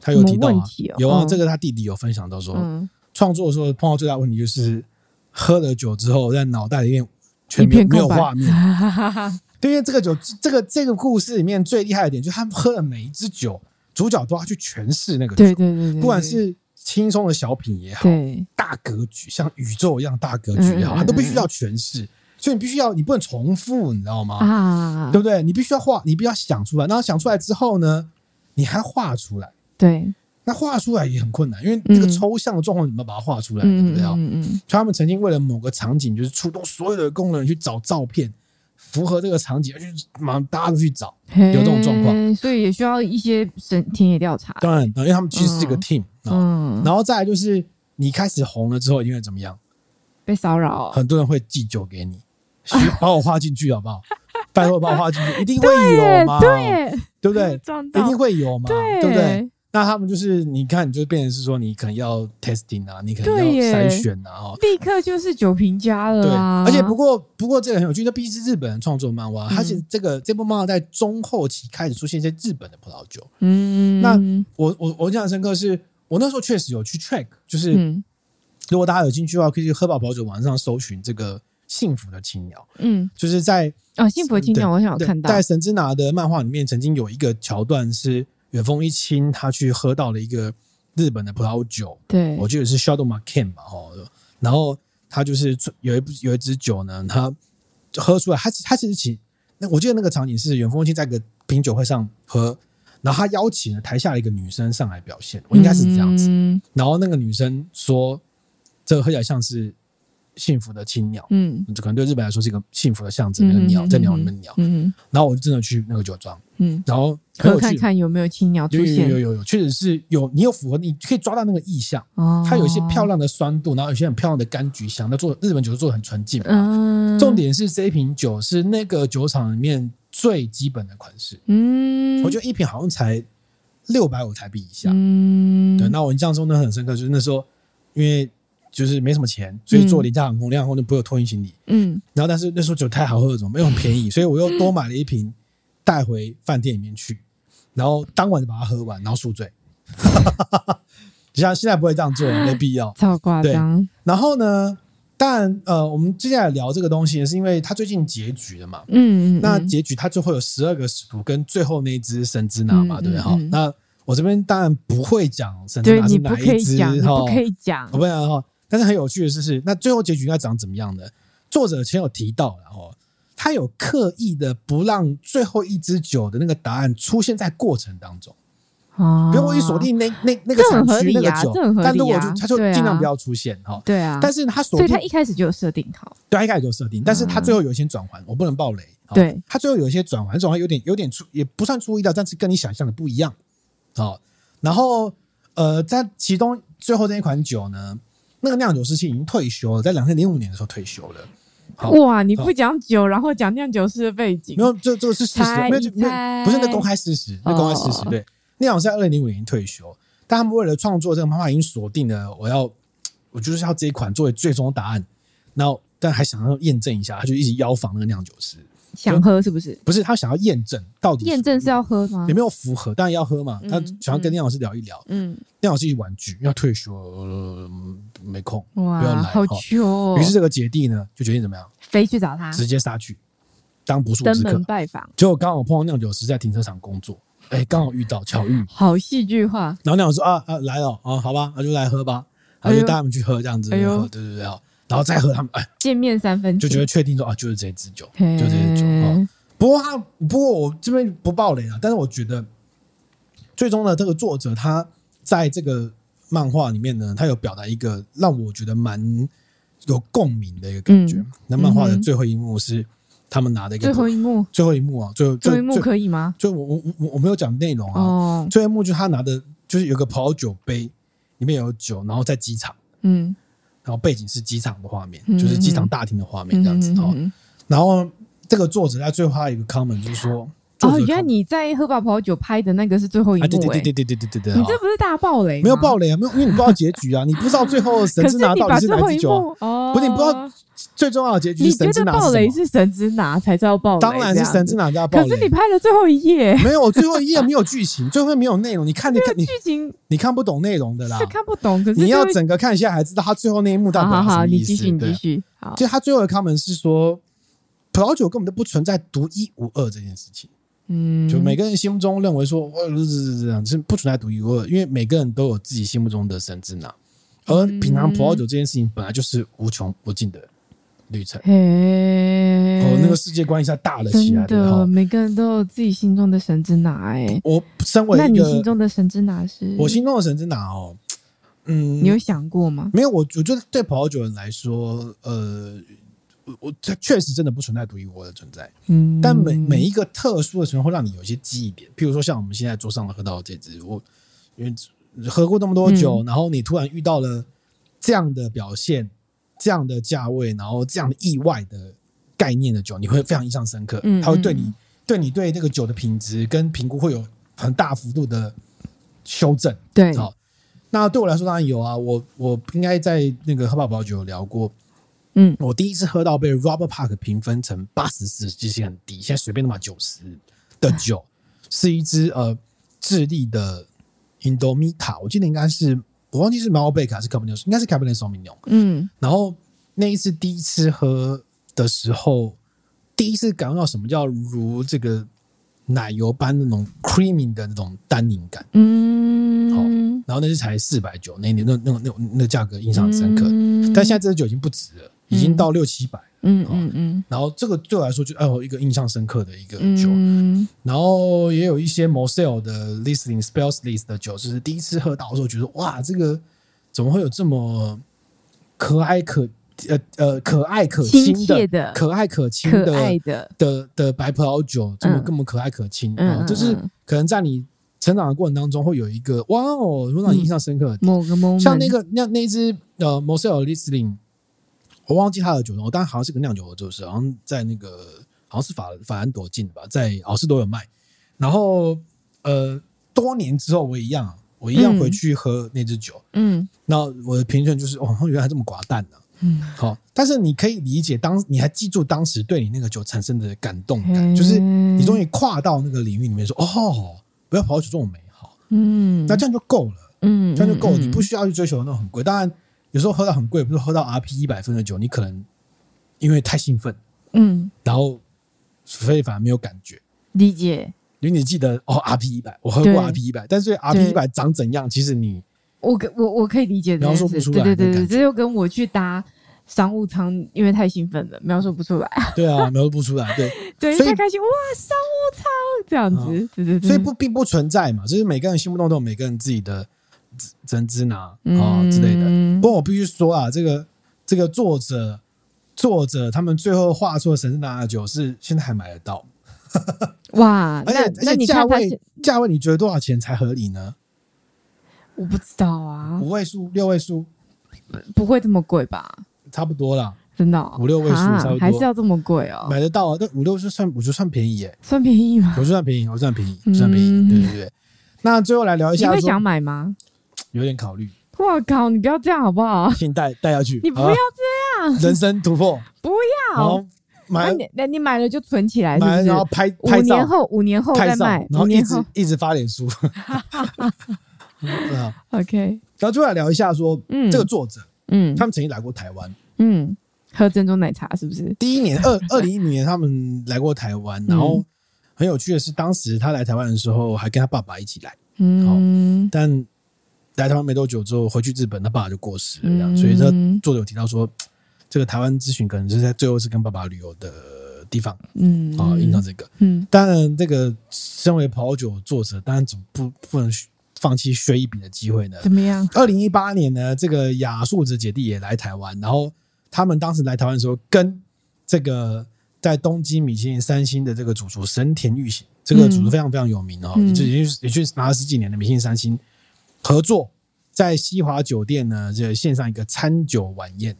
[SPEAKER 2] 他有提到
[SPEAKER 1] 什么
[SPEAKER 2] 啊
[SPEAKER 1] 问题哦，
[SPEAKER 2] 有啊，
[SPEAKER 1] 嗯
[SPEAKER 2] 这个他弟弟有分享到说，
[SPEAKER 1] 嗯，
[SPEAKER 2] 创作的时候碰到最大问题就是喝了酒之后，在脑袋里面全没
[SPEAKER 1] 一
[SPEAKER 2] 有
[SPEAKER 1] 片
[SPEAKER 2] 没有
[SPEAKER 1] 空白
[SPEAKER 2] 画面，
[SPEAKER 1] 哈哈哈 哈，
[SPEAKER 2] 对，因为这个酒，这个这个故事里面最厉害的点，就是他们喝了每一支酒，主角都要去诠释那个酒，
[SPEAKER 1] 对对对对，
[SPEAKER 2] 不管是轻松的小品也好，
[SPEAKER 1] 对
[SPEAKER 2] 大格局像宇宙一样大格局也
[SPEAKER 1] 嗯
[SPEAKER 2] 好，
[SPEAKER 1] 嗯嗯
[SPEAKER 2] 他都必须要诠释，所以你必须要，你不能重复，你知道吗？
[SPEAKER 1] 啊
[SPEAKER 2] 对，不对？你必须要画，你必须要想出来，然后想出来之后呢，你还要画出来。
[SPEAKER 1] 对，
[SPEAKER 2] 那画出来也很困难，因为这个
[SPEAKER 1] 嗯
[SPEAKER 2] 抽象的状况，你们要把它画出来，对啊
[SPEAKER 1] 嗯
[SPEAKER 2] 不对？
[SPEAKER 1] 嗯嗯
[SPEAKER 2] 所以他们曾经为了某个场景，就是出动所有的工人去找照片，符合这个场景，而去马上大家都去找。
[SPEAKER 1] 嗯，
[SPEAKER 2] 有这种状况
[SPEAKER 1] 嘿，所以也需要一些审田野调查，
[SPEAKER 2] 当然，因为他们其实是一个
[SPEAKER 1] 嗯
[SPEAKER 2] team 啊、
[SPEAKER 1] 嗯，
[SPEAKER 2] 然后再来就是你开始红了之后，因为怎么样，
[SPEAKER 1] 被骚扰，
[SPEAKER 2] 很多人会寄酒给你， 把我画进去好不好？拜托把我画进去，一定会有
[SPEAKER 1] 耶
[SPEAKER 2] 嘛，
[SPEAKER 1] 对耶，
[SPEAKER 2] 对不对？
[SPEAKER 1] 撞到
[SPEAKER 2] 一定会有嘛，
[SPEAKER 1] 对
[SPEAKER 2] 对不对？？那他们就是你看，你就变成是说，你可能要 testing 啊，你可能
[SPEAKER 1] 对
[SPEAKER 2] 要
[SPEAKER 1] 耶
[SPEAKER 2] 筛选啊，哦，
[SPEAKER 1] 立刻就是酒评家
[SPEAKER 2] 对，
[SPEAKER 1] 了啊！
[SPEAKER 2] 而且不过不过这个很有趣，这毕竟是日本人创作漫画，
[SPEAKER 1] 嗯
[SPEAKER 2] 它其实这个这部漫画在中后期开始出现一些日本的葡萄酒。
[SPEAKER 1] 嗯，
[SPEAKER 2] 那
[SPEAKER 1] 嗯
[SPEAKER 2] 我我我印象深刻是，我那时候确实有去 track，就是
[SPEAKER 1] 嗯
[SPEAKER 2] 如果大家有兴趣的话，可以去喝饱葡萄酒网上搜寻这个幸福的青鸟，
[SPEAKER 1] 嗯，
[SPEAKER 2] 就是在
[SPEAKER 1] 哦，幸福的青
[SPEAKER 2] 对
[SPEAKER 1] 鸟，我想有看到
[SPEAKER 2] 对，在神之拿的漫画里面，曾经有一个桥段是远峰一清他去喝到了一个日本的葡萄酒，
[SPEAKER 1] 对，
[SPEAKER 2] 我记得是 Shadow m a c a n 吧，哦，然后他就是有一部有一支酒呢，他喝出来，他他其实其那我记得那个场景是远峰清在一个品酒会上喝，然后他邀请了台下的一个女生上来表现，我应该是这样子，
[SPEAKER 1] 嗯
[SPEAKER 2] 然后那个女生说，这喝起来像是幸福的青鸟，
[SPEAKER 1] 嗯
[SPEAKER 2] 这可能对日本来说是一个幸福的象征，那个鸟在鸟里面的鸟，
[SPEAKER 1] 嗯
[SPEAKER 2] 然后我就真的去那个酒庄，
[SPEAKER 1] 嗯，
[SPEAKER 2] 然后
[SPEAKER 1] 可
[SPEAKER 2] 很有
[SPEAKER 1] 看
[SPEAKER 2] 趣。
[SPEAKER 1] 看有没有青鸟
[SPEAKER 2] 有
[SPEAKER 1] 出
[SPEAKER 2] 有有
[SPEAKER 1] 现
[SPEAKER 2] 有有，确实是有，你有符合，你可以抓到那个意象，
[SPEAKER 1] 哦，
[SPEAKER 2] 它有一些漂，亮的酸度，然后有些很漂亮的柑橘香。那做日本酒做的很纯净嘛。
[SPEAKER 1] 嗯，
[SPEAKER 2] 重，点是这一瓶酒是那个酒厂里面最基本的款式，
[SPEAKER 1] 嗯，
[SPEAKER 2] 我觉得一瓶好像才六百五台币以下。
[SPEAKER 1] 嗯，
[SPEAKER 2] 对，那我印象中呢很深刻，就是那时候因为就是没什么钱，所以坐廉价航空，廉价航空就不会有托运行李。
[SPEAKER 1] 嗯
[SPEAKER 2] 然后但是那时候酒太好喝了，怎么又很便宜，所以我又多买了一瓶带回饭店里面去，然后当晚就把它喝完，然后宿醉。 就像现在不会这样做，没必要。
[SPEAKER 1] 超夸张，
[SPEAKER 2] 然后呢，但呃，我们接下来聊这个东西，是因为它最近结局了嘛？
[SPEAKER 1] 嗯嗯，
[SPEAKER 2] 那
[SPEAKER 1] 嗯
[SPEAKER 2] 结局它最后有十二个使徒跟最后那一只神之拿嘛，
[SPEAKER 1] 嗯
[SPEAKER 2] 对不对？
[SPEAKER 1] 嗯
[SPEAKER 2] 哈、
[SPEAKER 1] 嗯
[SPEAKER 2] 那我这边当然不会讲神之
[SPEAKER 1] 对
[SPEAKER 2] 拿
[SPEAKER 1] 你
[SPEAKER 2] 是
[SPEAKER 1] 不
[SPEAKER 2] 哪
[SPEAKER 1] 可
[SPEAKER 2] 一
[SPEAKER 1] 以
[SPEAKER 2] 只
[SPEAKER 1] 讲，你
[SPEAKER 2] 哈
[SPEAKER 1] 不，可以讲
[SPEAKER 2] 我，不讲哈。但是很有趣的是，是那最后结局应该长怎么样呢？作者前有提到了哦，他有刻意的不让最后一支酒的那个答案出现在过程当中，
[SPEAKER 1] 哦，
[SPEAKER 2] 比如我一锁定那那那个
[SPEAKER 1] 这
[SPEAKER 2] 产
[SPEAKER 1] 很合
[SPEAKER 2] 区
[SPEAKER 1] 理
[SPEAKER 2] 那个
[SPEAKER 1] 啊
[SPEAKER 2] 酒
[SPEAKER 1] 这很合，
[SPEAKER 2] 但如果
[SPEAKER 1] 理
[SPEAKER 2] 就
[SPEAKER 1] 啊
[SPEAKER 2] 他就
[SPEAKER 1] 对啊
[SPEAKER 2] 尽量不要出现哈。
[SPEAKER 1] 对啊，
[SPEAKER 2] 但是他锁
[SPEAKER 1] 所以
[SPEAKER 2] 定
[SPEAKER 1] 他一开始就有设定好，
[SPEAKER 2] 对，啊他一开始就设定，但是他最后有一些转环，我不能爆雷。
[SPEAKER 1] 嗯
[SPEAKER 2] 哦
[SPEAKER 1] 对，
[SPEAKER 2] 他最后有一些转环，转环有点有点出，也不算出乎意料，但是跟你想象的不一样。哦，然后呃，在其中最后这一款酒呢，那个酿酒师其实已经退休了，在两千零五年的时候退休了。好
[SPEAKER 1] 哇，你
[SPEAKER 2] 好
[SPEAKER 1] 不讲酒，然后讲酿酒师的背景
[SPEAKER 2] 没，有，这这个是事实，
[SPEAKER 1] 猜
[SPEAKER 2] 没有就
[SPEAKER 1] 一
[SPEAKER 2] 没有
[SPEAKER 1] 猜
[SPEAKER 2] 不是那公开事实，那公开事实、
[SPEAKER 1] 哦
[SPEAKER 2] 对。那老师在二零零五年退休，但他们为了创作这个漫画，已经锁定了我要，我就是要这一款作为最终答案。然后，但还想要验证一下，他就一直邀访那个酿酒师，
[SPEAKER 1] 想喝是不是？
[SPEAKER 2] 不是他想要验证到底
[SPEAKER 1] 验证是要喝吗
[SPEAKER 2] 有？没有符合，当然要喝嘛。
[SPEAKER 1] 嗯
[SPEAKER 2] 他想要跟廖老师聊一聊，
[SPEAKER 1] 嗯，
[SPEAKER 2] 廖老师一玩具要退休了、呃没空，不要
[SPEAKER 1] 哇，
[SPEAKER 2] 来
[SPEAKER 1] 好
[SPEAKER 2] 哈
[SPEAKER 1] 糗哦
[SPEAKER 2] 于！是这个姐弟呢就决定怎么样，
[SPEAKER 1] 飞去找他，
[SPEAKER 2] 直接杀去当捕鼠
[SPEAKER 1] 登
[SPEAKER 2] 之客
[SPEAKER 1] 门。拜访，
[SPEAKER 2] 结果刚好碰到酿酒师在停车场工作，哎、刚好遇到巧遇，
[SPEAKER 1] 好戏剧化。
[SPEAKER 2] 然后酿酒师啊啊来了啊，好吧，那就来喝吧，
[SPEAKER 1] 哎
[SPEAKER 2] 然后
[SPEAKER 1] 呦
[SPEAKER 2] 就带他们去喝这样子，
[SPEAKER 1] 哎呦
[SPEAKER 2] 喝对对对，好然后再喝他们哎，
[SPEAKER 1] 见面三分
[SPEAKER 2] 就
[SPEAKER 1] 情
[SPEAKER 2] 觉得确定说啊，就是这支酒，
[SPEAKER 1] 嘿
[SPEAKER 2] 就这支酒哦。不过他不过我这边不爆雷啊，但是我觉得最终呢，这个作者他在这个漫画里面呢，他有表达一个让我觉得蛮有共鸣的一个感觉。
[SPEAKER 1] 嗯
[SPEAKER 2] 那漫画的
[SPEAKER 1] 嗯哼
[SPEAKER 2] 最后一幕是他们拿的一个
[SPEAKER 1] 最后一幕，
[SPEAKER 2] 最后一幕啊，最后
[SPEAKER 1] 最后一幕
[SPEAKER 2] 最
[SPEAKER 1] 可以吗？
[SPEAKER 2] 就我我我我没有讲内容啊，
[SPEAKER 1] 哦，
[SPEAKER 2] 最后一幕就是他拿的就是有个葡萄酒杯，里面有酒，然后在机场，
[SPEAKER 1] 嗯，
[SPEAKER 2] 然后背景是机场的画面，
[SPEAKER 1] 嗯
[SPEAKER 2] 就是机场大厅的画面这样子
[SPEAKER 1] 嗯
[SPEAKER 2] 哦。
[SPEAKER 1] 嗯嗯嗯
[SPEAKER 2] 然后这个作者在最后他有一个 comment 就是说，作者
[SPEAKER 1] 哦，
[SPEAKER 2] 的
[SPEAKER 1] 原来
[SPEAKER 2] comment-
[SPEAKER 1] 你在喝吧葡萄酒拍的那个是最后一
[SPEAKER 2] 啊，对
[SPEAKER 1] 幕，
[SPEAKER 2] 对
[SPEAKER 1] 哎，
[SPEAKER 2] 对对对对对对对，
[SPEAKER 1] 你
[SPEAKER 2] 哦
[SPEAKER 1] 这不是大爆雷？
[SPEAKER 2] 没有爆，雷啊，没有，因为你不知道结局啊，你不知 道最后神
[SPEAKER 1] 可
[SPEAKER 2] 之
[SPEAKER 1] 是
[SPEAKER 2] 拿
[SPEAKER 1] 你
[SPEAKER 2] 到
[SPEAKER 1] 把
[SPEAKER 2] 底是
[SPEAKER 1] 最
[SPEAKER 2] 哪
[SPEAKER 1] 后
[SPEAKER 2] 支
[SPEAKER 1] 一
[SPEAKER 2] 酒啊，
[SPEAKER 1] 幕哦，
[SPEAKER 2] 不是你不知道最重要的结局
[SPEAKER 1] 你
[SPEAKER 2] 是神
[SPEAKER 1] 觉
[SPEAKER 2] 之
[SPEAKER 1] 得
[SPEAKER 2] 拿
[SPEAKER 1] 爆
[SPEAKER 2] 什
[SPEAKER 1] 雷
[SPEAKER 2] 么？
[SPEAKER 1] 是神之拿才叫爆雷，
[SPEAKER 2] 当然是神之
[SPEAKER 1] 拿。
[SPEAKER 2] 拿叫爆
[SPEAKER 1] 可是你
[SPEAKER 2] 雷。
[SPEAKER 1] 拍了最后一 页，
[SPEAKER 2] 没有，最后一页没有剧 情，最后一页没有内容，你看你看你
[SPEAKER 1] 剧情
[SPEAKER 2] 你看不懂内容的啦
[SPEAKER 1] 是。看不懂，可是
[SPEAKER 2] 你要
[SPEAKER 1] 就啊
[SPEAKER 2] 整个看一下，还知道他最后那一幕到底
[SPEAKER 1] 好好
[SPEAKER 2] 表达
[SPEAKER 1] 好，
[SPEAKER 2] 什么
[SPEAKER 1] 你
[SPEAKER 2] 意思。
[SPEAKER 1] 继续，你
[SPEAKER 2] 对
[SPEAKER 1] 继，续，好，
[SPEAKER 2] 就他最后的 comment 是说，葡萄酒根本就不存在独一无二这件事情。
[SPEAKER 1] 嗯，
[SPEAKER 2] 就每个人心目中认为说，我是是这样，是不存在独一无二，因为每个人都有自己心目中的神之拿，而品尝葡萄
[SPEAKER 1] 嗯
[SPEAKER 2] 酒这件事情本来就是无穷无尽的旅程。
[SPEAKER 1] 嘿，
[SPEAKER 2] 哦，那个世界观一下大了起来
[SPEAKER 1] 嗯真
[SPEAKER 2] 的
[SPEAKER 1] 的，
[SPEAKER 2] 哈。
[SPEAKER 1] 每个人都有自己心中的神之拿，哎，
[SPEAKER 2] 我身为
[SPEAKER 1] 那
[SPEAKER 2] 一
[SPEAKER 1] 你心
[SPEAKER 2] 个，
[SPEAKER 1] 中的神之拿是？
[SPEAKER 2] 我心中的神之拿哦，嗯，
[SPEAKER 1] 你有想过吗？
[SPEAKER 2] 没有，我我觉得对葡萄酒人来说，呃，我我它确实真的不存在独一无二的存在，
[SPEAKER 1] 嗯，
[SPEAKER 2] 但每每一个特殊的存在会让你有一些记忆点，譬如说像我们现在桌上喝到的这支，我因为喝过那么多酒，
[SPEAKER 1] 嗯
[SPEAKER 2] 然后你突然遇到了这样的表现、这样的价位，然后这样的意外的概念的酒，你会非常印象深刻，
[SPEAKER 1] 嗯
[SPEAKER 2] 它会对你、
[SPEAKER 1] 嗯
[SPEAKER 2] 对你对这个酒的品质跟评估会有很大幅度的修正。
[SPEAKER 1] 对，
[SPEAKER 2] 好，那对我来说当然有啊，我我应该在那个喝泡泡酒有聊过，
[SPEAKER 1] 嗯，
[SPEAKER 2] 我第一次喝到被 Robert Park 评分成八十四，其实很低，现在随便都买九十的酒，是一支呃智利的 Indomita，我记得应该是我忘记是毛贝卡还是 Cabernet，应该是 Cabernet Sauvignon。
[SPEAKER 1] 嗯
[SPEAKER 2] 然后那一次第一次喝的时候，第一次感受到什么叫如这个奶油般那种 creamy 的那种单宁感。
[SPEAKER 1] 嗯，
[SPEAKER 2] 然后那是才四百九，那年那那那那那价格印象很深刻。
[SPEAKER 1] 嗯
[SPEAKER 2] 但现在这支酒已经不止了，已经到六七百。
[SPEAKER 1] 嗯嗯嗯
[SPEAKER 2] 然后这个对我来说就哎呦一个印象深刻的一个酒。
[SPEAKER 1] 嗯，
[SPEAKER 2] 然后也有一些 Mosel 的 Listing Spells List 的酒，就是第一次喝到的时候觉得哇，这个怎么会有这么可爱可呃呃可爱可亲
[SPEAKER 1] 亲
[SPEAKER 2] 的
[SPEAKER 1] 切的
[SPEAKER 2] 可爱可亲
[SPEAKER 1] 可爱
[SPEAKER 2] 的
[SPEAKER 1] 的，
[SPEAKER 2] 的的白葡萄酒这么
[SPEAKER 1] 嗯
[SPEAKER 2] 这么可爱可亲
[SPEAKER 1] 嗯
[SPEAKER 2] 啊、
[SPEAKER 1] 嗯
[SPEAKER 2] 就是
[SPEAKER 1] 嗯
[SPEAKER 2] 可能在你成长的过程当中会有一个哇哦，会让你印象深刻的
[SPEAKER 1] 某个嗯 moment，
[SPEAKER 2] 像那个那那一只呃 Mosel Riesling，我忘记它的酒种，但好像是个酿酒的，就是好像在那个好像是法法兰朵进的吧，在奥斯多有卖。然后呃，多年之后我一样啊，我一样回去喝那支酒。
[SPEAKER 1] 嗯
[SPEAKER 2] 那我的评论就是，哦，原来这么寡淡呢、
[SPEAKER 1] 嗯，
[SPEAKER 2] 好、但是你可以理解当，你还记住当时对你那个酒产生的感动感，就是你终
[SPEAKER 1] 于
[SPEAKER 2] 于跨到那个领域里面说，哦，不要跑去这种美好，
[SPEAKER 1] 嗯，
[SPEAKER 2] 那这样就够了，
[SPEAKER 1] 嗯
[SPEAKER 2] 这样就够了，
[SPEAKER 1] 嗯
[SPEAKER 2] 你不需要去追求那种很贵。当然，有时候喝到很贵，不是喝到 RP 一百分的酒，你可能因为太兴奋，
[SPEAKER 1] 嗯
[SPEAKER 2] 然后所以反而没有感觉。
[SPEAKER 1] 理解。
[SPEAKER 2] 因为你记得哦，RP 一百，我喝过
[SPEAKER 1] 对
[SPEAKER 2] RP 一百，但是 RP 一百长怎样，其实你
[SPEAKER 1] 我可我我可以理解这
[SPEAKER 2] 描
[SPEAKER 1] 件
[SPEAKER 2] 述
[SPEAKER 1] 事，
[SPEAKER 2] 不出
[SPEAKER 1] 对
[SPEAKER 2] 来
[SPEAKER 1] 对
[SPEAKER 2] 的
[SPEAKER 1] 对
[SPEAKER 2] 感
[SPEAKER 1] 对，
[SPEAKER 2] 觉
[SPEAKER 1] 这就跟我去搭商务舱，因为太兴奋了，描述不出来。
[SPEAKER 2] 对啊，描述不出来，对，
[SPEAKER 1] 对，
[SPEAKER 2] 所以啊
[SPEAKER 1] 太开心哇，商务舱这样子，对对对，
[SPEAKER 2] 所以不并不存在嘛，就是每个人心目中都有每个人自己的自真知拿啊、
[SPEAKER 1] 嗯
[SPEAKER 2] 之类的。不过我必须说啊，这个这个作者作者他们最后画出的神之拿的酒是现在还买得到，
[SPEAKER 1] 哇，
[SPEAKER 2] 而且
[SPEAKER 1] 那那
[SPEAKER 2] 而且
[SPEAKER 1] 你
[SPEAKER 2] 价
[SPEAKER 1] 看他
[SPEAKER 2] 位
[SPEAKER 1] 是，
[SPEAKER 2] 价位你觉得多少钱才合理呢？
[SPEAKER 1] 我不知道啊，
[SPEAKER 2] 五位数、六位数，
[SPEAKER 1] 不会这么贵吧？
[SPEAKER 2] 差不多啦，
[SPEAKER 1] 真的哦
[SPEAKER 2] 五六位数
[SPEAKER 1] 啊
[SPEAKER 2] 差不多
[SPEAKER 1] 还是要这么贵哦，
[SPEAKER 2] 买得到啊。但五六是算我觉得算便宜耶、
[SPEAKER 1] 算便宜吗？
[SPEAKER 2] 我就算便宜，我就算便宜，我就算便宜，
[SPEAKER 1] 嗯
[SPEAKER 2] 对对对。那最后来聊一
[SPEAKER 1] 你
[SPEAKER 2] 下
[SPEAKER 1] 会
[SPEAKER 2] 说，
[SPEAKER 1] 想买吗？
[SPEAKER 2] 有点考虑，
[SPEAKER 1] 我靠，你不要这样好不好？
[SPEAKER 2] 先带带下去，
[SPEAKER 1] 你不
[SPEAKER 2] 好吧
[SPEAKER 1] 要
[SPEAKER 2] 人生突破，
[SPEAKER 1] 不
[SPEAKER 2] 然后
[SPEAKER 1] 那
[SPEAKER 2] 买
[SPEAKER 1] 你那你买了就存起来，是
[SPEAKER 2] 买，然后
[SPEAKER 1] 不
[SPEAKER 2] 拍
[SPEAKER 1] 是？
[SPEAKER 2] 拍
[SPEAKER 1] 五年
[SPEAKER 2] 照，
[SPEAKER 1] 后，五年后
[SPEAKER 2] 拍
[SPEAKER 1] 再
[SPEAKER 2] 照
[SPEAKER 1] 卖，，
[SPEAKER 2] 然
[SPEAKER 1] 五
[SPEAKER 2] 后一
[SPEAKER 1] 年
[SPEAKER 2] 直
[SPEAKER 1] 后
[SPEAKER 2] 一直发 脸书， 对啊。
[SPEAKER 1] ，OK，
[SPEAKER 2] 然后最后来聊一下说，
[SPEAKER 1] 嗯，
[SPEAKER 2] 这个作者
[SPEAKER 1] 嗯
[SPEAKER 2] 他们曾经来过台湾，
[SPEAKER 1] 嗯，喝珍珠奶茶是不是？
[SPEAKER 2] 第一年二二零一零年他们来过台湾，然
[SPEAKER 1] 嗯
[SPEAKER 2] 后很有趣的是，当时他来台湾的时候还跟他爸爸一起来，
[SPEAKER 1] 嗯，
[SPEAKER 2] 但来台湾没多久之后回去日本，他爸爸就过世了，这样，所以他
[SPEAKER 1] 嗯
[SPEAKER 2] 作者有提到说，这个台湾咨询可能就是在最后是跟爸爸旅游的地方
[SPEAKER 1] 嗯
[SPEAKER 2] 啊，印象这个。
[SPEAKER 1] 嗯
[SPEAKER 2] 当然，这个身为跑酒作者，当然总不不能放弃削一笔的机会呢。
[SPEAKER 1] 怎么样？
[SPEAKER 2] 二零一八年呢，这个雅树子姐弟也来台湾，然后他们当时来台湾的时候，跟这个在东京米其林三星的这个主厨神田裕行，这个主厨非常非常有名哦，
[SPEAKER 1] 嗯
[SPEAKER 2] 就也去也去拿了十几年的米其林三星合作，在西华酒店呢，这个线上一个餐酒晚宴。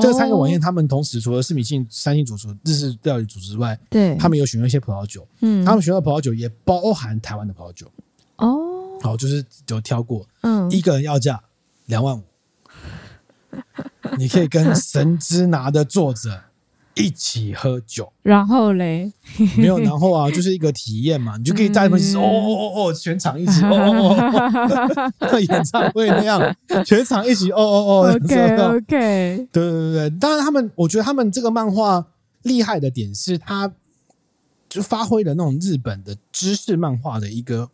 [SPEAKER 2] 这个餐酒晚宴，
[SPEAKER 1] 哦
[SPEAKER 2] 他们同时除了是米其林三星主厨、日式料理主厨之外，
[SPEAKER 1] 对，
[SPEAKER 2] 他们有选用一些葡萄酒，
[SPEAKER 1] 嗯
[SPEAKER 2] 他们选用的葡萄酒也包含台湾的葡萄酒，
[SPEAKER 1] 哦，
[SPEAKER 2] 好，就是有挑过，
[SPEAKER 1] 嗯
[SPEAKER 2] 一个人要价两万五，你可以跟《神之拿》的作者一起喝 酒，
[SPEAKER 1] 然后嘞，
[SPEAKER 2] 没有然后啊，就是一个体验嘛，你就可以在那边
[SPEAKER 1] 嗯
[SPEAKER 2] 就是哦哦哦哦，全场一起哦哦哦哦， 像演唱会那样，全场一起哦哦哦
[SPEAKER 1] OK OK，
[SPEAKER 2] 对对对对，当然他们，我觉得他们这个漫画厉害的点是，它就发挥了那种日本的知识漫画的一个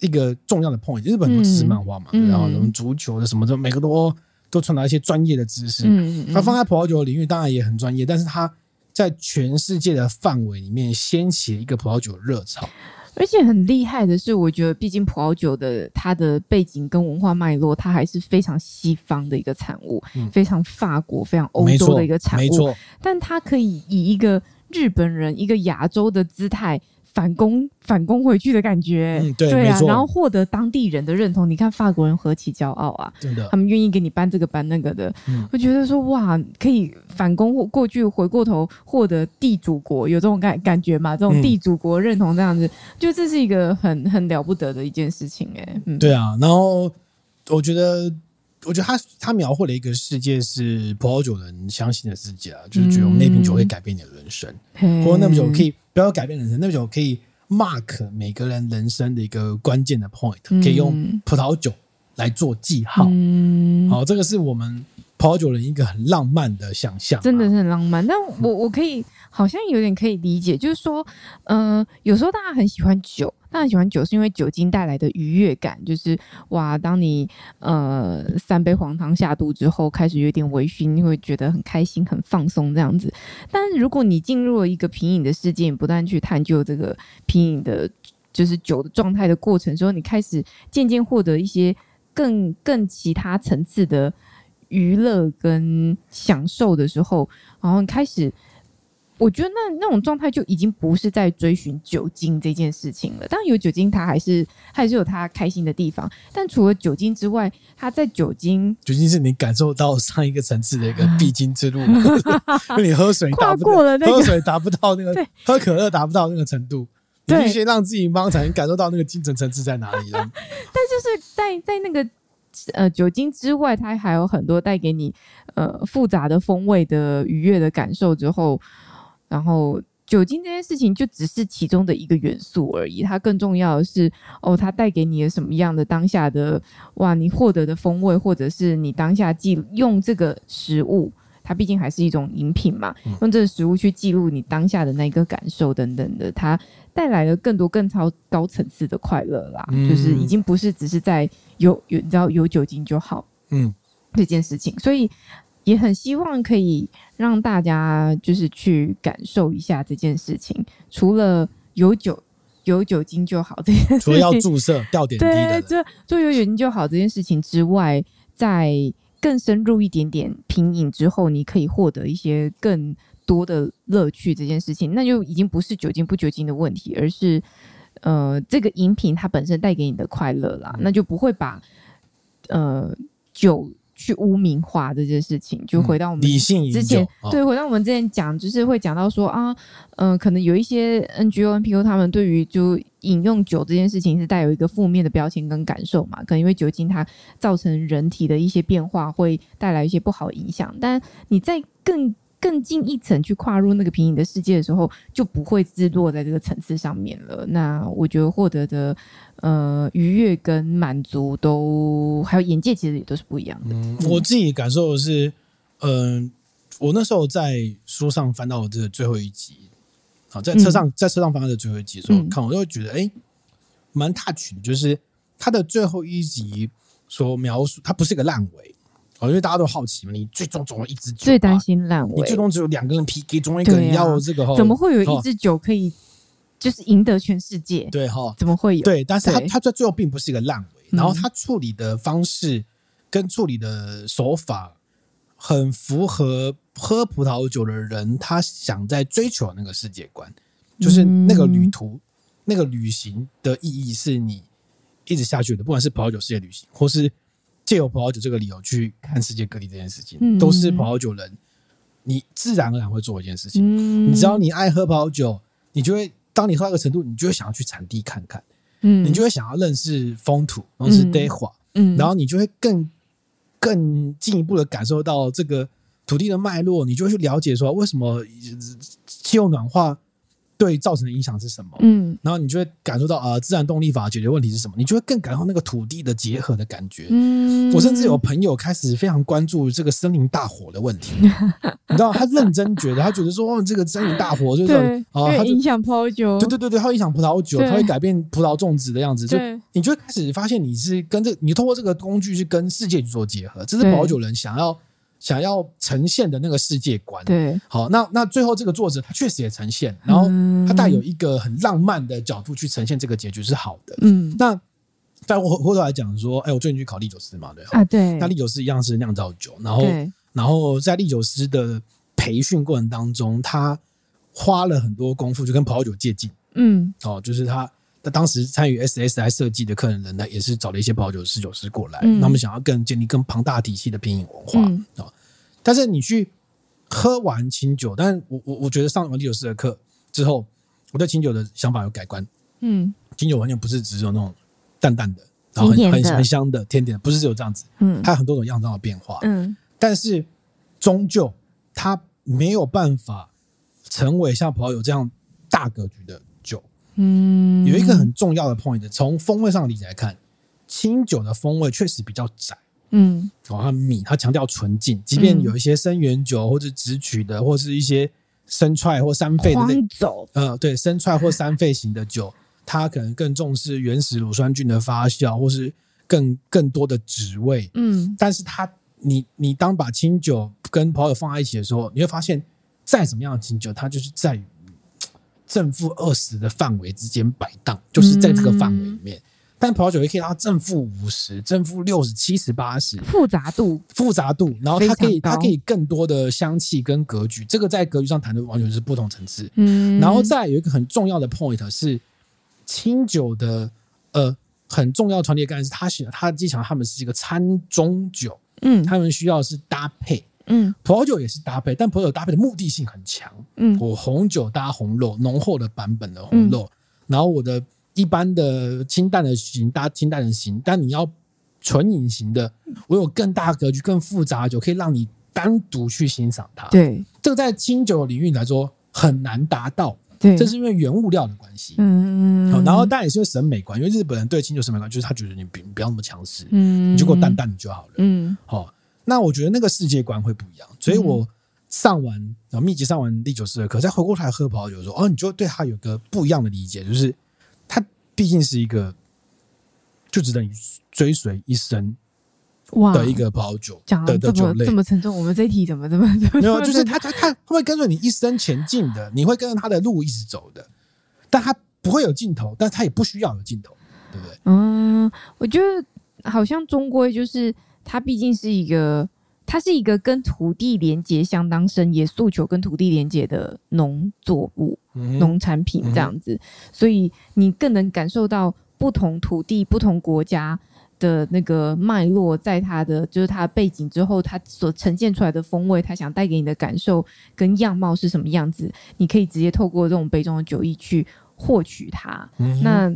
[SPEAKER 2] 一个重要的 point。日本很多知识漫画嘛，
[SPEAKER 1] 嗯
[SPEAKER 2] 然后什么
[SPEAKER 1] 嗯
[SPEAKER 2] 足球的什么的，每个都都传达一些专业的知识。
[SPEAKER 1] 嗯，嗯
[SPEAKER 2] 它放在葡萄酒的领域当然也很专业，但是它在全世界的范围里面掀起了一个葡萄酒热潮。
[SPEAKER 1] 而且很厉害的是，我觉得毕竟葡萄酒的它的背景跟文化脉络，它还是非常西方的一个产物，
[SPEAKER 2] 嗯
[SPEAKER 1] 非常法国、非常欧
[SPEAKER 2] 没
[SPEAKER 1] 洲
[SPEAKER 2] 错
[SPEAKER 1] 的一个，产
[SPEAKER 2] 没
[SPEAKER 1] 物，
[SPEAKER 2] 错，
[SPEAKER 1] 但它可以以一个日本人、一个亚洲的姿态。反攻反攻回去的感觉，
[SPEAKER 2] 嗯对没
[SPEAKER 1] 啊
[SPEAKER 2] 错，
[SPEAKER 1] 然后获得当地人的认同。你看法国人何其骄傲啊！
[SPEAKER 2] 真的
[SPEAKER 1] 他。们愿意给你搬这个搬那个的，
[SPEAKER 2] 嗯
[SPEAKER 1] 我觉得说哇，可以反攻或过去回过头获得地主国有这种感感觉嘛？这种
[SPEAKER 2] 嗯
[SPEAKER 1] 地主国认同这样子，就这是一个很很了不得的一件事情哎、嗯，
[SPEAKER 2] 对啊，然后我觉得，我觉得他他描绘了一个世界是葡萄酒人相信的世界啊，就是觉得我们那瓶酒会改变你的人生，
[SPEAKER 1] 嘿，
[SPEAKER 2] 或者那瓶酒可以不要改变人生，那瓶酒可以 mark 每个人人生的一个关键的 point，、
[SPEAKER 1] 嗯
[SPEAKER 2] 可以用葡萄酒来做记号。
[SPEAKER 1] 嗯，
[SPEAKER 2] 好，这个是我们葡萄酒人一个很浪漫的想象啊、
[SPEAKER 1] 真的是很浪漫。但我 我可以好像有点可以理解，就是说，嗯，有时候大家很喜欢酒，大家很喜欢酒是因为酒精带来的愉悦感，就是哇，当你呃三杯黄汤下肚之后，开始有点微醺，你会觉得很开心、很放松这样子。但是如果你进入了一个品饮的世界，你不断去探究这个品饮的，就是酒的状态的过程之后，你开始渐渐获得一些更更其他层次的娱乐跟享受的时候，然后你开始。我觉得那那种状态就已经不是在追寻酒精这件事情了。当然有酒精，它还是它还是有它开心的地方。但除了酒精之外，它在酒精
[SPEAKER 2] 究竟是你感受到上一个层次的一个必经之路， 因为你喝水达
[SPEAKER 1] 跨
[SPEAKER 2] 不到
[SPEAKER 1] 过了那个
[SPEAKER 2] 喝水达不到那个
[SPEAKER 1] 对，
[SPEAKER 2] 喝可乐达不到那个程度，你
[SPEAKER 1] 对
[SPEAKER 2] 必须让自己帮才能感受到那个精神层次在哪 里了。
[SPEAKER 1] 就是在在那个呃酒精之外，它还有很多带给你呃复杂的风味的愉悦的感受之后，然后酒精这件事情就只是其中的一个元素而已。它更重要的是哦，它带给你的什么样的当下的哇，你获得的风味，或者是你当下记用这个食物。它毕竟还是一种饮品嘛，用这个食物去记录你当下的那个感受等等的，它带来了更多更超高层次的快乐啦。
[SPEAKER 2] 嗯
[SPEAKER 1] 就是已经不是只是在有有你知道有酒精就好
[SPEAKER 2] 嗯，
[SPEAKER 1] 这件事情，所以也很希望可以让大家就是去感受一下这件事情，除了有酒有酒精就好这件事情，
[SPEAKER 2] 除了要注射吊点滴的
[SPEAKER 1] 对，
[SPEAKER 2] 人，
[SPEAKER 1] 这做有研究好这件事情之外，在更深入一点点品饮之后，你可以获得一些更多的乐趣。这件事情，那就已经不是酒精不酒精的问题，而是呃，这个饮品它本身带给你的快乐啦，
[SPEAKER 2] 嗯
[SPEAKER 1] 那就不会把呃酒去污名化这件事情，
[SPEAKER 2] 嗯
[SPEAKER 1] 就回到我们
[SPEAKER 2] 理性饮
[SPEAKER 1] 之
[SPEAKER 2] 酒
[SPEAKER 1] 前，
[SPEAKER 2] 啊
[SPEAKER 1] 对，回到我们之前讲，就是会讲到说啊，嗯、可能有一些 NGO、NPO 他们对于就饮用酒这件事情是带有一个负面的标签跟感受嘛，可能因为酒精它造成人体的一些变化，会带来一些不好的影响。但你在更更进一层去跨入那个品饮的世界的时候，就不会自落在这个层次上面了。那我觉得获得的呃愉悦跟满足都还有眼界，其实也都是不一样的。
[SPEAKER 2] 嗯，我自己感受的是，嗯、我那时候在书上翻到这最后一集，好，在车上、在车上翻到这最后一集的时候、
[SPEAKER 1] 嗯
[SPEAKER 2] 看，我就会觉得，哎、蛮 touch，的就是它的最后一集所描述，它不是一个烂尾，哦，因为大家都好奇嘛，你最终总有一只酒吧，
[SPEAKER 1] 最担心烂
[SPEAKER 2] 你
[SPEAKER 1] 尾，
[SPEAKER 2] 最终只有两个人 PK，总有一个人
[SPEAKER 1] 对啊
[SPEAKER 2] 要这个，哈
[SPEAKER 1] 怎么会有一支酒可以就是赢得全世界？
[SPEAKER 2] 哦对哈？
[SPEAKER 1] 怎么会有？
[SPEAKER 2] 对，但是它
[SPEAKER 1] 对
[SPEAKER 2] 它在最后并不是一个烂尾，
[SPEAKER 1] 嗯
[SPEAKER 2] 然后它处理的方式跟处理的手法很符合喝葡萄酒的人他想在追求的那个世界观，
[SPEAKER 1] 嗯
[SPEAKER 2] 就是那个旅途、那个旅行的意义是你一直下去的，不管是葡萄酒世界旅行，或是借由葡萄酒这个理由去看世界各地这件事情，
[SPEAKER 1] 嗯
[SPEAKER 2] 都是葡萄酒人你自然而然会做的一件事情。
[SPEAKER 1] 嗯
[SPEAKER 2] 你知道，你爱喝葡萄酒，你就会当你喝到一个程度，你就会想要去产地看看。
[SPEAKER 1] 嗯
[SPEAKER 2] 你就会想要认识风土，认识 d e
[SPEAKER 1] 嗯，
[SPEAKER 2] 然后你就会更更进一步的感受到这个土地的脉络，你就会去了解说为什么呃气候暖化对造成的影响是什么，
[SPEAKER 1] 嗯
[SPEAKER 2] 然后你就会感受到啊、呃自然动力法解决问题是什么，你就会更感受那个土地的结合的感觉。
[SPEAKER 1] 嗯，
[SPEAKER 2] 我甚至有朋友开始非常关注这个森林大火的问 题，你知道，他认真觉得，他觉得说，哦，这个森林大火就是
[SPEAKER 1] 对，
[SPEAKER 2] 啊、
[SPEAKER 1] 因
[SPEAKER 2] 呃他
[SPEAKER 1] 为
[SPEAKER 2] 就
[SPEAKER 1] 影响泡酒，
[SPEAKER 2] 对对对对，它会影响葡萄酒，
[SPEAKER 1] 对
[SPEAKER 2] 它会改变葡萄种植的样子，就
[SPEAKER 1] 对
[SPEAKER 2] 你就会开始发现你是跟这，你通过这个工具去跟世界去做结合，这是葡
[SPEAKER 1] 对
[SPEAKER 2] 萄酒人想要想要呈现的那个世界观。
[SPEAKER 1] 对，
[SPEAKER 2] 好，那那最后这个作者他确实也呈现，然后
[SPEAKER 1] 嗯
[SPEAKER 2] 他带有一个很浪漫的角度去呈现这个结局是好的。
[SPEAKER 1] 嗯
[SPEAKER 2] 那但我回头来讲说，哎，我最近去考利酒师嘛，对，
[SPEAKER 1] 啊对，
[SPEAKER 2] 那利酒师一样是酿造酒，然后
[SPEAKER 1] 对
[SPEAKER 2] 然后在利酒师的培训过程当中，他花了很多功夫就跟葡萄酒借镜。
[SPEAKER 1] 嗯
[SPEAKER 2] 哦，就是他他当时参与 SSI 设计的客人人呢，也是找了一些葡萄酒侍酒师过来，
[SPEAKER 1] 嗯
[SPEAKER 2] 他们想要更建立更庞大体系的品饮文化、
[SPEAKER 1] 嗯
[SPEAKER 2] 哦。但是你去喝完清酒，但我我我觉得上完酒师的课之后，我对清酒的想法有改观，
[SPEAKER 1] 嗯
[SPEAKER 2] 清酒完全不是只有那种淡淡的，然后很
[SPEAKER 1] 甜甜
[SPEAKER 2] 很
[SPEAKER 1] 的
[SPEAKER 2] 很香的甜点，不是只有这样子，
[SPEAKER 1] 嗯
[SPEAKER 2] 它有很多种样貌的变化。
[SPEAKER 1] 嗯
[SPEAKER 2] 但是终究它没有办法成为像葡萄酒这样大格局的酒。
[SPEAKER 1] 嗯，
[SPEAKER 2] 有一个很重要的 point，从风味上的理解来看，清酒的风味确实比较窄。
[SPEAKER 1] 嗯
[SPEAKER 2] 哦，它米它强调纯净，即便
[SPEAKER 1] 嗯
[SPEAKER 2] 有一些生原酒或者直曲的，或是一些生踹或三沸的类，
[SPEAKER 1] 黄走，
[SPEAKER 2] 呃，对，生踹或三沸型的酒，它可能更重视原始乳酸菌的发酵，或是更更多的脂味。
[SPEAKER 1] 嗯
[SPEAKER 2] 但是它，你你当把清酒跟葡萄酒放在一起的时候，你会发现，再怎么样的清酒，它就是在于正负二十的范围之间摆荡，就是在这个范围里面。
[SPEAKER 1] 嗯
[SPEAKER 2] 但葡萄酒也可以到正负五十、正负六十、七十、八十，
[SPEAKER 1] 复杂度，
[SPEAKER 2] 复杂度，然后它可
[SPEAKER 1] 非常
[SPEAKER 2] 以
[SPEAKER 1] 高
[SPEAKER 2] 它可以更多的香气跟格局，这个在格局上谈的完全是不同层次。
[SPEAKER 1] 嗯，
[SPEAKER 2] 然后再有一个很重要的 point 是，清酒的呃很重要的传递的概念是，它喜它既强他们是一个餐中酒，
[SPEAKER 1] 嗯
[SPEAKER 2] 他们需要的是搭配，
[SPEAKER 1] 嗯
[SPEAKER 2] 葡萄酒也是搭配，但葡萄酒搭配的目的性很强。
[SPEAKER 1] 嗯
[SPEAKER 2] 我红酒搭红肉，浓厚的版本的红肉，然后我的一般的清淡的型搭清淡的型，但你要纯饮型的，我有更大格局、更复杂的酒，可以让你单独去欣赏它。，
[SPEAKER 1] 对
[SPEAKER 2] 这个在清酒领域来说很难达到，
[SPEAKER 1] 对，
[SPEAKER 2] 这是因为原物料的关系。
[SPEAKER 1] 嗯
[SPEAKER 2] 好，
[SPEAKER 1] 嗯，
[SPEAKER 2] 然后但也是因为审美观，因为日本人对清酒审美观就是他觉得你不不要那么强势，
[SPEAKER 1] 嗯，
[SPEAKER 2] 你就给我淡淡的就好了。
[SPEAKER 1] 嗯，
[SPEAKER 2] 好、那我觉得那个世界观会不一样，所以我上完然后密集上完第九次的课，再回过头来喝葡萄酒的时候，哦，你就对它有个不一样的理解，就是它毕竟是一个就值得你追随一生
[SPEAKER 1] 嗯哇
[SPEAKER 2] 的一个葡萄酒
[SPEAKER 1] 讲得
[SPEAKER 2] 的的
[SPEAKER 1] 这
[SPEAKER 2] 酒
[SPEAKER 1] 么
[SPEAKER 2] 类
[SPEAKER 1] 这。么沉重，我们这一题怎么这么这么
[SPEAKER 2] 没有，啊就
[SPEAKER 1] 这么
[SPEAKER 2] 是它它它它会跟着你一生前进的，你会跟着它的路一直走的，但它不会有尽头，但它也不需要有尽头，对不对？
[SPEAKER 1] 嗯，我觉得好像终归就是它毕竟是一个，它是一个跟土地连接相当深，也诉求跟土地连接的农作物、
[SPEAKER 2] 嗯哼嗯
[SPEAKER 1] 农产品这样子，所以你更能感受到不同土地、不同国家。的那个脉络，在它的就是它的背景之后，它所呈现出来的风味，它想带给你的感受跟样貌是什么样子，你可以直接透过这种杯中的酒意去获取它。
[SPEAKER 2] 嗯哼
[SPEAKER 1] 那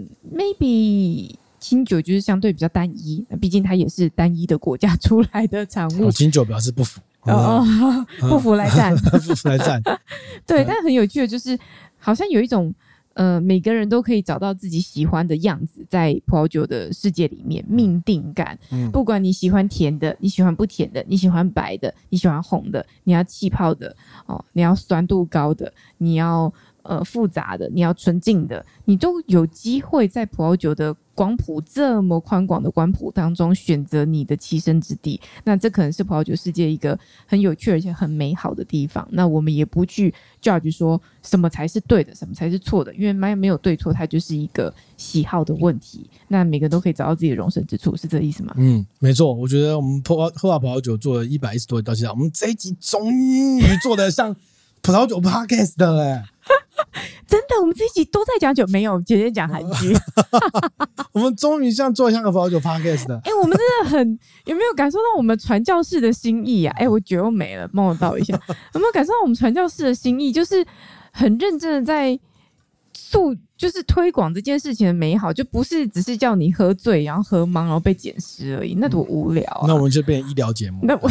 [SPEAKER 1] maybe 清酒就是相对比较单一，毕竟它也是单一的国家出来的产物
[SPEAKER 2] 哦，。清酒表示不服，
[SPEAKER 1] 哦，哦，不服来战。
[SPEAKER 2] 嗯 不服来战，
[SPEAKER 1] 对，
[SPEAKER 2] 嗯
[SPEAKER 1] 但很有趣的就是，好像有一种呃，每个人都可以找到自己喜欢的样子，在葡萄酒的世界里面，命定感。
[SPEAKER 2] 嗯
[SPEAKER 1] 不管你喜欢甜的，你喜欢不甜的，你喜欢白的，你喜欢红的，你要气泡的哦，你要酸度高的，你要呃复杂的，你要纯净的，你都有机会在葡萄酒的光谱这么宽广的光谱当中选择你的栖身之地。那这可能是葡萄酒世界一个很有趣而且很美好的地方。那我们也不去 judge 说什么才是对的，什么才是错的，因为没没有对错，它就是一个喜好的问题。那每个人都可以找到自己的容身之处，是这个意思吗？
[SPEAKER 2] 嗯，没错，我觉得我们葡喝完葡萄酒做了一百一十多集到现在，我们这一集终于做的像葡萄酒 podcast 了哎、
[SPEAKER 1] 真的，我们这一集都在讲酒，没有姐姐讲韩
[SPEAKER 2] 哦
[SPEAKER 1] 剧。
[SPEAKER 2] 我们终于像做像个葡萄酒 podcast 了。
[SPEAKER 1] 哎、我们真的很有没有感受到我们传教士的心意啊？哎、我酒又没了，帮我倒 一下。有没有感受到我们传教士的心意？就是很认真的在诉，就是推广这件事情的美好，就不是只是叫你喝醉，然后喝茫，然后被捡尸而已，那多无聊啊！
[SPEAKER 2] 那我们就变成医疗 节目，
[SPEAKER 1] 那我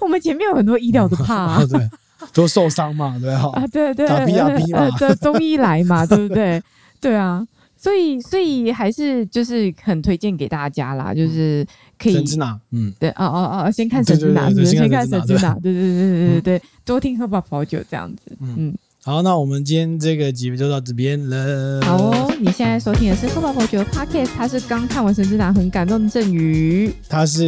[SPEAKER 1] 我们前面有很多医疗的怕、啊
[SPEAKER 2] 啊。对，都受伤嘛，对哈、
[SPEAKER 1] 啊，对对，
[SPEAKER 2] 哦打 BRB
[SPEAKER 1] 呃
[SPEAKER 2] 嘛
[SPEAKER 1] 呃中医来嘛，对不对？对啊，所以所以还是就是很推荐给大家啦，就是可以
[SPEAKER 2] 嗯神之哪，嗯，
[SPEAKER 1] 对，哦哦哦，先看
[SPEAKER 2] 对
[SPEAKER 1] 神
[SPEAKER 2] 对
[SPEAKER 1] 之哪，
[SPEAKER 2] 对
[SPEAKER 1] 是
[SPEAKER 2] 对
[SPEAKER 1] 不是
[SPEAKER 2] 先
[SPEAKER 1] 先
[SPEAKER 2] 看
[SPEAKER 1] 看
[SPEAKER 2] 神
[SPEAKER 1] 神
[SPEAKER 2] 之
[SPEAKER 1] 之
[SPEAKER 2] 哪嗯
[SPEAKER 1] 哪，对对对对对对，多听喝吧跑酒这样子。
[SPEAKER 2] 好，那我们今天这个集就到这边了。
[SPEAKER 1] 好哦，你现在收听的是喝吧跑酒的 podcast，他是刚看完神之哪很感动的郑宇，
[SPEAKER 2] 他是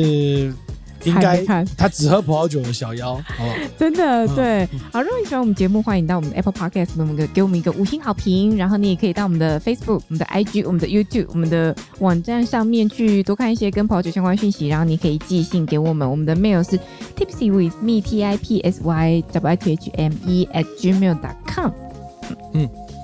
[SPEAKER 2] 应
[SPEAKER 1] 还
[SPEAKER 2] 该
[SPEAKER 1] 没看
[SPEAKER 2] 他只喝葡萄酒的小妖，好不好？
[SPEAKER 1] 真的
[SPEAKER 2] 嗯
[SPEAKER 1] 对。好，如果你喜欢我们节目，欢迎到我们的 Apple Podcast 给我们一个给我们一个五星好评，然后你也可以到我们的 Facebook、我们的 IG、我们的 YouTube、我们的网站上面去多看一些跟跑酒相关讯息，然后你可以寄信给我们，我们的 mail 是 tipsy with me t i p s y w i t h m e at gmail dot com。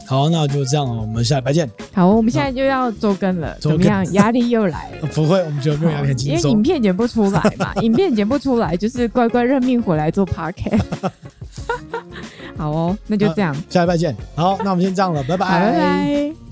[SPEAKER 2] 好，那就这样哦，我们下礼拜见。
[SPEAKER 1] 好，我们现在就要周更了，
[SPEAKER 2] 周
[SPEAKER 1] 怎
[SPEAKER 2] 更
[SPEAKER 1] 么样？压力又来了。
[SPEAKER 2] 不会，我们觉得没有聊天
[SPEAKER 1] 因
[SPEAKER 2] 轻
[SPEAKER 1] 为影
[SPEAKER 2] 松。
[SPEAKER 1] 片剪不出来嘛，影片剪不出来，就是乖乖认命回来做 podcast。好哦，那就这样，
[SPEAKER 2] 下礼拜见。好，那我们先这样了，拜
[SPEAKER 1] 好，拜拜。